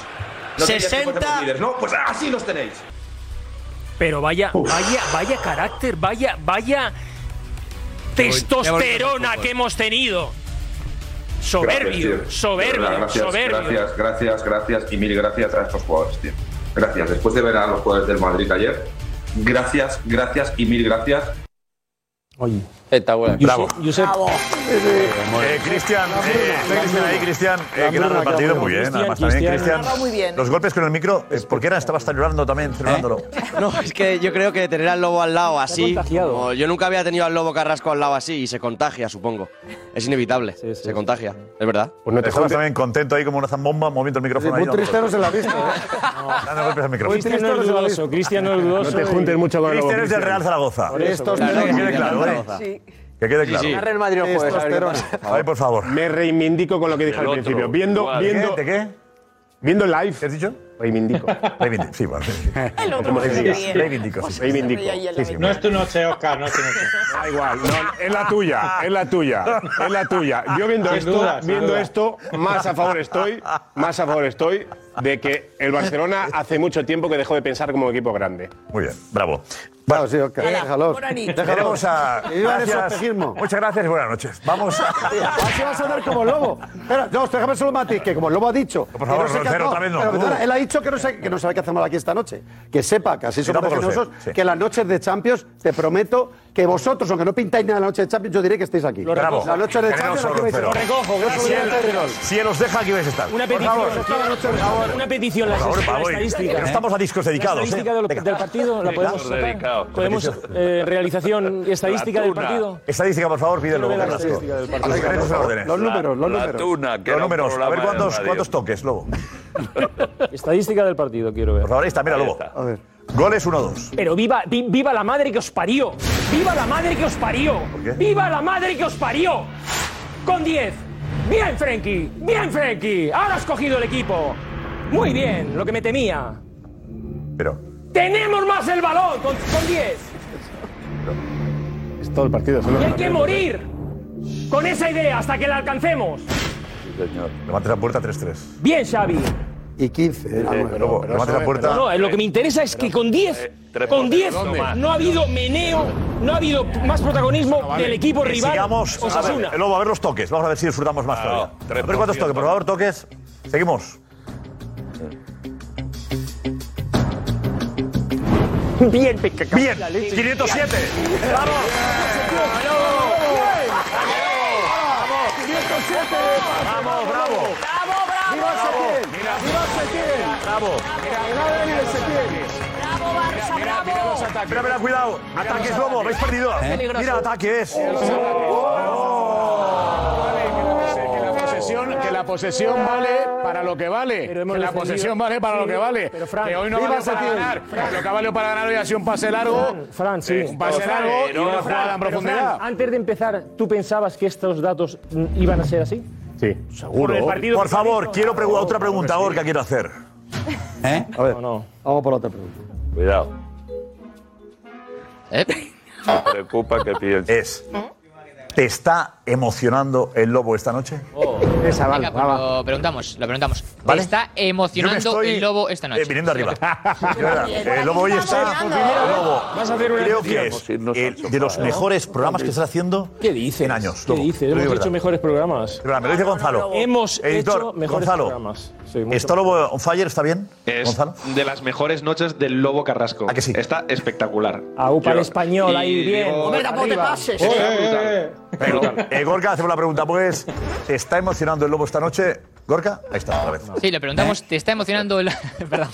Speaker 11: No dirías que
Speaker 21: 60.
Speaker 11: fuésemos líderes, ¿no? Pues así nos tenéis.
Speaker 4: Pero vaya, vaya, vaya carácter, vaya, vaya testosterona que hemos tenido. Soberbio,
Speaker 11: Gracias, tío. De
Speaker 4: soberbio,
Speaker 11: verdad, gracias,
Speaker 4: soberbio.
Speaker 11: Gracias, gracias, gracias y mil gracias a estos jugadores, tío. Gracias. Después de ver a los jugadores del Madrid ayer, gracias, gracias y mil gracias.
Speaker 20: Oye.
Speaker 21: Está bueno.
Speaker 20: Bravo.
Speaker 5: Eh, Cristian, eh, está Cristian ahí, Cristian, eh, que lo ha repartido muy bien. Además, también, Cristian. Los golpes con el micro, es porque era, estaba hasta llorando también, celebrándolo.
Speaker 21: No, es que yo creo que tener al lobo al lado así. como yo nunca había tenido al lobo carrasco al lado así y se contagia, supongo. Es inevitable. se contagia, es verdad.
Speaker 5: Pues no te también contento ahí como una zambomba moviendo el micrófono.
Speaker 21: Sí, muy
Speaker 5: ahí, dando
Speaker 21: tristero
Speaker 5: golpes.
Speaker 21: se la ha
Speaker 9: visto,
Speaker 5: Dando golpes al micrófono.
Speaker 9: Cristian no es dudoso,
Speaker 20: Cristian no es dudoso.
Speaker 5: No te juntes
Speaker 20: mucho
Speaker 5: con el Cristian lobo, es del Cristian. Real Zaragoza. Por eso, por eso. Que quede claro, ¿eh? Que quede claro.
Speaker 20: Gana el Madrid el jueves, a ver qué
Speaker 5: A ver, por favor.
Speaker 10: Me reivindico con lo que dije
Speaker 5: Del
Speaker 10: al
Speaker 5: otro,
Speaker 10: principio. Viendo,
Speaker 5: igual.
Speaker 10: viendo,
Speaker 5: ¿De qué?
Speaker 10: Viendo live. ¿Qué
Speaker 5: has dicho?
Speaker 10: Reivindico.
Speaker 5: [laughs] reivindico. Sí, vale.
Speaker 10: El
Speaker 16: otro
Speaker 10: Como
Speaker 16: se
Speaker 10: se diga.
Speaker 16: ríe.
Speaker 10: Reivindico.
Speaker 16: Pues
Speaker 10: sí.
Speaker 16: se ríe
Speaker 10: Reivindico.
Speaker 16: ahí el
Speaker 10: Sí, sí.
Speaker 16: No es tu noche, Oscar, no es tu noche.
Speaker 10: [laughs] Da igual, no, es la tuya, es la tuya, es la tuya. Yo viendo
Speaker 16: Sin
Speaker 10: esto,
Speaker 16: duda, sin
Speaker 10: viendo
Speaker 16: duda.
Speaker 10: esto, más a favor estoy, más a favor estoy de que el Barcelona hace mucho tiempo que dejó de pensar como equipo grande.
Speaker 5: Muy bien, bravo.
Speaker 9: Claro, sí, Oscar,
Speaker 10: Hala,
Speaker 9: déjalos.
Speaker 10: por ahí.
Speaker 5: Vamos a.
Speaker 9: Y viva el
Speaker 5: gracias.
Speaker 9: espejismo.
Speaker 5: Muchas gracias y buenas noches. Vamos a.
Speaker 9: Así vas a sonar [laughs] como el lobo. Espera, no, déjame solo un matiz, que como el lobo ha dicho. Por
Speaker 5: favor,
Speaker 9: que no sé qué-
Speaker 5: Roncero,
Speaker 9: no,
Speaker 5: otra vez no. Uh.
Speaker 9: pero perdona, él ha dicho que no, sé- que no sabe qué hacemos aquí esta noche. Que sepa, que así
Speaker 5: Yo
Speaker 9: somos
Speaker 5: tampoco lo sé,
Speaker 9: generosos,
Speaker 5: sí.
Speaker 9: que las noches de Champions, te prometo que vosotros, aunque no pintáis nada en la noche de Champions, yo diré que estáis aquí.
Speaker 5: Bravo.
Speaker 9: Las noches de Champions,
Speaker 5: Generoso,
Speaker 9: aquí vais a
Speaker 5: Roncero.
Speaker 9: estar.
Speaker 5: Si él- Si él os deja, aquí vais a estar.
Speaker 20: Una
Speaker 5: Por
Speaker 20: petición,
Speaker 5: favor.
Speaker 20: por favor, por favor, una petición, la,
Speaker 5: Por favor,
Speaker 20: la
Speaker 5: Pablo,
Speaker 20: estadística.
Speaker 5: que no estamos a discos dedicados,
Speaker 20: La estadística
Speaker 5: ¿eh?
Speaker 20: del,
Speaker 5: Venga.
Speaker 20: del partido la podemos
Speaker 5: Discos
Speaker 20: sacar.
Speaker 5: dedicados.
Speaker 20: Podemos eh, realización estadística del partido.
Speaker 5: Estadística, por favor, pídelo.
Speaker 20: Quiero ver la
Speaker 5: Carrasco.
Speaker 20: estadística del partido.
Speaker 5: Los números,
Speaker 20: La-
Speaker 5: los órdenes.
Speaker 20: los números, los La números. Tuna, que era
Speaker 5: Los
Speaker 20: un
Speaker 5: números. A ver
Speaker 20: programa de
Speaker 5: cuántos,
Speaker 20: radio.
Speaker 5: cuántos
Speaker 4: [laughs]
Speaker 5: toques, Lobo.
Speaker 20: Estadística del partido quiero ver. Por
Speaker 5: favor, ahí está, mira Lobo. Goles 1-2.
Speaker 4: Pero viva, vi- viva la madre que os parió. Viva la madre que os parió.
Speaker 5: qué?
Speaker 4: Viva la madre que os parió. Con 10. Bien, Frenkie. Bien, Frenkie. Ahora has cogido el equipo. Muy bien, lo que me temía.
Speaker 5: Pero.
Speaker 4: Tenemos más el balón con con 10.
Speaker 10: Es todo el partido.
Speaker 4: y hay que morir con esa idea hasta que la alcancemos.
Speaker 5: Señor. Levante la puerta 3-3.
Speaker 4: Bien, Xavi.
Speaker 9: Y 15.
Speaker 5: Eh, Lobo, levante la puerta.
Speaker 4: No, no, eh, lo que me interesa es que con 10,
Speaker 5: tres
Speaker 4: con 10
Speaker 5: ¿dónde?
Speaker 4: no ha habido meneo, no ha habido más protagonismo del equipo
Speaker 5: Que
Speaker 4: rival.
Speaker 5: Sigamos. A
Speaker 4: Osasuna.
Speaker 5: ver, Eh, Lobo, a ver los toques. Vamos a ver si disfrutamos más todavía.
Speaker 23: tres
Speaker 5: A ver
Speaker 23: partidos,
Speaker 5: cuántos toques, por favor, toques. Seguimos.
Speaker 4: Bien, Peca.
Speaker 5: Bien. 507. ¡Vamos! ¡Vamos, bravo!
Speaker 22: ¡Viva Setién! ¡Viva Setién!
Speaker 5: ¡Bravo!
Speaker 22: ¡Bravo, Barça, bravo!
Speaker 5: Mira, mira, cuidado. Ataques, Lobo. Habéis perdido. Mira, ¿eh? ataques.
Speaker 20: Oh.
Speaker 2: la posesión- que la posesión vale para lo que vale. Que la
Speaker 20: Oh. defendido-
Speaker 2: posesión vale para lo
Speaker 20: Sí,
Speaker 2: que vale.
Speaker 20: pero, Fran,
Speaker 2: que hoy no
Speaker 20: viva
Speaker 2: valió para
Speaker 20: Setién.
Speaker 2: ganar. Lo que valió para ganar hoy ha sido un pase largo.
Speaker 20: Fran, Fran, sí.
Speaker 2: Un pase
Speaker 20: Pero, Fran,
Speaker 2: largo y
Speaker 20: pero,
Speaker 2: una
Speaker 20: Fran,
Speaker 2: jugada en
Speaker 20: pero,
Speaker 2: profundidad.
Speaker 20: Fran, antes de empezar, ¿tú pensabas que estos datos mm, iban a ser así?
Speaker 10: Sí,
Speaker 5: Por, el partido por favor, quiero pregu- otra pregunta, Gorka, quiero hacer.
Speaker 10: ¿Eh?
Speaker 9: A ver, vamos por otra pregunta.
Speaker 11: Cuidado. Me preocupa que piense.
Speaker 5: Es. ¿Te está emocionando el lobo esta noche?
Speaker 9: Esa,
Speaker 20: Venga, pues lo preguntamos, lo preguntamos. ¿Te
Speaker 5: Vale.
Speaker 20: está emocionando
Speaker 5: Yo me estoy,
Speaker 20: el lobo esta noche?
Speaker 5: eh, viniendo arriba. De verdad,
Speaker 20: Bien.
Speaker 5: el lobo hoy está.
Speaker 20: Estamos ganando,
Speaker 5: el
Speaker 20: ¿eh?
Speaker 5: lobo,
Speaker 20: Vas a hacer una
Speaker 5: creo que
Speaker 20: elección.
Speaker 5: es el de los mejores programas que está haciendo
Speaker 4: ¿Qué dices?
Speaker 5: en años.
Speaker 4: ¿Qué
Speaker 5: Lobo, te
Speaker 4: dices?
Speaker 5: lo
Speaker 4: Hemos hecho
Speaker 5: digo de verdad.
Speaker 4: mejores programas.
Speaker 5: De verdad, Me lo dice Gonzalo.
Speaker 4: Hemos
Speaker 5: Editor,
Speaker 4: hecho mejores
Speaker 5: Gonzalo,
Speaker 4: programas. Sí, mucho
Speaker 5: ¿Está lobo on fire? ¿Está bien?
Speaker 3: Es
Speaker 5: Gonzalo.
Speaker 3: de las mejores noches del Lobo Carrasco. Está espectacular.
Speaker 4: A UPA el
Speaker 3: Yo-
Speaker 4: español,
Speaker 3: y
Speaker 4: ahí bien.
Speaker 3: digo-
Speaker 4: Hombre, tampoco te Arriba. pases.
Speaker 5: Eh,
Speaker 4: Está brutal.
Speaker 5: eh, eh. Venga, eh, Gorka, hacemos la pregunta, pues. ¿Te está emocionando el lobo esta noche? Gorka, ahí está, otra vez.
Speaker 20: Sí, le preguntamos, ¿te está emocionando el, [laughs] perdón,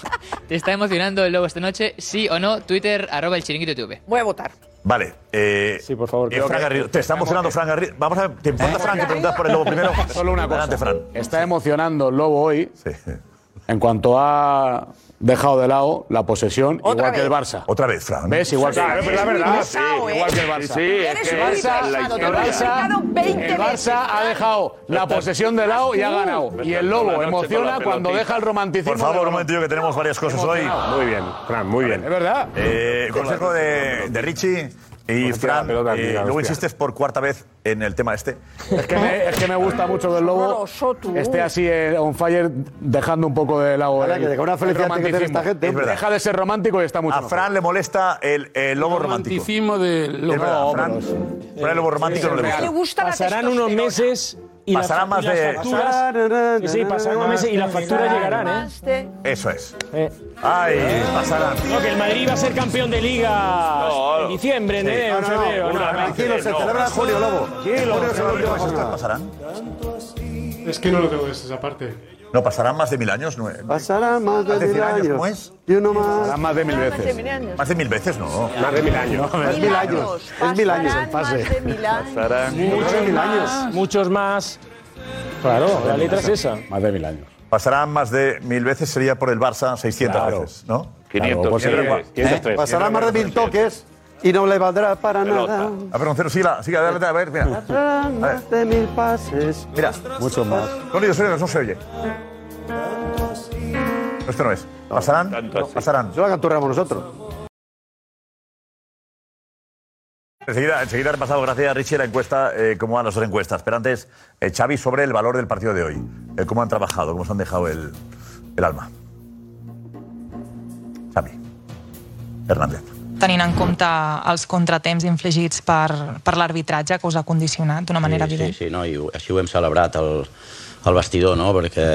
Speaker 20: ¿te está emocionando el lobo esta noche? Sí o no, Twitter, arroba el chiringuito TV.
Speaker 13: Voy a votar.
Speaker 5: Vale. Eh, sí, por favor.
Speaker 2: que- Eh.
Speaker 5: Fran Garrido. Te está emocionando Fran Garrido. Vamos a ver, ¿te importa, Fran, que preguntas por el lobo primero?
Speaker 2: [laughs] Solo una cosa.
Speaker 5: Adelante, Fran.
Speaker 2: Está emocionando el lobo hoy. En cuanto ha dejado de lado la posesión, igual que el Barça.
Speaker 5: Otra vez, Fran.
Speaker 2: ¿Ves? Igual que el
Speaker 5: Sí,
Speaker 2: Barça.
Speaker 5: es verdad, verdad.
Speaker 2: Sí, igual que el Barça.
Speaker 5: Sí, es que
Speaker 2: el
Speaker 5: Eres
Speaker 2: Barça,
Speaker 5: muy pesado, te
Speaker 2: el
Speaker 5: lo he explicado
Speaker 2: Barça, el Barça ha dejado la posesión de lado y ha ganado. Y el lobo emociona cuando deja el romanticismo.
Speaker 5: Por favor,
Speaker 2: de
Speaker 5: un momentillo que tenemos varias cosas hoy.
Speaker 2: Emocionado.
Speaker 5: Muy bien, Fran, muy bien.
Speaker 2: Es verdad.
Speaker 5: Eh, consejo de, de Richie y Fran.
Speaker 2: pelota,
Speaker 5: eh,
Speaker 2: tira,
Speaker 5: luego
Speaker 2: hostia.
Speaker 5: insistes por cuarta vez en el tema este.
Speaker 2: Es que, me, es que me gusta mucho que el lobo esté así eh, on fire, dejando un poco de lado
Speaker 5: Ahora
Speaker 2: el,
Speaker 5: que con una
Speaker 2: el
Speaker 5: felicidad que tiene esta
Speaker 2: romanticismo.
Speaker 5: gente, Es verdad.
Speaker 2: Deja de ser romántico y está mucho
Speaker 5: A
Speaker 2: mejor.
Speaker 5: Fran le molesta el, el lobo romántico.
Speaker 14: romanticismo del
Speaker 5: Es verdad,
Speaker 14: lobo.
Speaker 5: Fran, Fran el lobo romántico no le gusta.
Speaker 4: Pasarán unos meses y las-
Speaker 5: Pasarán más
Speaker 4: y las
Speaker 5: de-
Speaker 4: facturas. Sí, sí, pasarán unos meses y las facturas llegarán, ¿eh?
Speaker 5: Eso es. Ay, pasarán.
Speaker 4: No, que el Madrid va a ser eh, campeón de liga en diciembre, en
Speaker 5: Sí.
Speaker 4: enero, en
Speaker 5: No, no, no,
Speaker 4: febrero.
Speaker 5: una
Speaker 4: nada.
Speaker 5: vez. Tranquilo, se No. celebra en julio, Lobo. Tranquilo, Julio, se celebra en julio. ¿Pasarán?
Speaker 24: Es que no lo tengo esa parte.
Speaker 5: No, pasarán más de mil años. No,
Speaker 9: Pasarán más de
Speaker 5: ¿Hace
Speaker 9: mil
Speaker 5: cien años,
Speaker 9: años.
Speaker 5: cómo es?
Speaker 9: Y uno más.
Speaker 5: Pasarán más de mil
Speaker 9: Pasarán más
Speaker 5: veces.
Speaker 9: de mil años.
Speaker 5: Más de mil veces, no.
Speaker 9: Más de mil años.
Speaker 5: No,
Speaker 9: Es mil años. Es mil años el
Speaker 5: pase.
Speaker 11: Pasarán.
Speaker 4: Muchos más. Muchos más. Claro, la letra es esa.
Speaker 5: Más de mil años. Pasarán más de mil veces, sería por el Barça 600 veces, ¿no?
Speaker 11: 500, pues sí,
Speaker 5: ¿Eh?
Speaker 11: 503.
Speaker 9: Pasará más de mil toques y no le valdrá para nada.
Speaker 5: A ver, Roncero, sigue, sigue, adelante, a ver, mira.
Speaker 9: Pasarán más de mil pases.
Speaker 5: Mira.
Speaker 9: Mucho más.
Speaker 5: No, no, no, no se oye. No, Esto no es. Pasarán, no, pasarán.
Speaker 9: Yo la canturramos nosotros.
Speaker 5: Enseguida, enseguida repasado, gracias a Richie, la encuesta, eh, cómo van las dos encuestas. Pero antes, eh, Xavi, sobre el valor del partido de hoy. Eh, cómo han trabajado, cómo se han dejado el, el alma. Xavi. Hernández.
Speaker 25: tenint en compte els contratemps infligits per, per l'arbitratge que us ha condicionat d'una manera
Speaker 26: sí,
Speaker 25: evident.
Speaker 26: Sí, sí, no, i ho- així ho hem celebrat al, al vestidor, no? perquè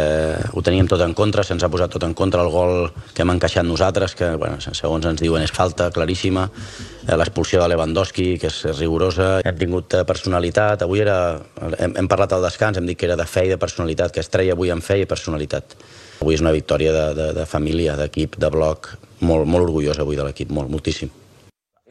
Speaker 26: ho teníem tot en contra, se'ns ha posat tot en contra el gol que hem encaixat nosaltres, que bueno, segons ens diuen és falta claríssima, eh, l'expulsió de Lewandowski, que és rigorosa, hem tingut eh, personalitat, avui era, hem, hem parlat al descans, hem dit que era de fe i de personalitat, que es treia avui amb fe i personalitat. Avui és una victòria de, de, de família, d'equip, de bloc, molt, molt orgullós avui de l'equip, molt, moltíssim.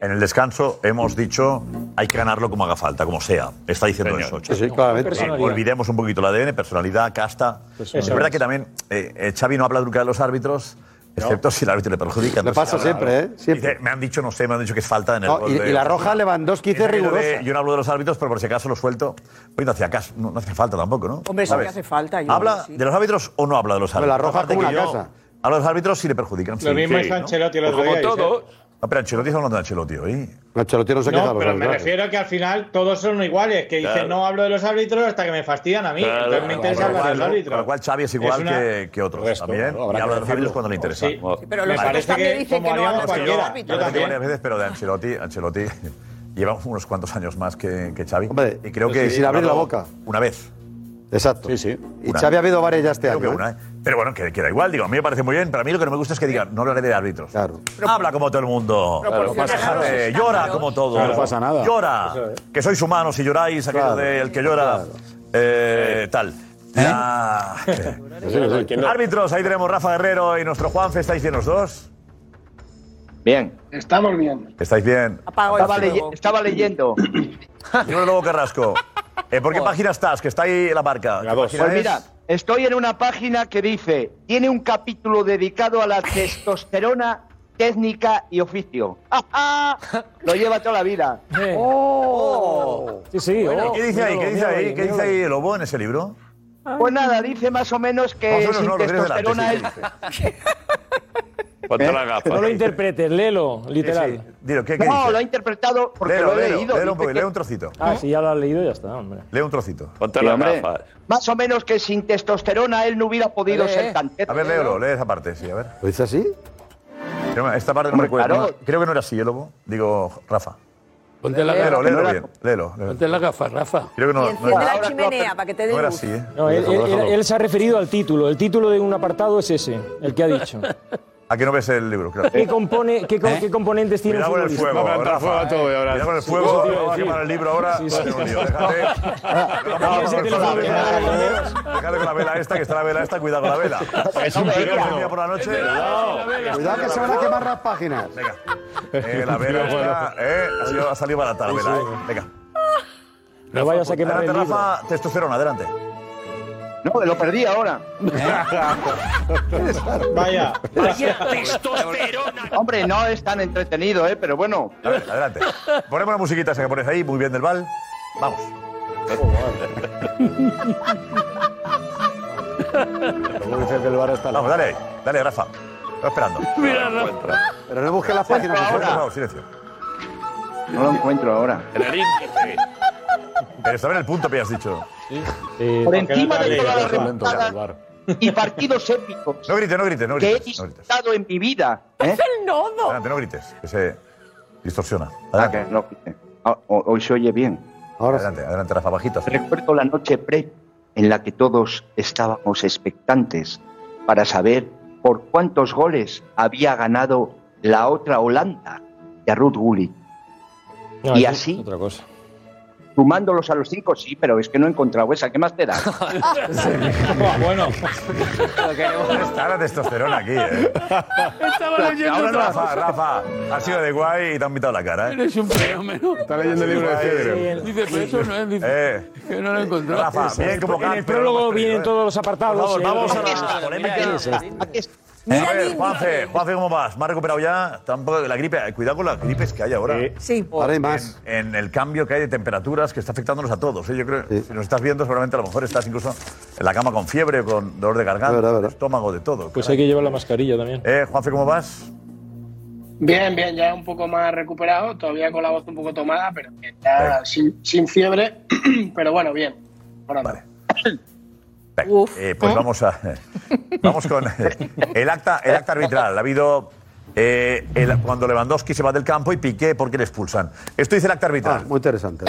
Speaker 5: En el descanso hemos dicho hay que ganarlo como haga falta, como sea. Está diciendo
Speaker 26: Señor.
Speaker 5: eso. Xavi.
Speaker 26: Sí, sí, claramente.
Speaker 5: Eh,
Speaker 26: Personalidad.
Speaker 5: olvidemos un poquito la ADN, personalidad, casta. Es
Speaker 26: Personalidad.
Speaker 5: verdad que también eh, eh, Xavi no habla nunca de los árbitros, excepto si el árbitro le perjudica. Pues
Speaker 9: Le
Speaker 5: entonces
Speaker 9: pasa
Speaker 5: habla,
Speaker 9: siempre,
Speaker 5: habla.
Speaker 9: ¿eh? Siempre.
Speaker 5: Dice, me han dicho, no sé, me han dicho que es falta en el
Speaker 9: No,
Speaker 5: gol
Speaker 9: y,
Speaker 5: de-
Speaker 9: y la roja Lewandowski
Speaker 5: Es
Speaker 9: dice
Speaker 5: aquello de,
Speaker 9: rigurosa.
Speaker 5: Yo no hablo de los árbitros, pero por si acaso los suelto. Pues no hacía caso, no, no hacía falta tampoco, ¿no?
Speaker 7: Hombre, sí
Speaker 5: ¿Sabes?
Speaker 7: que hace falta. yo
Speaker 5: ¿Habla
Speaker 7: sí.
Speaker 5: de los árbitros o no habla de los
Speaker 9: Hombre, la
Speaker 5: árbitros?
Speaker 9: roja
Speaker 5: Aparte
Speaker 9: como
Speaker 5: que
Speaker 9: una
Speaker 5: yo-
Speaker 9: casa.
Speaker 5: Habla de los árbitros si le perjudican.
Speaker 16: Lo mismo hizo Ancelotti el otro día, Josep.
Speaker 5: No, pero Ancelotti está hablando de Ancelotti hoy.
Speaker 9: Ancelotti no se
Speaker 16: No, pero me refiero a que al final todos son iguales. Que dicen,
Speaker 5: Claro.
Speaker 16: no hablo de los árbitros hasta que me fastidian a mí.
Speaker 5: Claro,
Speaker 16: Entonces me interesa
Speaker 5: con lo
Speaker 16: hablar
Speaker 5: cual-
Speaker 16: de los árbitros.
Speaker 5: Con lo cual Xavi es igual
Speaker 16: Es una-
Speaker 5: que, que otros también.
Speaker 16: claro,
Speaker 5: y habla de
Speaker 16: habrá que
Speaker 5: los
Speaker 16: decirlo.
Speaker 5: árbitros cuando le interesa.
Speaker 16: pero los Me otros parece también que, dicen que como no haríamos hablan de los cualquiera. árbitros.
Speaker 5: Yo
Speaker 16: Yo
Speaker 5: también. varias
Speaker 16: también.
Speaker 5: veces, pero de Ancelotti, Ancelotti lleva unos cuantos años más que, que Xavi. y creo
Speaker 9: pues
Speaker 5: que
Speaker 9: sí, sin abrir la
Speaker 5: ganó
Speaker 9: boca.
Speaker 5: Una vez.
Speaker 9: Exacto. Sí,
Speaker 5: sí.
Speaker 9: Y Xavi ha habido varias ya este
Speaker 5: Creo
Speaker 9: año.
Speaker 5: que una, ¿eh? Pero bueno, que, que da igual, digo, a mí me parece muy bien, pero a mí lo que no me gusta es que digan, no hablaré de árbitros. Claro. Habla como todo el mundo.
Speaker 2: Claro, no pasa nada.
Speaker 5: Déjate, llora como todo.
Speaker 2: Claro, no pasa nada.
Speaker 5: Llora.
Speaker 2: Eso es.
Speaker 5: Que sois humanos y lloráis, aquello
Speaker 2: Claro.
Speaker 5: de el que llora. eh, tal. La- Árbitros, pues ahí tenemos Rafa Guerrero y nuestro Juanfe, ¿estáis bien los dos? Bien.
Speaker 21: Estamos bien. [laughs]
Speaker 5: ¿Estáis bien?
Speaker 21: Estaba, leye- estaba leyendo.
Speaker 5: Pues Señor Lobo Carrasco, eh, ¿por qué página estás? Que está ahí la marca. La
Speaker 21: Pues mira, estoy en una página que dice, tiene un capítulo dedicado a la testosterona, técnica y oficio. [laughs] ¡Ja, ja! Lo lleva toda la vida.
Speaker 5: Oh. Sí, sí. ¿Qué dice ahí? ¿Qué dice ahí? ¿Qué dice ahí Lobo en ese libro?
Speaker 21: Pues nada, dice más o menos
Speaker 5: Más o
Speaker 21: que
Speaker 5: menos
Speaker 21: sin
Speaker 5: no, lo tienes
Speaker 21: testosterona
Speaker 5: delante,
Speaker 21: es-
Speaker 11: Ponte la gapa.
Speaker 4: ¿Eh? No lo interpretes, léelo, literal.
Speaker 5: Dilo, ¿qué,
Speaker 21: No, lo he interpretado porque
Speaker 5: Léelo,
Speaker 21: lo he
Speaker 5: léelo,
Speaker 21: leído.
Speaker 5: léelo
Speaker 21: Dice
Speaker 5: un poquito,
Speaker 21: que- ¿Mm?
Speaker 5: léelo un trocito.
Speaker 4: Ah, si ya lo has leído, ya está, hombre.
Speaker 5: Lee un trocito.
Speaker 11: Ponte
Speaker 21: Sí, las hombre. gafas. Más o menos que sin testosterona él no hubiera podido
Speaker 4: Eh,
Speaker 5: Lee.
Speaker 21: ser cantero.
Speaker 5: A ver, léelo, lee esa parte, sí, a ver.
Speaker 9: ¿Lo dice así?
Speaker 5: Esta parte no recuerdo.
Speaker 21: claro.
Speaker 5: no, creo que no era así, ¿eh, Lobo. Digo, Rafa.
Speaker 14: Ponte la gafa.
Speaker 5: léelo, léelo bien, léelo. léelo.
Speaker 14: Ponte la gafa, Rafa.
Speaker 5: Creo que no, no
Speaker 7: Enciende
Speaker 5: era-
Speaker 7: la chimenea para que te dé
Speaker 5: no era
Speaker 7: luz.
Speaker 5: así,
Speaker 7: [laughs]
Speaker 5: ¿eh?
Speaker 4: No, él,
Speaker 5: Déjalo,
Speaker 4: él-
Speaker 5: déjalo.
Speaker 4: él se ha referido al título. El título de un apartado es ese, el que ha dicho.
Speaker 5: ¿A Ah, que no ves el libro? Claro.
Speaker 4: ¿Qué, compone, qué, co-
Speaker 5: ¿Eh?
Speaker 4: qué componentes tiene
Speaker 5: Cuidado
Speaker 4: un
Speaker 5: con el
Speaker 4: futbolista?
Speaker 5: fuego. Rafa, eh. Cuidado con el
Speaker 4: Sí, eso
Speaker 5: fuego.
Speaker 4: te iba a
Speaker 5: Vamos a
Speaker 4: decir.
Speaker 5: quemar el libro ahora.
Speaker 4: Sí,
Speaker 5: va
Speaker 4: sí.
Speaker 5: a ser un lío. Déjate. Déjate con el fuego, déjate. Déjate con la vela esta, que está la vela esta. Cuidado con la vela.
Speaker 9: Es un pirómano.
Speaker 5: día por la noche.
Speaker 9: Cuidado que se van a quemar las páginas.
Speaker 5: Eh, la vela está, eh, ha, sido- ha salido barata la
Speaker 9: Sí,
Speaker 5: vela,
Speaker 9: sí.
Speaker 5: eh. Venga.
Speaker 4: No vayas a quemar el
Speaker 5: adelante,
Speaker 4: libro.
Speaker 5: Rafa, testosterona, adelante.
Speaker 21: No, lo perdí
Speaker 5: [laughs]
Speaker 21: ahora.
Speaker 16: Vaya.
Speaker 21: Hombre, no es tan entretenido, ¿eh? Pero bueno.
Speaker 5: A ver, adelante. Ponemos la musiquita esa que pones ahí, muy bien del bal. Vamos. Vamos, dale ahí. Dale, Rafa. Estoy esperando.
Speaker 14: Mira,
Speaker 9: Pero no busques las páginas.
Speaker 21: Ahora.
Speaker 5: Por favor, silencio.
Speaker 21: No lo encuentro ahora.
Speaker 5: Pero saber el punto que has dicho.
Speaker 21: Por encima de todas las remontadas y partidos épicos
Speaker 5: No grites, no grites, no
Speaker 21: que he
Speaker 5: grites. No grites.
Speaker 21: disfrutado en mi vida. ¿eh?
Speaker 7: el nodo!
Speaker 5: Adelante, no grites, que se distorsiona.
Speaker 21: Ah, que no, que- ah, ho- Hoy se oye bien.
Speaker 5: [laughs] adelante, adelante, Rafa, bajito.
Speaker 21: Recuerdo la noche pre en la que todos estábamos expectantes para saber por cuántos goles había ganado la otra Holanda de Ruth Gullit.
Speaker 4: No,
Speaker 21: y
Speaker 4: eso es
Speaker 21: así,
Speaker 4: Otra cosa.
Speaker 21: sumándolos a los cinco, sí, pero es que no he encontrado esa. ¿Qué más te da?
Speaker 16: bueno.
Speaker 5: Está la testosterona aquí, ¿eh?
Speaker 14: Estaba leyendo
Speaker 5: Ahora
Speaker 14: otra
Speaker 5: Rafa,
Speaker 14: cosa.
Speaker 5: Rafa. Ha sido de guay y te han pintado la cara, ¿eh?
Speaker 14: Eres un fenómeno.
Speaker 15: Está leyendo el libro de Federer.
Speaker 14: Dice, pero eso no es. Dice,
Speaker 5: Eh,
Speaker 14: que no lo he encontrado.
Speaker 5: Rafa, bien como
Speaker 4: En el prólogo vienen todos los apartados.
Speaker 5: Por favor,
Speaker 4: eh,
Speaker 5: vamos a
Speaker 4: los-
Speaker 5: la polémica.
Speaker 4: Mira, mira,
Speaker 5: Eh, a ver, Juanfe, Juanfe, ¿cómo vas? ¿Me has recuperado ya? Tampoco la gripe. eh, Cuidado con las gripes que hay ahora.
Speaker 7: Sí.
Speaker 9: Ahora hay más.
Speaker 5: En el cambio que hay de temperaturas que está afectándonos a todos. ¿eh? Yo creo si nos estás viendo, seguramente a lo mejor estás incluso en la cama con fiebre, con dolor de garganta, estómago, de todo.
Speaker 4: Pues hay que llevar la mascarilla también.
Speaker 5: Eh, Juanfe, ¿cómo vas?
Speaker 1: Bien, bien, ya un poco más recuperado, todavía con la voz un poco tomada, pero que ya sin, sin
Speaker 13: [clears throat]
Speaker 1: fiebre, pero bueno, bien. Por ahora.
Speaker 5: Venga, eh, pues vamos a vamos con eh, el acta el acta arbitral. Ha habido eh, el- cuando Lewandowski se va del campo y Piqué porque le expulsan. Esto dice el acta arbitral.
Speaker 9: Ah, Muy interesante.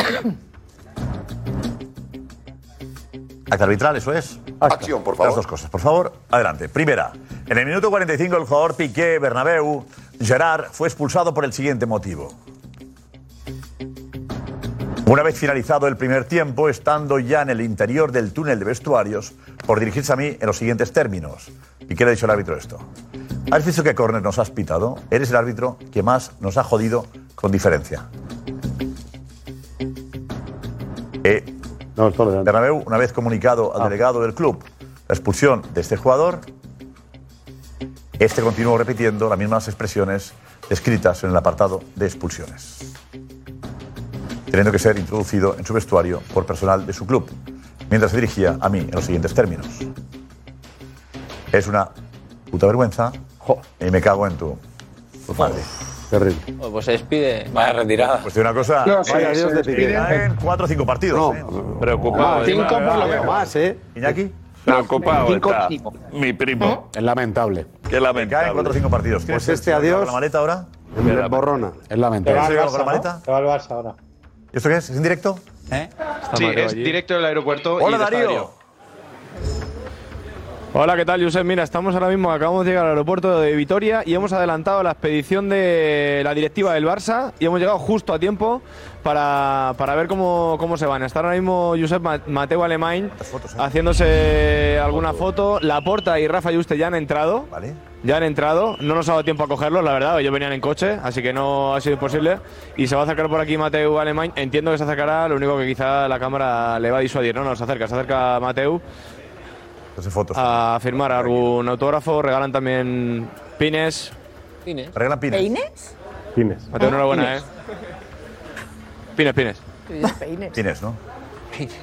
Speaker 5: Acta arbitral, eso es.
Speaker 6: Acción, por favor.
Speaker 5: Las dos cosas, por favor. Adelante. Primera, en el minuto 45 el jugador Piqué Bernabeu Gerard fue expulsado por el siguiente motivo. Una vez finalizado el primer tiempo, estando ya en el interior del túnel de vestuarios, por dirigirse a mí en los siguientes términos. Piqué le ha dicho al árbitro esto. ¿Has visto qué córner nos has pitado? Eres el árbitro que más nos ha jodido con diferencia. Eh, Bernabéu, una vez comunicado al delegado del club la expulsión de este jugador, este continuó repitiendo las mismas expresiones descritas en el apartado de expulsiones, teniendo que ser introducido en su vestuario por personal de su club, mientras se dirigía a mí en los siguientes términos. Es una puta vergüenza y me cago en tu, tu madre. Terrible.
Speaker 17: Pues se despide. Vaya retirada.
Speaker 5: Pues de una cosa,
Speaker 17: No, sí,
Speaker 5: vaya,
Speaker 17: se
Speaker 5: Dios de
Speaker 17: despide.
Speaker 5: Piqué. Ya en cuatro o cinco partidos. ¿eh?
Speaker 11: Preocupado.
Speaker 5: Cinco
Speaker 11: está.
Speaker 5: por lo menos.
Speaker 9: Más, ¿eh?
Speaker 5: Iñaki.
Speaker 11: Preocupado
Speaker 5: Cinco,
Speaker 11: está.
Speaker 5: cinco.
Speaker 11: Mi primo.
Speaker 2: Es lamentable.
Speaker 11: Qué
Speaker 5: Caen cuatro o
Speaker 11: lamentable.
Speaker 5: cinco partidos.
Speaker 9: Pues
Speaker 5: ¿Quién es
Speaker 9: este
Speaker 5: el que va
Speaker 9: adiós.
Speaker 5: con la maleta ahora?
Speaker 9: Borrona.
Speaker 2: Es
Speaker 5: ¿Te
Speaker 2: lamentable.
Speaker 5: vas al Barça,
Speaker 16: ¿no?
Speaker 5: Te
Speaker 16: va al Barça ahora.
Speaker 5: ¿Y esto qué es? ¿Es en directo?
Speaker 3: Sí,
Speaker 5: Mateo
Speaker 3: es
Speaker 5: allí.
Speaker 3: directo del aeropuerto.
Speaker 5: Hola,
Speaker 3: y de
Speaker 5: Darío.
Speaker 27: Hola, ¿qué tal, Josep? Mira, estamos ahora mismo, acabamos de llegar al aeropuerto de Vitoria y hemos adelantado la expedición de la directiva del Barça y hemos llegado justo a tiempo para, para ver cómo, cómo se van. Está ahora mismo Josep Ma- Mateo Alemán haciéndose alguna foto. Laporta y Rafa Yuste ya han entrado. Ya han entrado, no nos ha dado tiempo a cogerlos, la verdad, ellos venían en coche, así que no ha sido imposible. Y se va a acercar por aquí Mateu Alemán, entiendo que se acercará, lo único que quizá la cámara le va a disuadir, no, no, se acerca, se acerca Mateu a firmar algún autógrafo, regalan también pines.
Speaker 17: Pines.
Speaker 5: Regalan
Speaker 7: ¿Peines?
Speaker 27: Pines. Mateo,
Speaker 17: Ah,
Speaker 27: enhorabuena,
Speaker 17: pines.
Speaker 27: ¿eh? Pines, pines.
Speaker 7: Peines.
Speaker 5: Tienes, ¿no? Tienes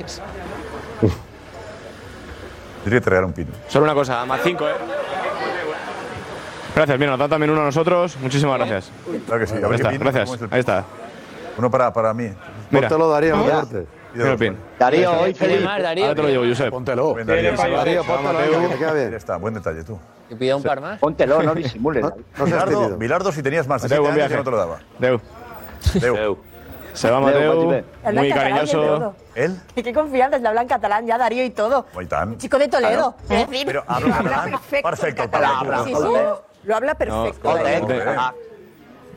Speaker 5: que te regalo un pino.
Speaker 27: Solo una cosa, más cinco, ¿eh? Gracias, mira, nos dan también uno a nosotros. Muchísimas gracias.
Speaker 5: Claro que sí. A
Speaker 27: Ahí
Speaker 5: ver
Speaker 27: está,
Speaker 5: qué pino,
Speaker 27: gracias.
Speaker 5: ¿cómo es el
Speaker 27: Ahí está.
Speaker 5: Uno para, para mí.
Speaker 27: Mira.
Speaker 5: Póntelo, Darío,
Speaker 27: Mira.
Speaker 5: por favor.
Speaker 27: Mira el pin.
Speaker 5: Darío,
Speaker 27: Ahí
Speaker 5: hoy
Speaker 27: está.
Speaker 5: feliz.
Speaker 27: Ahora te lo llevo, Josep.
Speaker 5: Póntelo.
Speaker 27: Bien,
Speaker 5: Darío,
Speaker 27: Darío,
Speaker 5: Darío,
Speaker 27: Darío,
Speaker 5: póntelo,
Speaker 27: póntelo, que
Speaker 5: venga, que bien. Ya está, buen detalle tú.
Speaker 17: ¿Que pida un par más?
Speaker 21: Póntelo, no disimules. David.
Speaker 5: Bilardo, Bilardo, si tenías más de
Speaker 27: Adeu,
Speaker 5: 7
Speaker 27: buen
Speaker 5: años,
Speaker 27: viaje.
Speaker 5: yo no te lo daba.
Speaker 27: Deu.
Speaker 5: Deu.
Speaker 27: Se va Mateu. Muy cariñoso.
Speaker 5: ¿Él?
Speaker 13: Hay que confiar, desde hablan catalán, ya Darío y todo.
Speaker 5: Ahí tan.
Speaker 13: Chico de Toledo.
Speaker 5: Ah,
Speaker 13: es
Speaker 6: [laughs]
Speaker 13: decir,
Speaker 5: Pero habla catalán. Perfecto, el
Speaker 13: habla,
Speaker 5: padre.
Speaker 13: sí, sí, lo habla perfecto. Darío.
Speaker 17: Ah.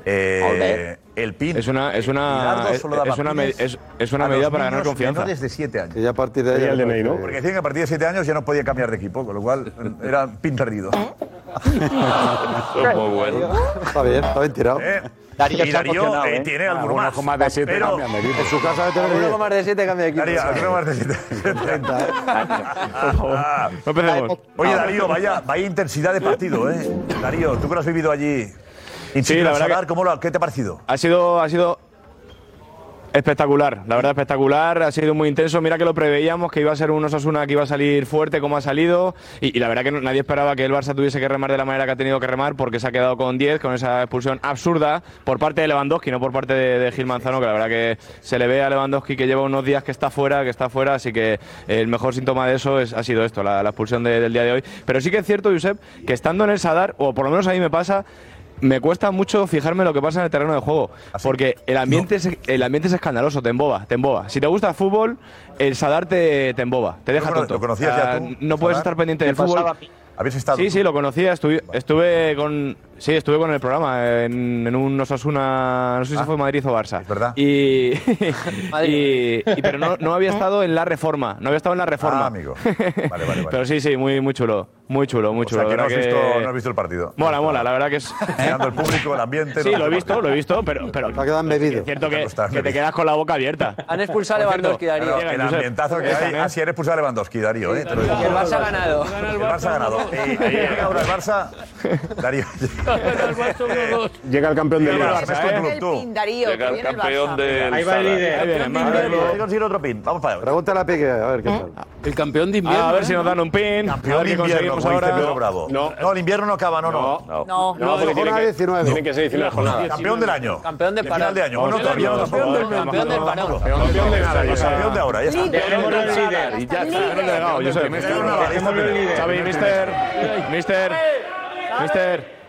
Speaker 5: Eh, el PIN.
Speaker 27: Es una, es una,
Speaker 5: Bilardo
Speaker 27: Ah, es,
Speaker 5: solo daba
Speaker 27: es una, me-
Speaker 5: pines
Speaker 27: es, es
Speaker 5: a
Speaker 27: una
Speaker 5: los
Speaker 27: medida para ganar
Speaker 5: niños
Speaker 27: confianza.
Speaker 5: menores de 7 años.
Speaker 9: Que ya a partir de ahí.
Speaker 5: Sería el
Speaker 9: ya
Speaker 5: DNI,
Speaker 9: no-
Speaker 5: Porque decían que a partir de 7 años ya no podía cambiar de equipo, con lo cual eh, era pin
Speaker 9: [laughs]
Speaker 5: perdido.
Speaker 11: Muy bueno.
Speaker 9: Está bien, está bien tirado.
Speaker 5: Darío Eh, y Darío eh, tiene alguno
Speaker 9: Algunos
Speaker 5: más.
Speaker 9: con más de siete
Speaker 5: pero
Speaker 9: cambian de equipo. En su casa debe tener
Speaker 5: Alguno
Speaker 9: diez.
Speaker 5: con más de 7 cambia de equipo. Darío, alguno más de 7.
Speaker 9: ¿eh?
Speaker 27: No perdemos.
Speaker 5: ¿eh? Ah. Oye, Darío, vaya, vaya intensidad de partido, ¿eh? Darío, tú que lo has vivido allí.
Speaker 27: Sí, la verdad que-
Speaker 5: ¿cómo lo, ¿Qué te ha parecido?
Speaker 27: Ha sido, ha sido espectacular, la verdad espectacular, ha sido muy intenso. Mira que lo preveíamos, que iba a ser un Osasuna que iba a salir fuerte como ha salido. Y, y la verdad que no- nadie esperaba que el Barça tuviese que remar de la manera que ha tenido que remar porque se ha quedado con 10, con esa expulsión absurda por parte de Lewandowski, no por parte de, de Gil Manzano, que la verdad que se le ve a Lewandowski que lleva unos días que está fuera, que está fuera. Así que el mejor síntoma de eso es- ha sido esto, la, la expulsión de- del día de hoy. Pero sí que es cierto, Josep, que estando en el Sadar, o por lo menos a mí me pasa, me cuesta mucho fijarme en lo que pasa en el terreno de juego,
Speaker 5: ¿Ah,
Speaker 27: porque el ambiente, es, el ambiente es escandaloso, te emboba, te emboba. Si te gusta el fútbol, el Sadar te, te emboba, te deja
Speaker 5: ¿Lo cono-
Speaker 27: tonto.
Speaker 5: lo conocías ya
Speaker 27: Ah,
Speaker 5: tú,
Speaker 27: No puedes
Speaker 5: Sadar?
Speaker 27: estar pendiente
Speaker 5: ¿Te
Speaker 27: del fútbol.
Speaker 5: pasaba? ¿Habías estado
Speaker 27: Sí,
Speaker 5: tú?
Speaker 27: sí, lo conocía, estuve, estuve con... Sí, estuve con el programa eh, en, en un Osasuna, no sé
Speaker 5: Ah.
Speaker 27: si fue Madrid o Barça. ¿Verdad? Y, [laughs] y- y- pero no, no [laughs] había estado en la reforma, no había estado en la reforma.
Speaker 5: Ah, amigo.
Speaker 27: [laughs] Pero sí, sí, muy, muy chulo, muy chulo, muy
Speaker 5: O
Speaker 27: chulo.
Speaker 5: sea, que
Speaker 27: la
Speaker 5: no has,
Speaker 27: verdad
Speaker 5: visto,
Speaker 27: que-
Speaker 5: no has visto el partido.
Speaker 27: Mola, mola, la verdad que es.
Speaker 5: Mirando el público, [laughs]
Speaker 27: [laughs]
Speaker 5: el ambiente.
Speaker 27: Sí,
Speaker 5: no
Speaker 27: lo he
Speaker 5: hace
Speaker 27: visto, lo he visto, pero. pero
Speaker 9: ha quedado embebido.
Speaker 27: Es cierto que, que te quedas con la boca
Speaker 5: [laughs]
Speaker 27: abierta.
Speaker 17: Han expulsado a
Speaker 27: Por
Speaker 17: Lewandowski,
Speaker 27: cierto,
Speaker 17: Darío.
Speaker 5: El ambientazo que hay. Así eres pulsar a Lewandowski, Darío. ¿eh? Te lo digo.
Speaker 17: Y el Barça ha ganado.
Speaker 5: El Barça ha ganado. Eh, Llega ahora el Barça.
Speaker 27: [laughs]
Speaker 5: Darío.
Speaker 15: Llega el campeón
Speaker 5: Llega
Speaker 15: del
Speaker 5: el
Speaker 15: Barça.
Speaker 5: Barça, ¿eh?
Speaker 13: El pin, Darío, que viene el Barça.
Speaker 15: Ahí va el líder.
Speaker 5: Hay que conseguir otro pin. Vamos para allá.
Speaker 9: Pregúntale a Piqué, a ver qué tal.
Speaker 14: El campeón de invierno.
Speaker 5: Ah,
Speaker 14: ¿eh?
Speaker 27: A ver si nos dan un pin. a
Speaker 5: Campeón
Speaker 27: ver
Speaker 5: de
Speaker 27: qué
Speaker 5: invierno,
Speaker 27: conseguimos
Speaker 5: como dice
Speaker 27: ahora.
Speaker 5: Pedro Bravo.
Speaker 27: No.
Speaker 5: No, el invierno no acaba, no, no.
Speaker 13: No.
Speaker 15: No, porque tiene
Speaker 9: jornada
Speaker 15: que-
Speaker 9: 19.
Speaker 15: Tiene que ser 19 jornadas.
Speaker 5: Campeón del año.
Speaker 17: Campeón de
Speaker 5: Y
Speaker 17: parón.
Speaker 5: Final de año.
Speaker 17: Campeón
Speaker 5: Bueno,
Speaker 17: del
Speaker 5: todavía no
Speaker 17: año.
Speaker 5: tampoco. ¿eh?
Speaker 17: Campeón del parón.
Speaker 15: Campeón de nada.
Speaker 5: El campeón de ahora, ya está.
Speaker 15: Y ya está.
Speaker 27: Yo sé, Xavi, mister. Mister. Mister.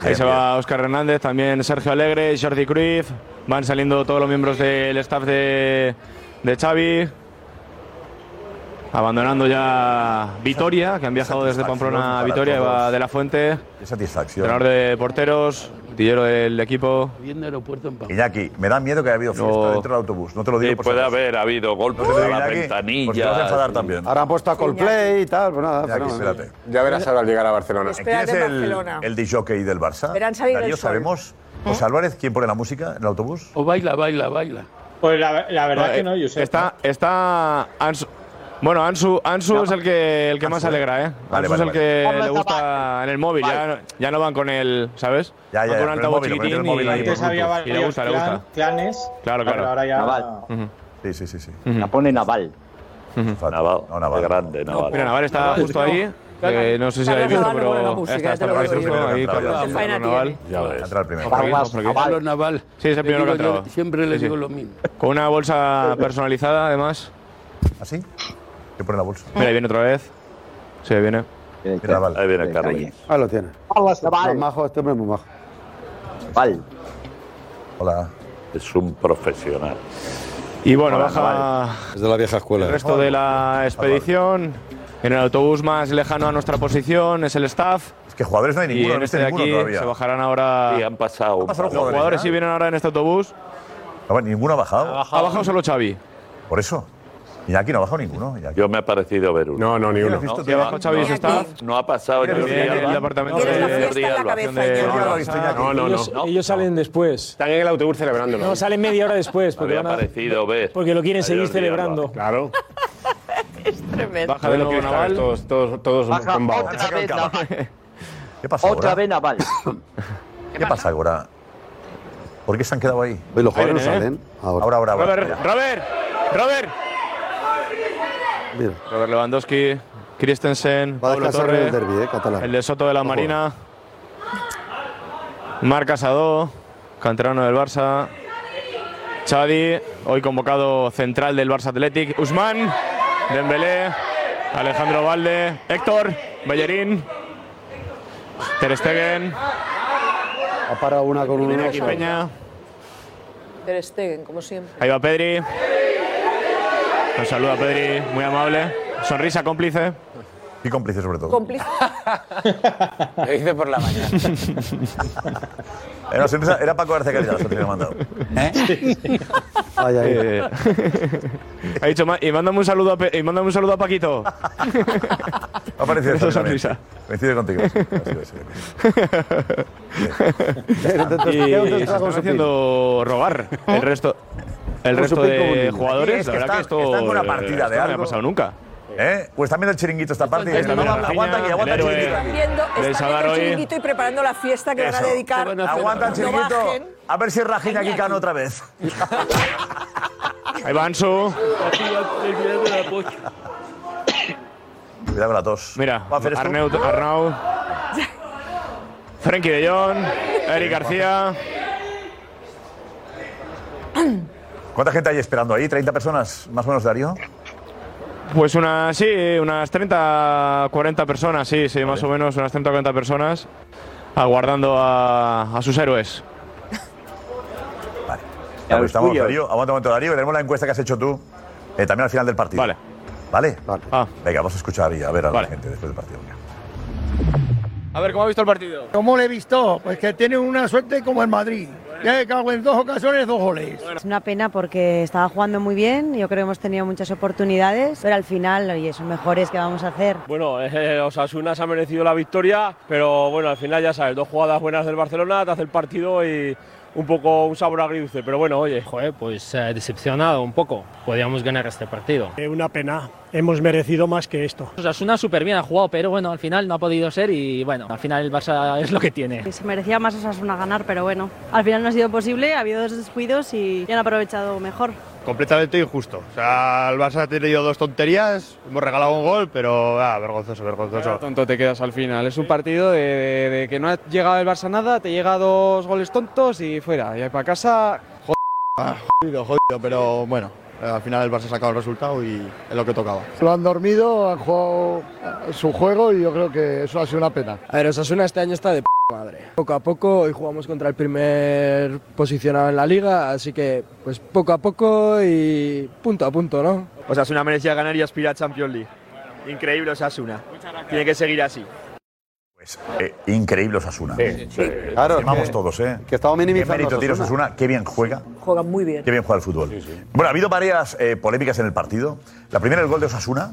Speaker 27: Ahí se va Óscar Hernández, también Sergio Alegre, Jordi Cruyff. Van saliendo todos los miembros del staff de, de Xavi. Abandonando ya Vitoria, que han viajado desde
Speaker 5: satisfacción
Speaker 27: Pamplona a
Speaker 5: para
Speaker 27: Vitoria,
Speaker 5: todos.
Speaker 27: va de la Fuente.
Speaker 5: Qué satisfacción.
Speaker 27: Entrenador de porteros, tillero del equipo.
Speaker 14: Bien de aeropuerto en Pamplona.
Speaker 5: Iñaki, me da miedo que haya habido fiesta
Speaker 27: No.
Speaker 5: dentro del autobús. No te lo digo
Speaker 11: Sí,
Speaker 5: por
Speaker 11: puede
Speaker 5: si acaso.
Speaker 11: haber habido golpes
Speaker 5: No te
Speaker 11: a
Speaker 5: digo,
Speaker 11: la
Speaker 5: Iñaki,
Speaker 11: ventanilla.
Speaker 5: porque te vas a enfadar también.
Speaker 9: Ahora han puesto a Coldplay y tal, pues nada.
Speaker 5: Iñaki,
Speaker 9: fenómeno.
Speaker 5: espérate.
Speaker 15: Ah, Ya verás ahora al llegar a Barcelona.
Speaker 5: ¿Quién
Speaker 13: Espérate,
Speaker 5: es el,
Speaker 13: Barcelona.
Speaker 5: el disjockey del Barça?
Speaker 13: Verán salir
Speaker 5: Darío,
Speaker 13: el sol.
Speaker 5: sabemos.
Speaker 13: ¿Eh?
Speaker 5: José Álvarez, ¿quién pone la música en el autobús?
Speaker 14: O baila, baila, baila.
Speaker 16: Pues la, la verdad
Speaker 27: No,
Speaker 16: que
Speaker 27: eh,
Speaker 16: no, Josep.
Speaker 27: Está, está Ansu. Bueno, Ansu, Ansu es el que, el que más alegra, ¿eh?
Speaker 5: Vale,
Speaker 27: Ansu
Speaker 5: vale,
Speaker 27: es el que
Speaker 16: vale.
Speaker 27: le gusta en el móvil. Ya, no- ya no van con el, ¿sabes?
Speaker 5: Ya, ya,
Speaker 27: van con
Speaker 5: ya,
Speaker 27: un
Speaker 5: pero el
Speaker 27: altavoz
Speaker 5: móvil, lo meten
Speaker 27: chiquitín
Speaker 5: el móvil
Speaker 27: y,
Speaker 5: ahí por
Speaker 16: Antes había
Speaker 5: Bluetooth.
Speaker 27: y le
Speaker 16: varios
Speaker 27: gusta, le
Speaker 16: clan-
Speaker 27: gusta.
Speaker 16: clanes.
Speaker 27: Claro,
Speaker 16: pero
Speaker 27: claro.
Speaker 16: Ahora ya.
Speaker 21: Naval.
Speaker 27: Ujú.
Speaker 5: Sí, sí, sí. sí.
Speaker 21: La pone Naval.
Speaker 11: Naval.
Speaker 5: No, Naval.
Speaker 11: Grande, Naval.
Speaker 27: Mira, Naval está justo ahí. que no sé si lo habéis visto,
Speaker 13: Carlos Naval no pone la
Speaker 27: pero
Speaker 13: música,
Speaker 27: está,
Speaker 13: ya te
Speaker 27: está
Speaker 13: lo
Speaker 27: Carlos
Speaker 13: digo
Speaker 5: yo.
Speaker 27: Naval ahí,
Speaker 5: Qué
Speaker 27: Carlos-
Speaker 13: faena
Speaker 27: Carlos
Speaker 13: tiene.
Speaker 27: Naval.
Speaker 5: Ya ves. Entra el primero.
Speaker 27: Por aquí,
Speaker 21: Aguas,
Speaker 27: por aquí.
Speaker 21: aguas.
Speaker 14: Carlos Naval.
Speaker 27: Sí, es el
Speaker 14: Le
Speaker 27: primero que ha
Speaker 14: digo yo,
Speaker 27: entrado.
Speaker 14: Siempre le
Speaker 27: Sí, sí.
Speaker 14: digo lo mismo.
Speaker 27: Con una bolsa personalizada, además.
Speaker 5: ¿Así? ¿Qué pone en la bolsa?
Speaker 27: Mira, ahí viene otra vez. Sí, ahí viene.
Speaker 5: Mira, Naval.
Speaker 11: Ahí viene
Speaker 21: De
Speaker 11: Carlos.
Speaker 21: calle.
Speaker 9: Ahí lo tiene.
Speaker 21: Aguas,
Speaker 9: Más
Speaker 21: Naval.
Speaker 9: majo, este hombre es muy majo.
Speaker 21: Naval.
Speaker 5: Hola.
Speaker 11: Es un profesional.
Speaker 27: Y bueno,
Speaker 11: Hola,
Speaker 27: baja.
Speaker 11: Naval.
Speaker 6: Es de la vieja escuela.
Speaker 27: El resto de la expedición, en el autobús más lejano a nuestra posición, es el staff.
Speaker 5: Es que jugadores no hay
Speaker 27: Y
Speaker 5: ninguno,
Speaker 27: en
Speaker 5: no
Speaker 27: este
Speaker 5: está
Speaker 27: de
Speaker 5: ninguno
Speaker 27: aquí
Speaker 5: todavía.
Speaker 27: se bajarán ahora.
Speaker 11: Y han pasado. un
Speaker 5: pasado
Speaker 27: Los
Speaker 11: par.
Speaker 5: jugadores,
Speaker 27: jugadores
Speaker 5: ¿eh?
Speaker 27: si vienen ahora en este autobús.
Speaker 5: No, Ah, bueno, ninguno ha bajado.
Speaker 27: Ha bajado solo Xavi.
Speaker 5: Por eso. Iñaki no ha bajado ninguno. Iñaki.
Speaker 11: Yo me ha parecido ver uno.
Speaker 15: No, no, ni uno.
Speaker 5: ¿Has visto
Speaker 11: No,
Speaker 5: tú,
Speaker 27: Y abajo
Speaker 5: Iñaki?
Speaker 27: Xavi
Speaker 13: Mira
Speaker 27: su staff.
Speaker 11: No ha pasado en
Speaker 27: Jordi en el departamento
Speaker 13: Tienes la
Speaker 27: de.
Speaker 13: fiesta en la cabeza.
Speaker 27: de-
Speaker 13: ya.
Speaker 5: No, no, lo he visto, Iñaki.
Speaker 15: No, no, no.
Speaker 8: Ellos, ellos salen después.
Speaker 15: Están en el autobús celebrándolo.
Speaker 8: No, salen media hora después porque,
Speaker 11: Había
Speaker 8: van a-
Speaker 11: parecido ver.
Speaker 8: porque lo quieren
Speaker 11: a
Speaker 8: seguir
Speaker 11: Jordi
Speaker 8: celebrando.
Speaker 15: Claro.
Speaker 13: Tremendo.
Speaker 27: Baja de
Speaker 15: Lo
Speaker 27: nuevo
Speaker 15: quieres saber,
Speaker 27: Naval.
Speaker 15: Todos, todos, todos
Speaker 21: Baja
Speaker 15: con vaho.
Speaker 5: Han
Speaker 21: otra
Speaker 5: sacado el
Speaker 21: vez
Speaker 5: cava.
Speaker 21: [laughs] Naval.
Speaker 5: ¿Qué pasa
Speaker 21: Otra
Speaker 5: ahora?
Speaker 21: vez Naval.
Speaker 5: ¿Qué pasa ahora? ¿Por qué se han quedado ahí?
Speaker 9: Hoy los jugadores no
Speaker 27: viene, ¿eh?
Speaker 9: salen. Ahora.
Speaker 5: Ahora, ahora, ahora.
Speaker 27: Robert, Robert, Robert. Robert Lewandowski, Christensen, Pablo
Speaker 2: descansar en
Speaker 27: Torre,
Speaker 2: el derbi, eh, catalán.
Speaker 27: el de Soto de la
Speaker 2: No
Speaker 27: Marina, Marc Casado, canterano del Barça, Xavi, hoy convocado central del Barça Athletic, Usman, Dembélé, Alejandro Valde, Héctor, Bellerín, Ter Stegen,
Speaker 2: Ha parado una con un
Speaker 27: Iñaki Peña.
Speaker 7: Ter Stegen, como
Speaker 27: [laughs]
Speaker 7: siempre.
Speaker 27: Ahí va Pedri. Nos saluda Pedri, muy amable. Sonrisa cómplice.
Speaker 5: Y cómplice sobre
Speaker 27: Pues,
Speaker 5: todo.
Speaker 7: Cómplice.
Speaker 5: Lo hice por la mañana.
Speaker 17: [laughs]
Speaker 5: era, una sonrisa- era Paco García Calidad la sonrisa que me ha mandado. ¿Eh? ay.
Speaker 27: Eh, ha dicho, "Ma- y mándame un saludo a, Pe- y mándame un saludo a Paquito.
Speaker 5: Va a aparecer
Speaker 27: Esa
Speaker 5: también.
Speaker 27: sonrisa.
Speaker 5: Coincide contigo. sí, sí, sí.
Speaker 27: y se están haciendo rogar
Speaker 5: ¿Eh?
Speaker 27: el resto, el
Speaker 5: Con
Speaker 27: resto
Speaker 5: su pico
Speaker 27: de
Speaker 5: bonito.
Speaker 27: jugadores.
Speaker 5: Es
Speaker 27: la
Speaker 5: que
Speaker 27: verdad que
Speaker 5: están-
Speaker 27: esto, eh,
Speaker 5: están con una partida
Speaker 27: esto
Speaker 5: de
Speaker 27: no había
Speaker 5: algo.
Speaker 27: pasado nunca.
Speaker 5: ¿Eh? Pues también el chiringuito esta parte. y
Speaker 27: Esta
Speaker 5: no,
Speaker 27: mira,
Speaker 5: aguanta
Speaker 27: Rafinha,
Speaker 5: aquí, aguanta
Speaker 27: el
Speaker 5: el
Speaker 27: héroe.
Speaker 5: chiringuito aquí.
Speaker 7: Viendo,
Speaker 27: Les
Speaker 7: está
Speaker 27: Sadar
Speaker 7: viendo el
Speaker 27: hoy-
Speaker 7: chiringuito y preparando la fiesta que van a
Speaker 5: pues, Eso.
Speaker 7: dedicar.
Speaker 5: Aguanta el
Speaker 7: No
Speaker 5: chiringuito.
Speaker 7: bajen.
Speaker 5: A ver si Rajiña aquí Cano otra vez.
Speaker 27: Ahí va Ansu.
Speaker 5: Cuidado con la tos.
Speaker 27: Mira,
Speaker 5: hacer esto?
Speaker 27: Arnau, Arnau. Frenkie de Jong, Eric García.
Speaker 5: ¿Cuánta gente hay esperando ahí? ¿30 personas? Más o menos, Darío.
Speaker 27: Pues unas, sí, unas 30, 40 personas, sí, sí, más o menos, unas 30, 40 personas aguardando a, a sus héroes.
Speaker 5: Ya, pues estamos,
Speaker 27: tuyos.
Speaker 5: Darío. Aguanta un momento, Darío. que Tenemos la encuesta que has hecho tú eh, también al final del partido. Vale. ¿Vale? Venga, vamos a escuchar y a ver a la gente después del partido.
Speaker 27: A ver, ¿cómo ha visto el partido?
Speaker 21: ¿Cómo le he visto? Pues que tiene una suerte como el Madrid. Ya que cago en dos ocasiones, dos goles.
Speaker 6: Es una pena porque estaba jugando muy bien, yo creo que hemos tenido muchas oportunidades, pero al final, oye, son mejores que vamos a hacer.
Speaker 4: Bueno, eh, Osasuna se ha merecido la victoria, pero bueno, al final ya sabes, dos jugadas buenas del Barcelona, te hace el partido y un poco un sabor agridulce, pero bueno, oye.
Speaker 17: Joder, pues eh, decepcionado un poco. Podíamos ganar este partido.
Speaker 21: Eh, una pena. Hemos merecido más que esto.
Speaker 17: Osasuna súper bien ha jugado, pero bueno, al final no ha podido ser y bueno, al final el Barça es lo que tiene.
Speaker 6: Se merecía más Osasuna ganar, pero bueno, al final no ha sido posible, ha habido dos descuidos y ya han aprovechado mejor.
Speaker 28: Completamente injusto. O sea, el Barça ha tenido dos tonterías, hemos regalado un gol, pero ah, vergonzoso, vergonzoso.
Speaker 17: Tonto te quedas al final. Es un partido de, de- de que no ha llegado el Barça nada, te llega dos goles tontos y fuera. Y para casa.
Speaker 28: Ah, jodido, jodido, pero bueno, eh, al final el Barça ha sacado el resultado y es lo que tocaba.
Speaker 21: Lo han dormido, han jugado su juego y yo creo que eso ha sido una pena.
Speaker 17: A ver, Osasuna este año está de p madre. Poco a poco, hoy jugamos contra el primer posicionado en la liga, así que pues poco a poco y punto a punto, ¿no?
Speaker 28: O sea, Asuna merecía ganar y aspira a Champions [laughs] League. Increíble Osasuna. Tiene que seguir así.
Speaker 5: Eh, increíble Osasuna.
Speaker 28: Sí, sí.
Speaker 5: Claro.
Speaker 28: Claro,
Speaker 5: Vamos
Speaker 28: que-
Speaker 5: todos, ¿eh?
Speaker 2: que estaba minimizando
Speaker 5: Qué mérito tiene
Speaker 2: Osasuna.
Speaker 5: Osasuna, qué bien juega.
Speaker 21: Juegan muy bien.
Speaker 5: Qué bien juega el fútbol. Bueno, ha habido varias eh, polémicas en el partido. La primera, el gol de Osasuna.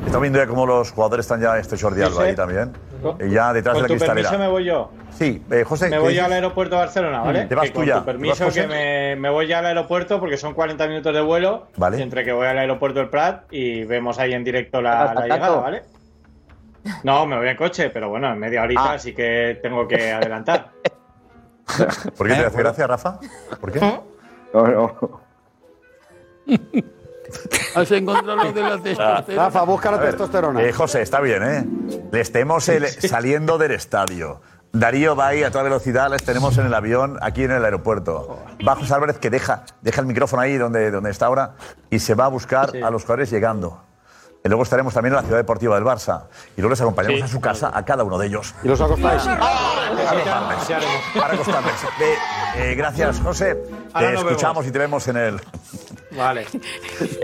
Speaker 5: Estamos viendo ya cómo los jugadores están ya, este Jordi Alba ahí
Speaker 16: Josep.
Speaker 5: también. Y ya detrás de
Speaker 16: Con
Speaker 5: la
Speaker 16: tu permiso me
Speaker 5: cristalera.
Speaker 16: voy yo.
Speaker 5: Sí, eh, José.
Speaker 16: me
Speaker 5: ¿qué
Speaker 16: voy
Speaker 5: dices?
Speaker 16: yo al aeropuerto de Barcelona, ¿vale?
Speaker 5: Te vas
Speaker 16: Que
Speaker 5: tú
Speaker 16: con
Speaker 5: ya.
Speaker 16: tu
Speaker 5: ¿Te vas,
Speaker 16: permiso
Speaker 5: José?
Speaker 16: que me, me voy ya al aeropuerto porque son 40 minutos de vuelo.
Speaker 5: Vale.
Speaker 16: y Entre que voy al aeropuerto del Prat y vemos ahí en directo la,
Speaker 5: ¿Te vas
Speaker 16: la
Speaker 5: a
Speaker 16: llegada,
Speaker 5: Tato?
Speaker 16: ¿vale? No, me voy en coche, pero bueno, en media
Speaker 5: Ah.
Speaker 16: horita, así que tengo que adelantar.
Speaker 5: ¿Por
Speaker 27: Eh,
Speaker 5: qué te hace gracia, Rafa? ¿Por qué?
Speaker 29: ¿Eh? No, no.
Speaker 30: Has encontrado lo de las testosterona.
Speaker 5: busca la testosterona. Eh, José, está bien, ¿eh? Les tenemos el- saliendo del estadio. Darío va ahí a toda velocidad, les tenemos en el avión, aquí en el aeropuerto. Bajos Álvarez que deja, deja el micrófono ahí donde, donde está ahora y se va a buscar a los jugadores llegando. Y luego estaremos también en la ciudad deportiva del Barça. Y luego les acompañaremos
Speaker 2: Sí.
Speaker 5: a su casa, a cada uno de ellos.
Speaker 2: Y los acostáis.
Speaker 5: ¿eh? Para acostarles. Eh, eh, gracias, José.
Speaker 2: Ahora
Speaker 5: Te
Speaker 2: nos
Speaker 5: escuchamos y te vemos en el
Speaker 17: Vale.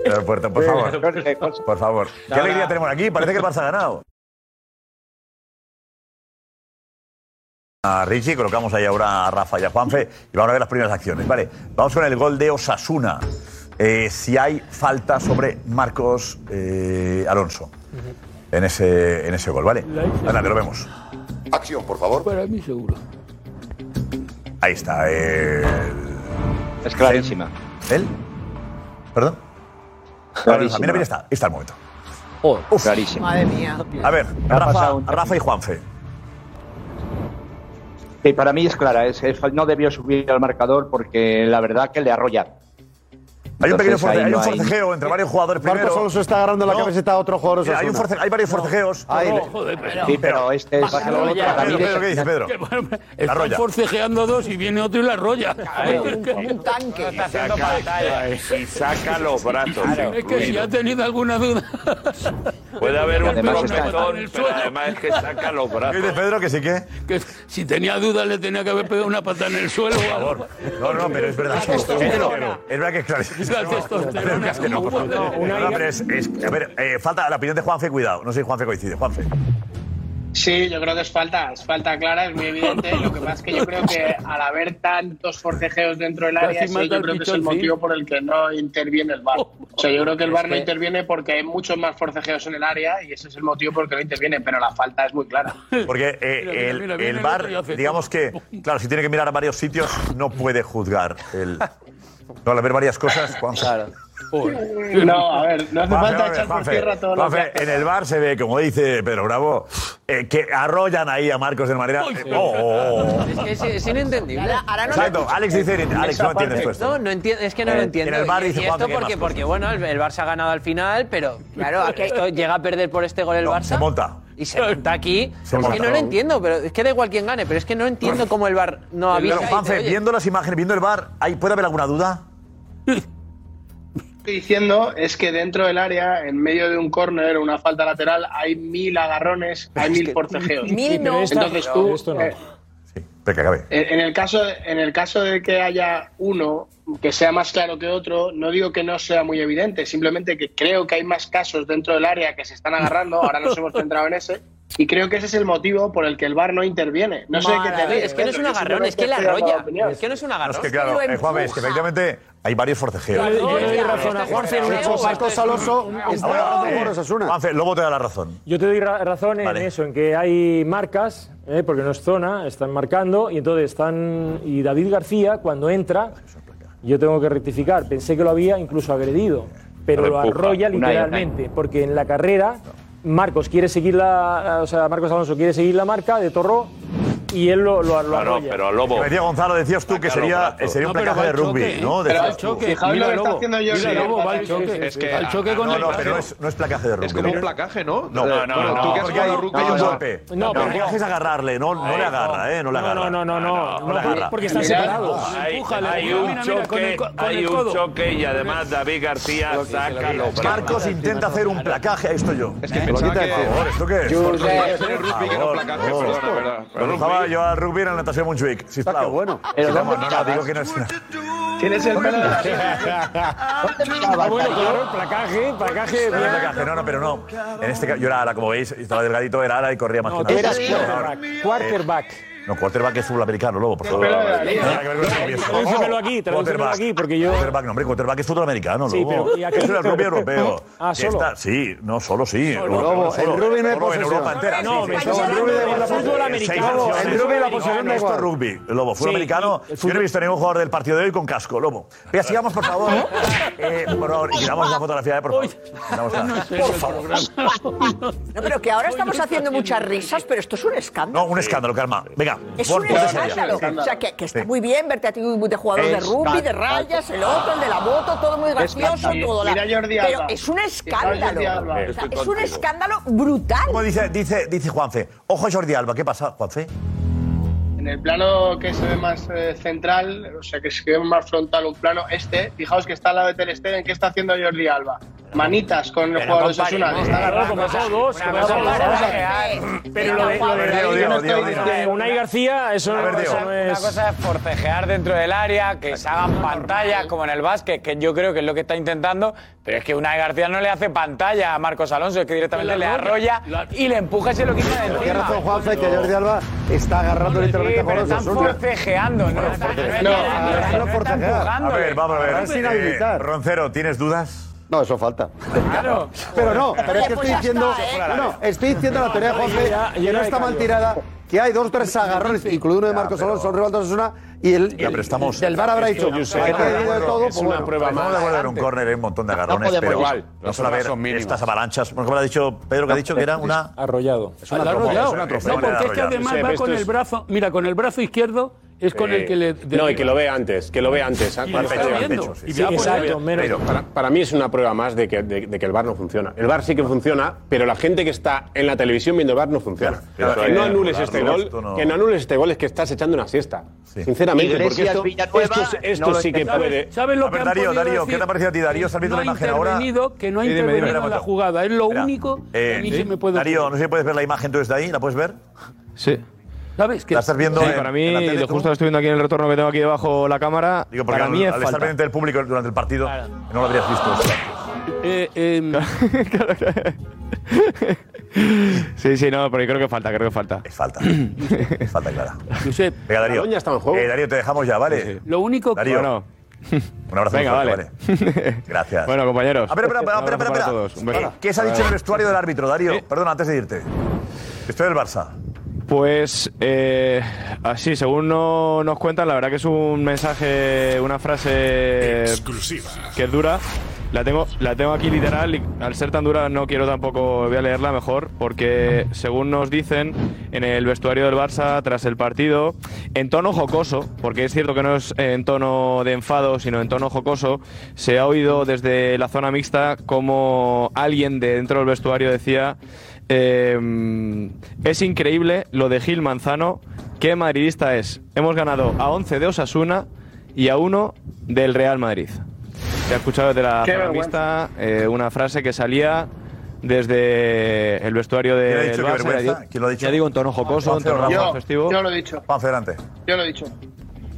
Speaker 5: aeropuerto, por favor.
Speaker 11: [laughs]
Speaker 5: Por favor. ¿Qué
Speaker 17: Ahora-
Speaker 5: alegría tenemos aquí? Parece que el Barça ha ganado. A Richie, colocamos ahí ahora a Rafa y a Juanfe y vamos a ver las primeras acciones. Vale, vamos con el gol de Osasuna. Eh, si hay falta sobre Marcos eh, Alonso en ese, en ese gol, ¿vale? Adelante, lo vemos. Acción, por favor. Para mí, seguro. Ahí está. Es clarísima. ¿Él? ¿Perdón?
Speaker 29: Clarísima.
Speaker 5: Mira, mira, está. Ahí está el momento.
Speaker 29: Uf. Clarísimo.
Speaker 7: Madre mía.
Speaker 5: A ver, Rafa, Rafa y Juanfe.
Speaker 29: Sí, para mí es clara, es, es fal- no debió subir al marcador porque la verdad que le arrolla.
Speaker 5: Hay un pequeño
Speaker 21: Entonces, ahí
Speaker 5: force- hay
Speaker 21: no
Speaker 5: un forcejeo entre varios jugadores.
Speaker 21: Marcos
Speaker 5: primero.
Speaker 21: Alonso
Speaker 9: está agarrando la
Speaker 21: camiseta a otro jugador
Speaker 5: Sí, Hay, un
Speaker 21: Osasuna.
Speaker 5: force- hay
Speaker 9: Ah.
Speaker 5: varios forcejeos.
Speaker 21: Ay,
Speaker 5: No,
Speaker 21: le- Ah, Sí, pero este es
Speaker 5: Pedro, Pedro, Pedro, ¿qué dice Pedro? La
Speaker 14: Están
Speaker 5: roya.
Speaker 14: forcejeando dos y viene otro y la arrolla. [laughs]
Speaker 31: Un tanque.
Speaker 11: Está haciendo pantalla. Y saca los brazos.
Speaker 14: Es que si
Speaker 11: incluido.
Speaker 14: ha tenido alguna [laughs] duda.
Speaker 11: Puede haber un
Speaker 14: Además está-
Speaker 11: tropezón, pero además es que saca los
Speaker 5: ¿Qué
Speaker 11: brazos.
Speaker 5: dice Pedro? Que sí que.
Speaker 14: Que si tenía dudas le tenía que haber pegado una patada en el suelo. Por favor.
Speaker 5: No, no, pero es
Speaker 14: [laughs]
Speaker 5: verdad. Es verdad que es
Speaker 14: La
Speaker 5: clarísimo.
Speaker 14: testosterona
Speaker 5: Pero que es que no, por favor.
Speaker 14: No, una-
Speaker 5: No, pero es- es- A ver, eh, falta la opinión de Juanfe, cuidado. No sé si Juanfe coincide. Juanfe.
Speaker 13: Sí, yo creo que es falta, es falta clara, es muy evidente. Lo que pasa es que yo creo que al haber tantos forcejeos dentro del área,
Speaker 14: Casi
Speaker 13: ese
Speaker 14: mata
Speaker 13: yo
Speaker 14: al Oh.
Speaker 13: creo que es
Speaker 14: pichón,
Speaker 13: el
Speaker 14: sí.
Speaker 13: motivo por el que no interviene el VAR. O sea, yo creo que el
Speaker 14: Es
Speaker 13: VAR no
Speaker 14: que-
Speaker 13: interviene porque hay muchos más forcejeos en el área y ese es el motivo por el que no interviene, pero la falta es muy clara.
Speaker 5: Porque eh,
Speaker 13: Mira, mira,
Speaker 5: el,
Speaker 13: mira,
Speaker 5: el
Speaker 13: viene el otro y
Speaker 5: bar,
Speaker 13: hace
Speaker 5: digamos que, claro, si tiene que mirar a varios sitios, no puede juzgar. El, no, al ver varias cosas, Juanfe.
Speaker 13: No, a ver, no
Speaker 5: Juanfe, Juanfe,
Speaker 13: hace falta echar por
Speaker 5: Juanfe,
Speaker 13: tierra todo lo que
Speaker 5: Juanfe, en el bar se ve, como dice Pedro Bravo, eh, que arrollan ahí a Marcos del Marina. Eh, oh, oh, oh.
Speaker 17: Es que es, es inentendible.
Speaker 5: no lo Exacto, escucho. Alex dice- Alex,
Speaker 17: Esa
Speaker 5: no entiendes
Speaker 17: parte.
Speaker 5: tú esto.
Speaker 17: No, no entiendo, es que no
Speaker 5: Eh,
Speaker 17: lo
Speaker 5: en
Speaker 17: entiendo.
Speaker 5: el Bar
Speaker 17: Y-
Speaker 5: dice
Speaker 17: y
Speaker 5: Juanfe
Speaker 17: esto
Speaker 5: que hay
Speaker 17: porque,
Speaker 5: más
Speaker 17: porque, bueno, el, el Barça ha ganado al final,
Speaker 5: [laughs]
Speaker 17: pero claro, aquí esto llega a perder por este gol el Barça. Se
Speaker 5: monta.
Speaker 17: Y se monta aquí.
Speaker 5: Se
Speaker 17: es
Speaker 5: monta.
Speaker 17: que no lo entiendo, pero es que da igual quién gane, pero es que no entiendo cómo el Bar no
Speaker 5: Pero,
Speaker 17: avisa. y dice,
Speaker 5: Juanfe,
Speaker 17: "Oye,
Speaker 5: viendo las imágenes, viendo el bar, ¿hay, ¿puede haber alguna duda?
Speaker 13: estoy diciendo es que dentro del área, en medio de un córner o una falta lateral, hay mil agarrones, hay mil forcejeos.
Speaker 17: Mil Sí, pero no. esta-
Speaker 13: Entonces
Speaker 17: pero
Speaker 13: tú,
Speaker 17: esto no.
Speaker 13: eh,
Speaker 5: Espera, que acabe.
Speaker 13: En en el, caso, en el caso de que haya uno que sea más claro que otro, no digo que no sea muy evidente, simplemente que creo que hay más casos dentro del área que se están agarrando, ahora nos hemos centrado en ese, y creo que ese es el motivo por el que el VAR no interviene. No sé qué
Speaker 17: Maravilla.
Speaker 13: tenéis,
Speaker 17: Es que no es un
Speaker 13: Pedro, yo
Speaker 17: agarrón, es que la
Speaker 13: simplemente estoy
Speaker 17: roya.
Speaker 13: dando opinión.
Speaker 17: Es que no es un
Speaker 5: No,
Speaker 17: agarrón.
Speaker 5: es que claro, eh, Juanfe, es que efectivamente hay varios forcejeos.
Speaker 17: Yo le- yo le doy razón a
Speaker 9: Juanfe en una cosa. Marcos Alonso está agarrando por Osasuna.
Speaker 5: Juanfe, Lobo te da la razón.
Speaker 4: Yo te doy ra- razón en
Speaker 5: Vale.
Speaker 4: eso, en que hay marcas, eh, porque no es zona, están marcando y entonces están. Y David García, cuando entra, yo tengo que rectificar, pensé que lo había incluso agredido, pero
Speaker 19: Lo
Speaker 4: lo
Speaker 19: empuja.
Speaker 4: arrolla
Speaker 19: Unai, Unai.
Speaker 4: literalmente, porque en la carrera Marcos quiere seguir la. O sea, Marcos Alonso quiere seguir la marca de Torró y él lo, lo, lo
Speaker 11: Claro,
Speaker 4: arrolla.
Speaker 11: pero a Lobo.
Speaker 5: Decía Gonzalo, decías tú
Speaker 11: Saca
Speaker 5: que
Speaker 11: los
Speaker 5: sería,
Speaker 11: brazos.
Speaker 5: sería un
Speaker 11: No, pero
Speaker 5: placaje de
Speaker 11: va al
Speaker 5: rugby,
Speaker 11: choque. Pero va
Speaker 5: ¿no?
Speaker 11: al
Speaker 5: Decías tú.
Speaker 11: choque. Fijaos Mira lo que está Lobo. haciendo Mira Jordi. Lobo, va al Sí, sí, choque. sí, sí.
Speaker 5: Es que-
Speaker 11: Va al choque con
Speaker 5: no,
Speaker 11: el
Speaker 5: no, pero
Speaker 11: brazo.
Speaker 5: es, no es placaje de rugby.
Speaker 11: Es como un placaje, ¿no?
Speaker 5: No,
Speaker 11: No, no,
Speaker 5: Bueno,
Speaker 11: no,
Speaker 5: tú que has
Speaker 11: porque
Speaker 5: jugado
Speaker 11: hay-
Speaker 5: al rugby
Speaker 11: no,
Speaker 5: hay un
Speaker 11: no.
Speaker 5: golpe.
Speaker 11: No,
Speaker 5: No,
Speaker 11: pero-
Speaker 5: pero
Speaker 11: [laughs]
Speaker 5: es agarrarle, no, no le agarra, ¿eh? No le agarra.
Speaker 4: No, no, no,
Speaker 5: no le agarra.
Speaker 4: porque están
Speaker 11: Mira,
Speaker 4: separados.
Speaker 11: Hay,
Speaker 4: Empújale,
Speaker 11: hay
Speaker 4: mira,
Speaker 11: un
Speaker 4: mira, mira, con
Speaker 11: choque,
Speaker 4: el co- con
Speaker 11: hay
Speaker 4: el
Speaker 11: un
Speaker 4: codo.
Speaker 11: choque y además David García saca los brazos.
Speaker 5: Marcos intenta hacer un placaje, ahí estoy yo. ¿Eh? Es que
Speaker 11: pensaba
Speaker 5: por
Speaker 11: que-
Speaker 5: favor, ¿esto qué es?
Speaker 11: Yo
Speaker 5: Por
Speaker 11: sé.
Speaker 5: favor,
Speaker 11: Yo sé
Speaker 5: por
Speaker 11: rugby que no
Speaker 5: favor,
Speaker 11: placaje,
Speaker 5: no.
Speaker 11: perdona, perdona.
Speaker 5: Lo jugaba yo al rugby en la natación de Montjuic. Sí, claro. bueno.
Speaker 11: Pero
Speaker 5: no,
Speaker 11: ¿dónde
Speaker 5: no, no,
Speaker 11: estabas?
Speaker 5: digo que no es una... [laughs]
Speaker 13: Tienes el pelo de la
Speaker 4: Ah, bueno, claro, placaje, placaje.
Speaker 5: No, no, no, no, pero no. En este caso, yo era ala, como veis, estaba delgadito, era ala y corría más
Speaker 4: No, tú
Speaker 5: que nada.
Speaker 4: eras
Speaker 5: Sí,
Speaker 4: quarterback.
Speaker 5: no, no.
Speaker 4: Quarterback.
Speaker 5: No, quarterback es fútbol americano, lobo, por favor.
Speaker 4: Pero,
Speaker 5: Nada
Speaker 4: eh,
Speaker 5: que ver con eso, viejo.
Speaker 4: tradúcemelo aquí, tradúcemelo
Speaker 5: Quarterback.
Speaker 4: aquí, porque yo-
Speaker 5: Quarterback, no, hombre, quarterback es fútbol americano,
Speaker 4: Sí,
Speaker 5: lobo.
Speaker 4: pero- y aquí-
Speaker 5: Eso era el rugby europeo.
Speaker 4: Ah,
Speaker 5: Ya
Speaker 4: solo.
Speaker 5: está, Sí, no, solo sí.
Speaker 4: Solo.
Speaker 5: Lobo,
Speaker 4: El rugby no es
Speaker 5: Solo en
Speaker 4: posesión.
Speaker 5: Europa entera.
Speaker 4: No,
Speaker 5: sí,
Speaker 4: me
Speaker 5: sí,
Speaker 4: estás
Speaker 5: sí.
Speaker 4: hablando del fútbol americano.
Speaker 5: Seis naciones.
Speaker 4: El rugby y la posesión
Speaker 5: Esto
Speaker 4: da
Speaker 5: es
Speaker 4: igual.
Speaker 5: rugby, lobo. Fútbol
Speaker 4: Sí,
Speaker 5: americano.
Speaker 4: y el
Speaker 5: Yo no he
Speaker 4: fútbol-
Speaker 5: visto ningún jugador del partido de hoy con casco, lobo. Venga, sigamos, por favor. Eh, Por favor, y quitamos la fotografía, eh, por favor. Quitamos la- Por favor.
Speaker 7: [laughs] No, pero que ahora estamos haciendo muchas risas, pero esto es un escándalo.
Speaker 5: No, un escándalo, calma. Venga,
Speaker 7: Es
Speaker 5: pon-
Speaker 7: un
Speaker 5: ponte seria.
Speaker 7: escándalo. O sea, que, que está
Speaker 5: Sí.
Speaker 7: muy bien verte a ti de jugador de rugby, de rayas, el otro, el de la moto, todo muy gracioso,
Speaker 13: Escándalo.
Speaker 7: todo. la-
Speaker 13: Mira Jordi Alba.
Speaker 7: Pero es un
Speaker 13: Mira Jordi
Speaker 7: escándalo.
Speaker 13: Alba.
Speaker 7: O sea,
Speaker 5: Estoy
Speaker 7: es un
Speaker 5: contigo.
Speaker 7: escándalo brutal.
Speaker 5: Como dice, dice, dice Juanfe. Ojo Jordi Alba, ¿qué pasa, Juanfe?
Speaker 13: En el plano que se ve más eh, central, o sea, que se ve más frontal un plano, este, fijaos que está al lado de Ter Stegen, ¿qué está haciendo Jordi Alba? Manitas con el
Speaker 4: Pero
Speaker 13: jugador de
Speaker 4: comparemos,
Speaker 13: Sasuna, le está
Speaker 4: claro,
Speaker 13: agarrando.
Speaker 4: comparemos dos,
Speaker 13: Una
Speaker 4: comparemos
Speaker 13: cosa,
Speaker 4: dos.
Speaker 13: vamos a-
Speaker 4: Pero lo de, lo de
Speaker 13: Diego,
Speaker 4: David,
Speaker 13: Diego,
Speaker 4: no estoy-
Speaker 13: Diego,
Speaker 4: de
Speaker 13: Diego.
Speaker 4: Unai García, eso no,
Speaker 17: una,
Speaker 4: eso no
Speaker 17: cosa,
Speaker 4: es.
Speaker 17: una cosa es forcejear dentro del área, que se hagan pantallas como en el básquet, que yo creo que es lo que está intentando, pero es que Unai García no le hace pantalla a Marcos Alonso, es que directamente
Speaker 9: La
Speaker 17: le arrolla y le empuja y se lo quita de
Speaker 9: Tiene razón
Speaker 17: encima.
Speaker 9: Juanfe que Jordi Alba está agarrando literalmente a
Speaker 17: Pero
Speaker 9: jugadores de
Speaker 17: están
Speaker 9: Osasuna. pues,
Speaker 17: forcejeando, no están
Speaker 9: agarrarlo
Speaker 17: no están
Speaker 5: Ah, A
Speaker 17: empujando.
Speaker 5: ver, vamos a ver.
Speaker 9: Es inhabilitar.
Speaker 5: Eh, Roncero, ¿tienes dudas?
Speaker 9: No, eso falta.
Speaker 17: Claro.
Speaker 9: Pero no, pero es que estoy
Speaker 5: Pues ya
Speaker 9: diciendo,
Speaker 5: está,
Speaker 9: no,
Speaker 5: ¿eh?
Speaker 9: no, estoy diciendo la teoría de Juanfe,
Speaker 5: Ya, ya
Speaker 9: que no
Speaker 5: le
Speaker 9: está
Speaker 5: cambio.
Speaker 9: mal tirada, que hay dos o tres agarrones, incluido uno de Marcos Alonso, un rival de Osasuna, y el,
Speaker 5: Ya, pero estamos.
Speaker 9: el VAR habrá
Speaker 5: Es
Speaker 9: dicho,
Speaker 5: que, Josep,
Speaker 9: que te he dicho de todo,
Speaker 5: es
Speaker 9: pues
Speaker 5: una
Speaker 9: bueno.
Speaker 5: prueba más. Estamos de acuerdo en un
Speaker 9: Adelante.
Speaker 5: córner, hay un montón de agarrones,
Speaker 9: podemos
Speaker 5: pero
Speaker 9: igual.
Speaker 5: no
Speaker 9: Las
Speaker 5: suele
Speaker 9: pruebas
Speaker 5: haber
Speaker 9: son mínimas.
Speaker 5: estas avalanchas. Bueno, ¿Cómo ha dicho Pedro que ha dicho que era una.
Speaker 4: Arrollado.
Speaker 5: Es una atropella, es una
Speaker 14: No,
Speaker 5: atropella.
Speaker 14: porque es que
Speaker 5: Arrollado.
Speaker 14: además
Speaker 5: Josep,
Speaker 14: va
Speaker 5: esto
Speaker 14: con
Speaker 5: es-
Speaker 14: el brazo, mira, con el brazo izquierdo es con
Speaker 10: Sí.
Speaker 14: el que le.
Speaker 10: Eh, No, y que lo vea antes, que lo vea antes.
Speaker 14: Y
Speaker 10: para,
Speaker 14: lo está
Speaker 10: para-
Speaker 14: viendo.
Speaker 10: para-
Speaker 14: Y vea por
Speaker 10: exacto,
Speaker 14: el-
Speaker 10: menos. Pero para, para mí es una prueba más de que, de- de que el bar no funciona. El bar sí que funciona, pero la gente que está en la televisión viendo el bar no funciona.
Speaker 5: Claro,
Speaker 10: que
Speaker 5: claro,
Speaker 10: no
Speaker 5: claro,
Speaker 10: anules
Speaker 5: claro,
Speaker 10: este
Speaker 5: claro,
Speaker 10: gol,
Speaker 5: esto no-
Speaker 10: que no anules este gol es que estás echando una siesta. Sinceramente, porque
Speaker 5: Iglesias,
Speaker 10: esto,
Speaker 5: Villanueva,
Speaker 10: esto es- esto
Speaker 5: no lo
Speaker 10: sí que
Speaker 5: entiendo.
Speaker 10: puede.
Speaker 14: ¿Sabes lo
Speaker 5: A ver,
Speaker 14: que han
Speaker 5: Darío,
Speaker 14: podido
Speaker 5: Darío,
Speaker 14: decir?
Speaker 5: ¿qué te ha parecido a ti, Darío? ¿Has visto
Speaker 14: no
Speaker 5: la imagen ahora?
Speaker 14: Ha intervenido, que no ha
Speaker 5: Sí, dime, dime.
Speaker 14: intervenido en la
Speaker 5: Espera,
Speaker 14: jugada. Es lo
Speaker 5: espera.
Speaker 14: único que a mí
Speaker 5: Eh,
Speaker 14: se me puede
Speaker 5: Darío,
Speaker 14: ocurrir.
Speaker 5: no sé si puedes ver la imagen tú desde ahí, ¿la puedes ver?
Speaker 27: Sí.
Speaker 14: ¿Sabes? Que
Speaker 5: ¿La estás viendo
Speaker 27: Sí,
Speaker 5: en-
Speaker 27: para mí,
Speaker 5: en la tele,
Speaker 27: lo
Speaker 5: tú?
Speaker 27: justo lo estoy viendo aquí en el retorno que tengo aquí debajo la cámara.
Speaker 5: Digo, porque
Speaker 27: para
Speaker 5: al,
Speaker 27: mí es
Speaker 5: al estar
Speaker 27: falta.
Speaker 5: pendiente del público durante el partido, no lo habrías visto.
Speaker 14: Eh, eh, [laughs]
Speaker 27: Sí, sí, no, porque creo que falta, creo que falta.
Speaker 5: Es falta. Es falta clara.
Speaker 14: Josep,
Speaker 5: Venga, Darío.
Speaker 14: Cataluña está en juego.
Speaker 5: Eh, Darío, te dejamos ya, ¿vale?
Speaker 14: Lo único que.
Speaker 5: Darío, un abrazo
Speaker 27: Venga,
Speaker 5: muy
Speaker 27: vale.
Speaker 5: fuerte,
Speaker 14: [laughs]
Speaker 5: Gracias.
Speaker 27: Bueno, compañeros.
Speaker 5: A ver, espera,
Speaker 27: Un
Speaker 5: espera,
Speaker 27: abrazo
Speaker 5: espera,
Speaker 27: para
Speaker 5: espera.
Speaker 27: todos. Un beso.
Speaker 5: Eh, ¿Qué se ha dicho en el vestuario del árbitro, Darío?
Speaker 14: Eh.
Speaker 5: Perdona, antes de irte. Estoy del Barça.
Speaker 27: Pues eh, así, según no- nos cuentan, la verdad que es un mensaje, una frase
Speaker 32: Exclusiva.
Speaker 27: que es dura. La tengo, la tengo aquí literal y al ser tan dura no quiero tampoco, voy a leerla mejor, porque según nos dicen en el vestuario del Barça tras el partido, en tono jocoso, porque es cierto que no es en tono de enfado, sino en tono jocoso, se ha oído desde la zona mixta como alguien de dentro del vestuario decía eh, es increíble lo de Gil Manzano. Qué madridista es. Hemos ganado a 11 de Osasuna y a 1 del Real Madrid. Se ha escuchado desde la
Speaker 13: Qué
Speaker 27: zona mixta, eh, una frase que salía desde el vestuario
Speaker 5: ¿Quién ha
Speaker 27: de
Speaker 5: dicho qué vergüenza? ¿Quién lo ha dicho?
Speaker 27: Ya digo en tono jocoso, en
Speaker 5: Juanfe,
Speaker 27: tono
Speaker 5: Juanfe.
Speaker 27: más festivo.
Speaker 13: Yo lo he dicho.
Speaker 5: Juanfe, adelante.
Speaker 13: Yo lo he dicho.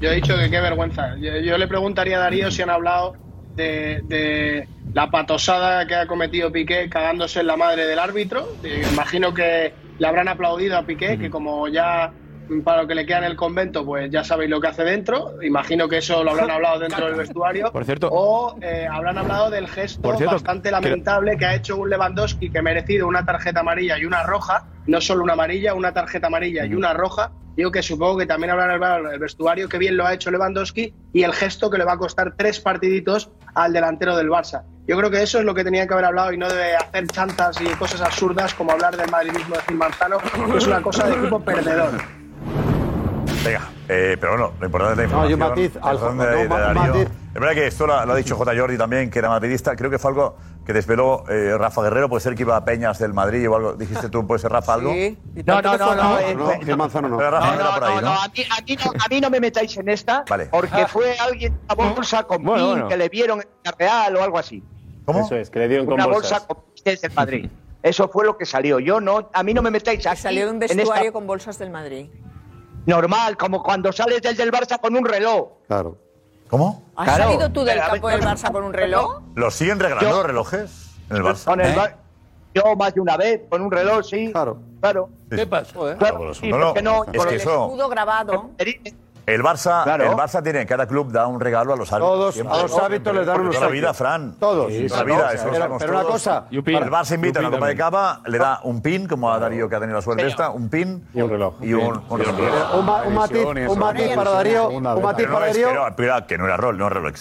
Speaker 13: Yo he dicho que qué vergüenza. Yo, yo le preguntaría a Darío si han hablado de, de la patosada que ha cometido Piqué cagándose en la madre del árbitro. Eh, Imagino que le habrán aplaudido a Piqué, que como ya mm, para lo que le queda en el convento, pues ya sabéis lo que hace dentro. Imagino que eso lo habrán hablado dentro del vestuario.
Speaker 27: Por cierto-
Speaker 13: O eh, habrán hablado del gesto
Speaker 27: Por cierto,
Speaker 13: bastante
Speaker 27: creo-
Speaker 13: lamentable que ha hecho un Lewandowski que ha merecido una tarjeta amarilla y una roja, no solo una amarilla, una tarjeta amarilla y una roja. Digo que supongo que también habrán hablado el vestuario, que bien lo ha hecho Lewandowski y el gesto que le va a costar tres partiditos al delantero del Barça. Yo creo que eso es lo que tenían que haber hablado y no de hacer chantas y cosas absurdas como hablar del madridismo de Gil Manzano, que es una cosa de equipo perdedor.
Speaker 5: Venga, eh, pero bueno, lo importante es la
Speaker 9: No, yo
Speaker 5: información.
Speaker 9: matiz,
Speaker 5: el
Speaker 9: Alfa,
Speaker 5: fondo
Speaker 9: no,
Speaker 5: de- de
Speaker 9: ma-
Speaker 5: Darío.
Speaker 9: matiz.
Speaker 5: Es verdad que esto lo, lo ha dicho J. Jordi también, que era madridista. Creo que fue algo que desveló eh, Rafa Guerrero. Puede ser que iba a Peñas del Madrid o algo. Dijiste tú, puede ser Rafa algo.
Speaker 9: No, no, no, no.
Speaker 5: eh,
Speaker 9: No, Gil Manzano no.
Speaker 5: Pero Rafa no era por ahí,
Speaker 9: no,
Speaker 5: ¿no?
Speaker 9: no,
Speaker 21: A mí, a mí no, a mí no me metáis en esta,
Speaker 5: Vale.
Speaker 21: porque fue alguien con una bolsa con
Speaker 5: Bueno,
Speaker 21: pin
Speaker 5: bueno.
Speaker 21: que le vieron en la Real o algo así.
Speaker 5: ¿Cómo?
Speaker 21: Eso
Speaker 10: es, que le dieron
Speaker 21: una bolsa con pin desde el Madrid. Eso fue lo que salió. Yo no, a mí no me metáis aquí.
Speaker 7: Salió de un
Speaker 21: en esta-
Speaker 7: vestuario con bolsas del Madrid.
Speaker 21: normal, como cuando sales del del Barça con un reloj.
Speaker 9: Claro.
Speaker 5: ¿Cómo?
Speaker 7: ¿Has
Speaker 21: Claro.
Speaker 7: salido tú del
Speaker 21: Pero, a
Speaker 7: campo
Speaker 21: ver,
Speaker 7: del Barça con un reloj?
Speaker 5: ¿Los siguen regalando
Speaker 21: Yo-
Speaker 5: los relojes en el Barça?
Speaker 21: Con el Bar- Yo más de una vez, con un reloj, sí. Claro. Claro.
Speaker 5: ¿Qué
Speaker 14: pasa?
Speaker 21: Claro, sí,
Speaker 5: Pues No, no,
Speaker 21: porque no.
Speaker 5: es que eso...
Speaker 7: Escudo grabado.
Speaker 5: El Barça,
Speaker 21: Claro.
Speaker 5: el Barça tiene, cada club da un regalo a los árbitros.
Speaker 9: Todos,
Speaker 5: siempre.
Speaker 9: a los árbitros les dan
Speaker 5: Por
Speaker 9: unos
Speaker 5: toda la
Speaker 9: sándwiches.
Speaker 5: vida, Fran.
Speaker 9: Todos.
Speaker 5: Sí,
Speaker 9: Claro,
Speaker 5: toda la vida,
Speaker 9: o sea,
Speaker 5: eso lo
Speaker 9: pero-
Speaker 5: sabemos
Speaker 9: pero una
Speaker 5: todos.
Speaker 9: cosa, Ah. Yupi.
Speaker 5: el Barça invita a una
Speaker 9: Yupi
Speaker 5: copa de cava, le da un pin, como a Darío que ha tenido la suerte esta, un pin. Y un reloj. Y un, un reloj.
Speaker 9: Un, ma- un matiz, un matiz para Darío, un matiz
Speaker 5: Pero no
Speaker 9: para
Speaker 5: es-
Speaker 9: Darío,
Speaker 5: pero- pero que no era rol, no era reloj.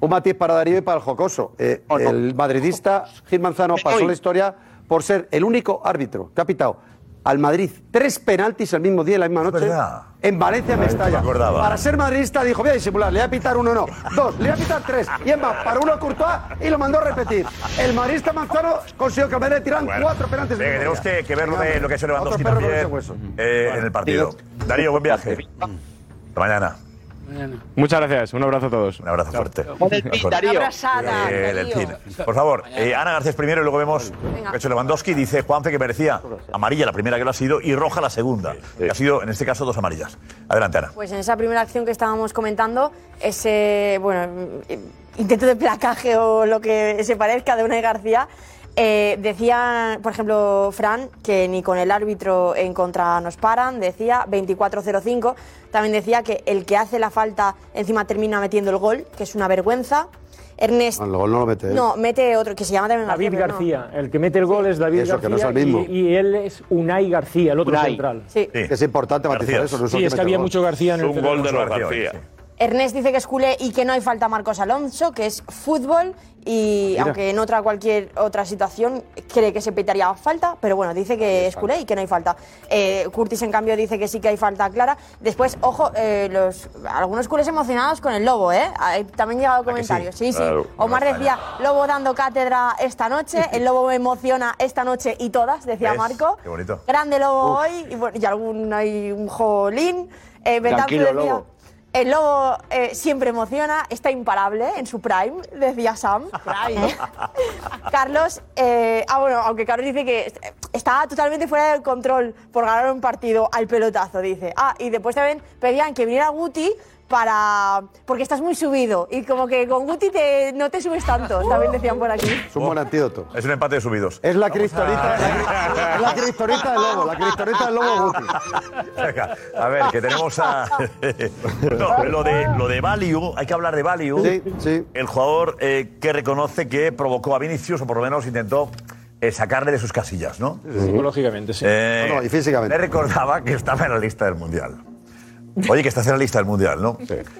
Speaker 9: un matiz para Darío y para el jocoso. Eh,
Speaker 5: Oh,
Speaker 9: El madridista Gil Manzano pasó la historia por ser el único árbitro que ha pitado al Madrid tres penaltis el mismo día y la misma noche.
Speaker 5: verdad.
Speaker 9: En Valencia,
Speaker 5: Ay, no me
Speaker 9: Mestalla.
Speaker 5: acordaba.
Speaker 9: Para ser madridista dijo, voy a disimular, le voy a pitar uno, no. Dos, le voy a pitar tres. Y es más, para uno a Courtois y lo mandó a repetir. El madridista Manzano consiguió que al Madrid le tiraran cuatro penaltis. el
Speaker 5: Venga,
Speaker 9: mismo
Speaker 5: tenemos
Speaker 9: día.
Speaker 5: que, que ver lo, de, lo que ha hecho Lewandowski
Speaker 9: perro con
Speaker 5: también
Speaker 9: ese hueso.
Speaker 5: eh, en el partido. Darío, buen viaje. Hasta mañana.
Speaker 27: Muchas gracias, un abrazo a todos. Un
Speaker 5: abrazo fuerte.
Speaker 7: Una abrazada,
Speaker 5: Eh, el
Speaker 7: Darío.
Speaker 5: Elchin. Por favor, eh, Ana Garcés primero y luego vemos lo que ha hecho Lewandowski. Dice Juanfe que merecía amarilla la primera que lo ha sido y roja la segunda. Que ha sido, en este caso, dos amarillas. Adelante, Ana.
Speaker 6: Pues en esa primera acción que estábamos comentando, ese bueno mm, intento de placaje o lo que se parezca de Unai García, eh, decía, por ejemplo, Fran, que ni con el árbitro en contra nos paran, decía 24-05, también decía que el que hace la falta encima termina metiendo el gol, que es una vergüenza. Ernest,
Speaker 9: Ah, El gol no lo mete. él.
Speaker 6: no, mete otro que se llama también
Speaker 4: David
Speaker 6: pero no.
Speaker 4: García, el que mete el gol es David
Speaker 9: Eso,
Speaker 4: García
Speaker 9: que no es el mismo.
Speaker 4: Y, y él es Unai García, el otro
Speaker 9: Unai.
Speaker 4: central.
Speaker 6: Sí.
Speaker 9: Es importante matizar eso. No
Speaker 4: Sí, es que había mucho García en el
Speaker 5: Un
Speaker 4: centro.
Speaker 5: gol de los García,
Speaker 6: Eh, Ernest dice que es culé y que no hay falta a Marcos Alonso, que es fútbol y
Speaker 7: Mira.
Speaker 6: aunque en otra cualquier otra situación cree que se pitaría falta, pero bueno, dice que es culé y que no hay falta. Eh, Curtis en cambio dice que sí que hay falta clara. Después, ojo, eh, los algunos culés emocionados con el lobo, ¿eh? Hay- también han llegado comentarios. Sí, sí.
Speaker 7: Claro,
Speaker 6: Omar
Speaker 7: no está
Speaker 6: decía, lobo dando cátedra
Speaker 5: [laughs]
Speaker 6: esta noche, el lobo me emociona esta noche y todas, decía
Speaker 5: ¿Ves?
Speaker 6: Marco.
Speaker 5: Qué bonito.
Speaker 6: Grande lobo hoy y, bueno, y algún hay un jolín. Eh, Betanzo
Speaker 5: Tranquilo,
Speaker 6: decía,
Speaker 5: Lobo.
Speaker 6: El lobo eh, siempre emociona, está imparable en su prime, decía Sam. Eh, [laughs] Carlos, eh, ah bueno, aunque Carlos dice que est- estaba totalmente fuera del control por ganar un partido al pelotazo, dice. Ah, y después también pedían que viniera Guti para porque estás muy subido y como que con Guti te- no te subes tanto, también decían por aquí.
Speaker 9: Es un buen antídoto.
Speaker 5: Es un empate de subidos.
Speaker 9: Es la cristorita. es la cristorita del lobo, la cristorita del lobo Guti.
Speaker 5: Venga, a ver, que tenemos a. [laughs] No, lo de, lo de Value, hay que hablar de Value.
Speaker 9: Sí, sí.
Speaker 5: El jugador eh, que reconoce que provocó a Vinicius, o por lo menos intentó eh, sacarle de sus casillas, ¿no?
Speaker 4: Psicológicamente, sí.
Speaker 5: Eh,
Speaker 4: No, no, y físicamente.
Speaker 5: Me recordaba que estaba en la lista del Mundial. Oye, que estás en la lista del Mundial, ¿no?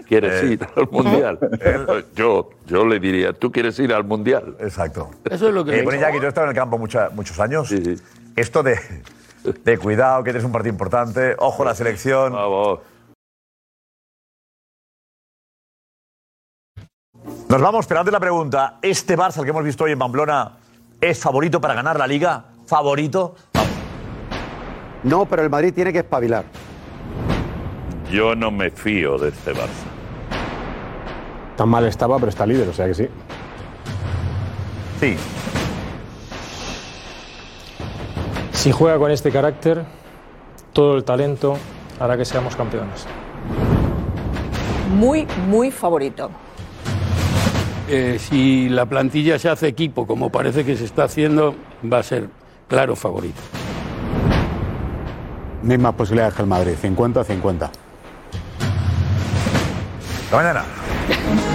Speaker 11: ¿Quieres
Speaker 5: Eh,
Speaker 11: ir al
Speaker 4: [laughs]
Speaker 11: mundial? yo, yo le diría, ¿tú quieres ir al mundial?
Speaker 5: Exacto.
Speaker 14: Eso es lo
Speaker 5: Eh, bueno, ya que yo he estado en el campo mucha- muchos años. Esto de, de cuidado, que tienes un partido importante, ojo la selección. Nos vamos, pero antes la pregunta, ¿este Barça, el que hemos visto hoy en Pamplona, es favorito para ganar la Liga? ¿Favorito?
Speaker 9: No, pero el Madrid tiene que espabilar.
Speaker 11: Yo no me fío de este Barça.
Speaker 10: Tan mal estaba, pero está líder, o sea que sí.
Speaker 5: Sí.
Speaker 4: Si juega con este carácter, todo el talento hará que seamos campeones.
Speaker 33: Muy, muy favorito.
Speaker 14: Eh, si la plantilla se hace equipo, como parece que se está haciendo, va a ser claro favorito.
Speaker 2: Mismas posibilidades que el Madrid, 50-50.
Speaker 5: Hasta mañana.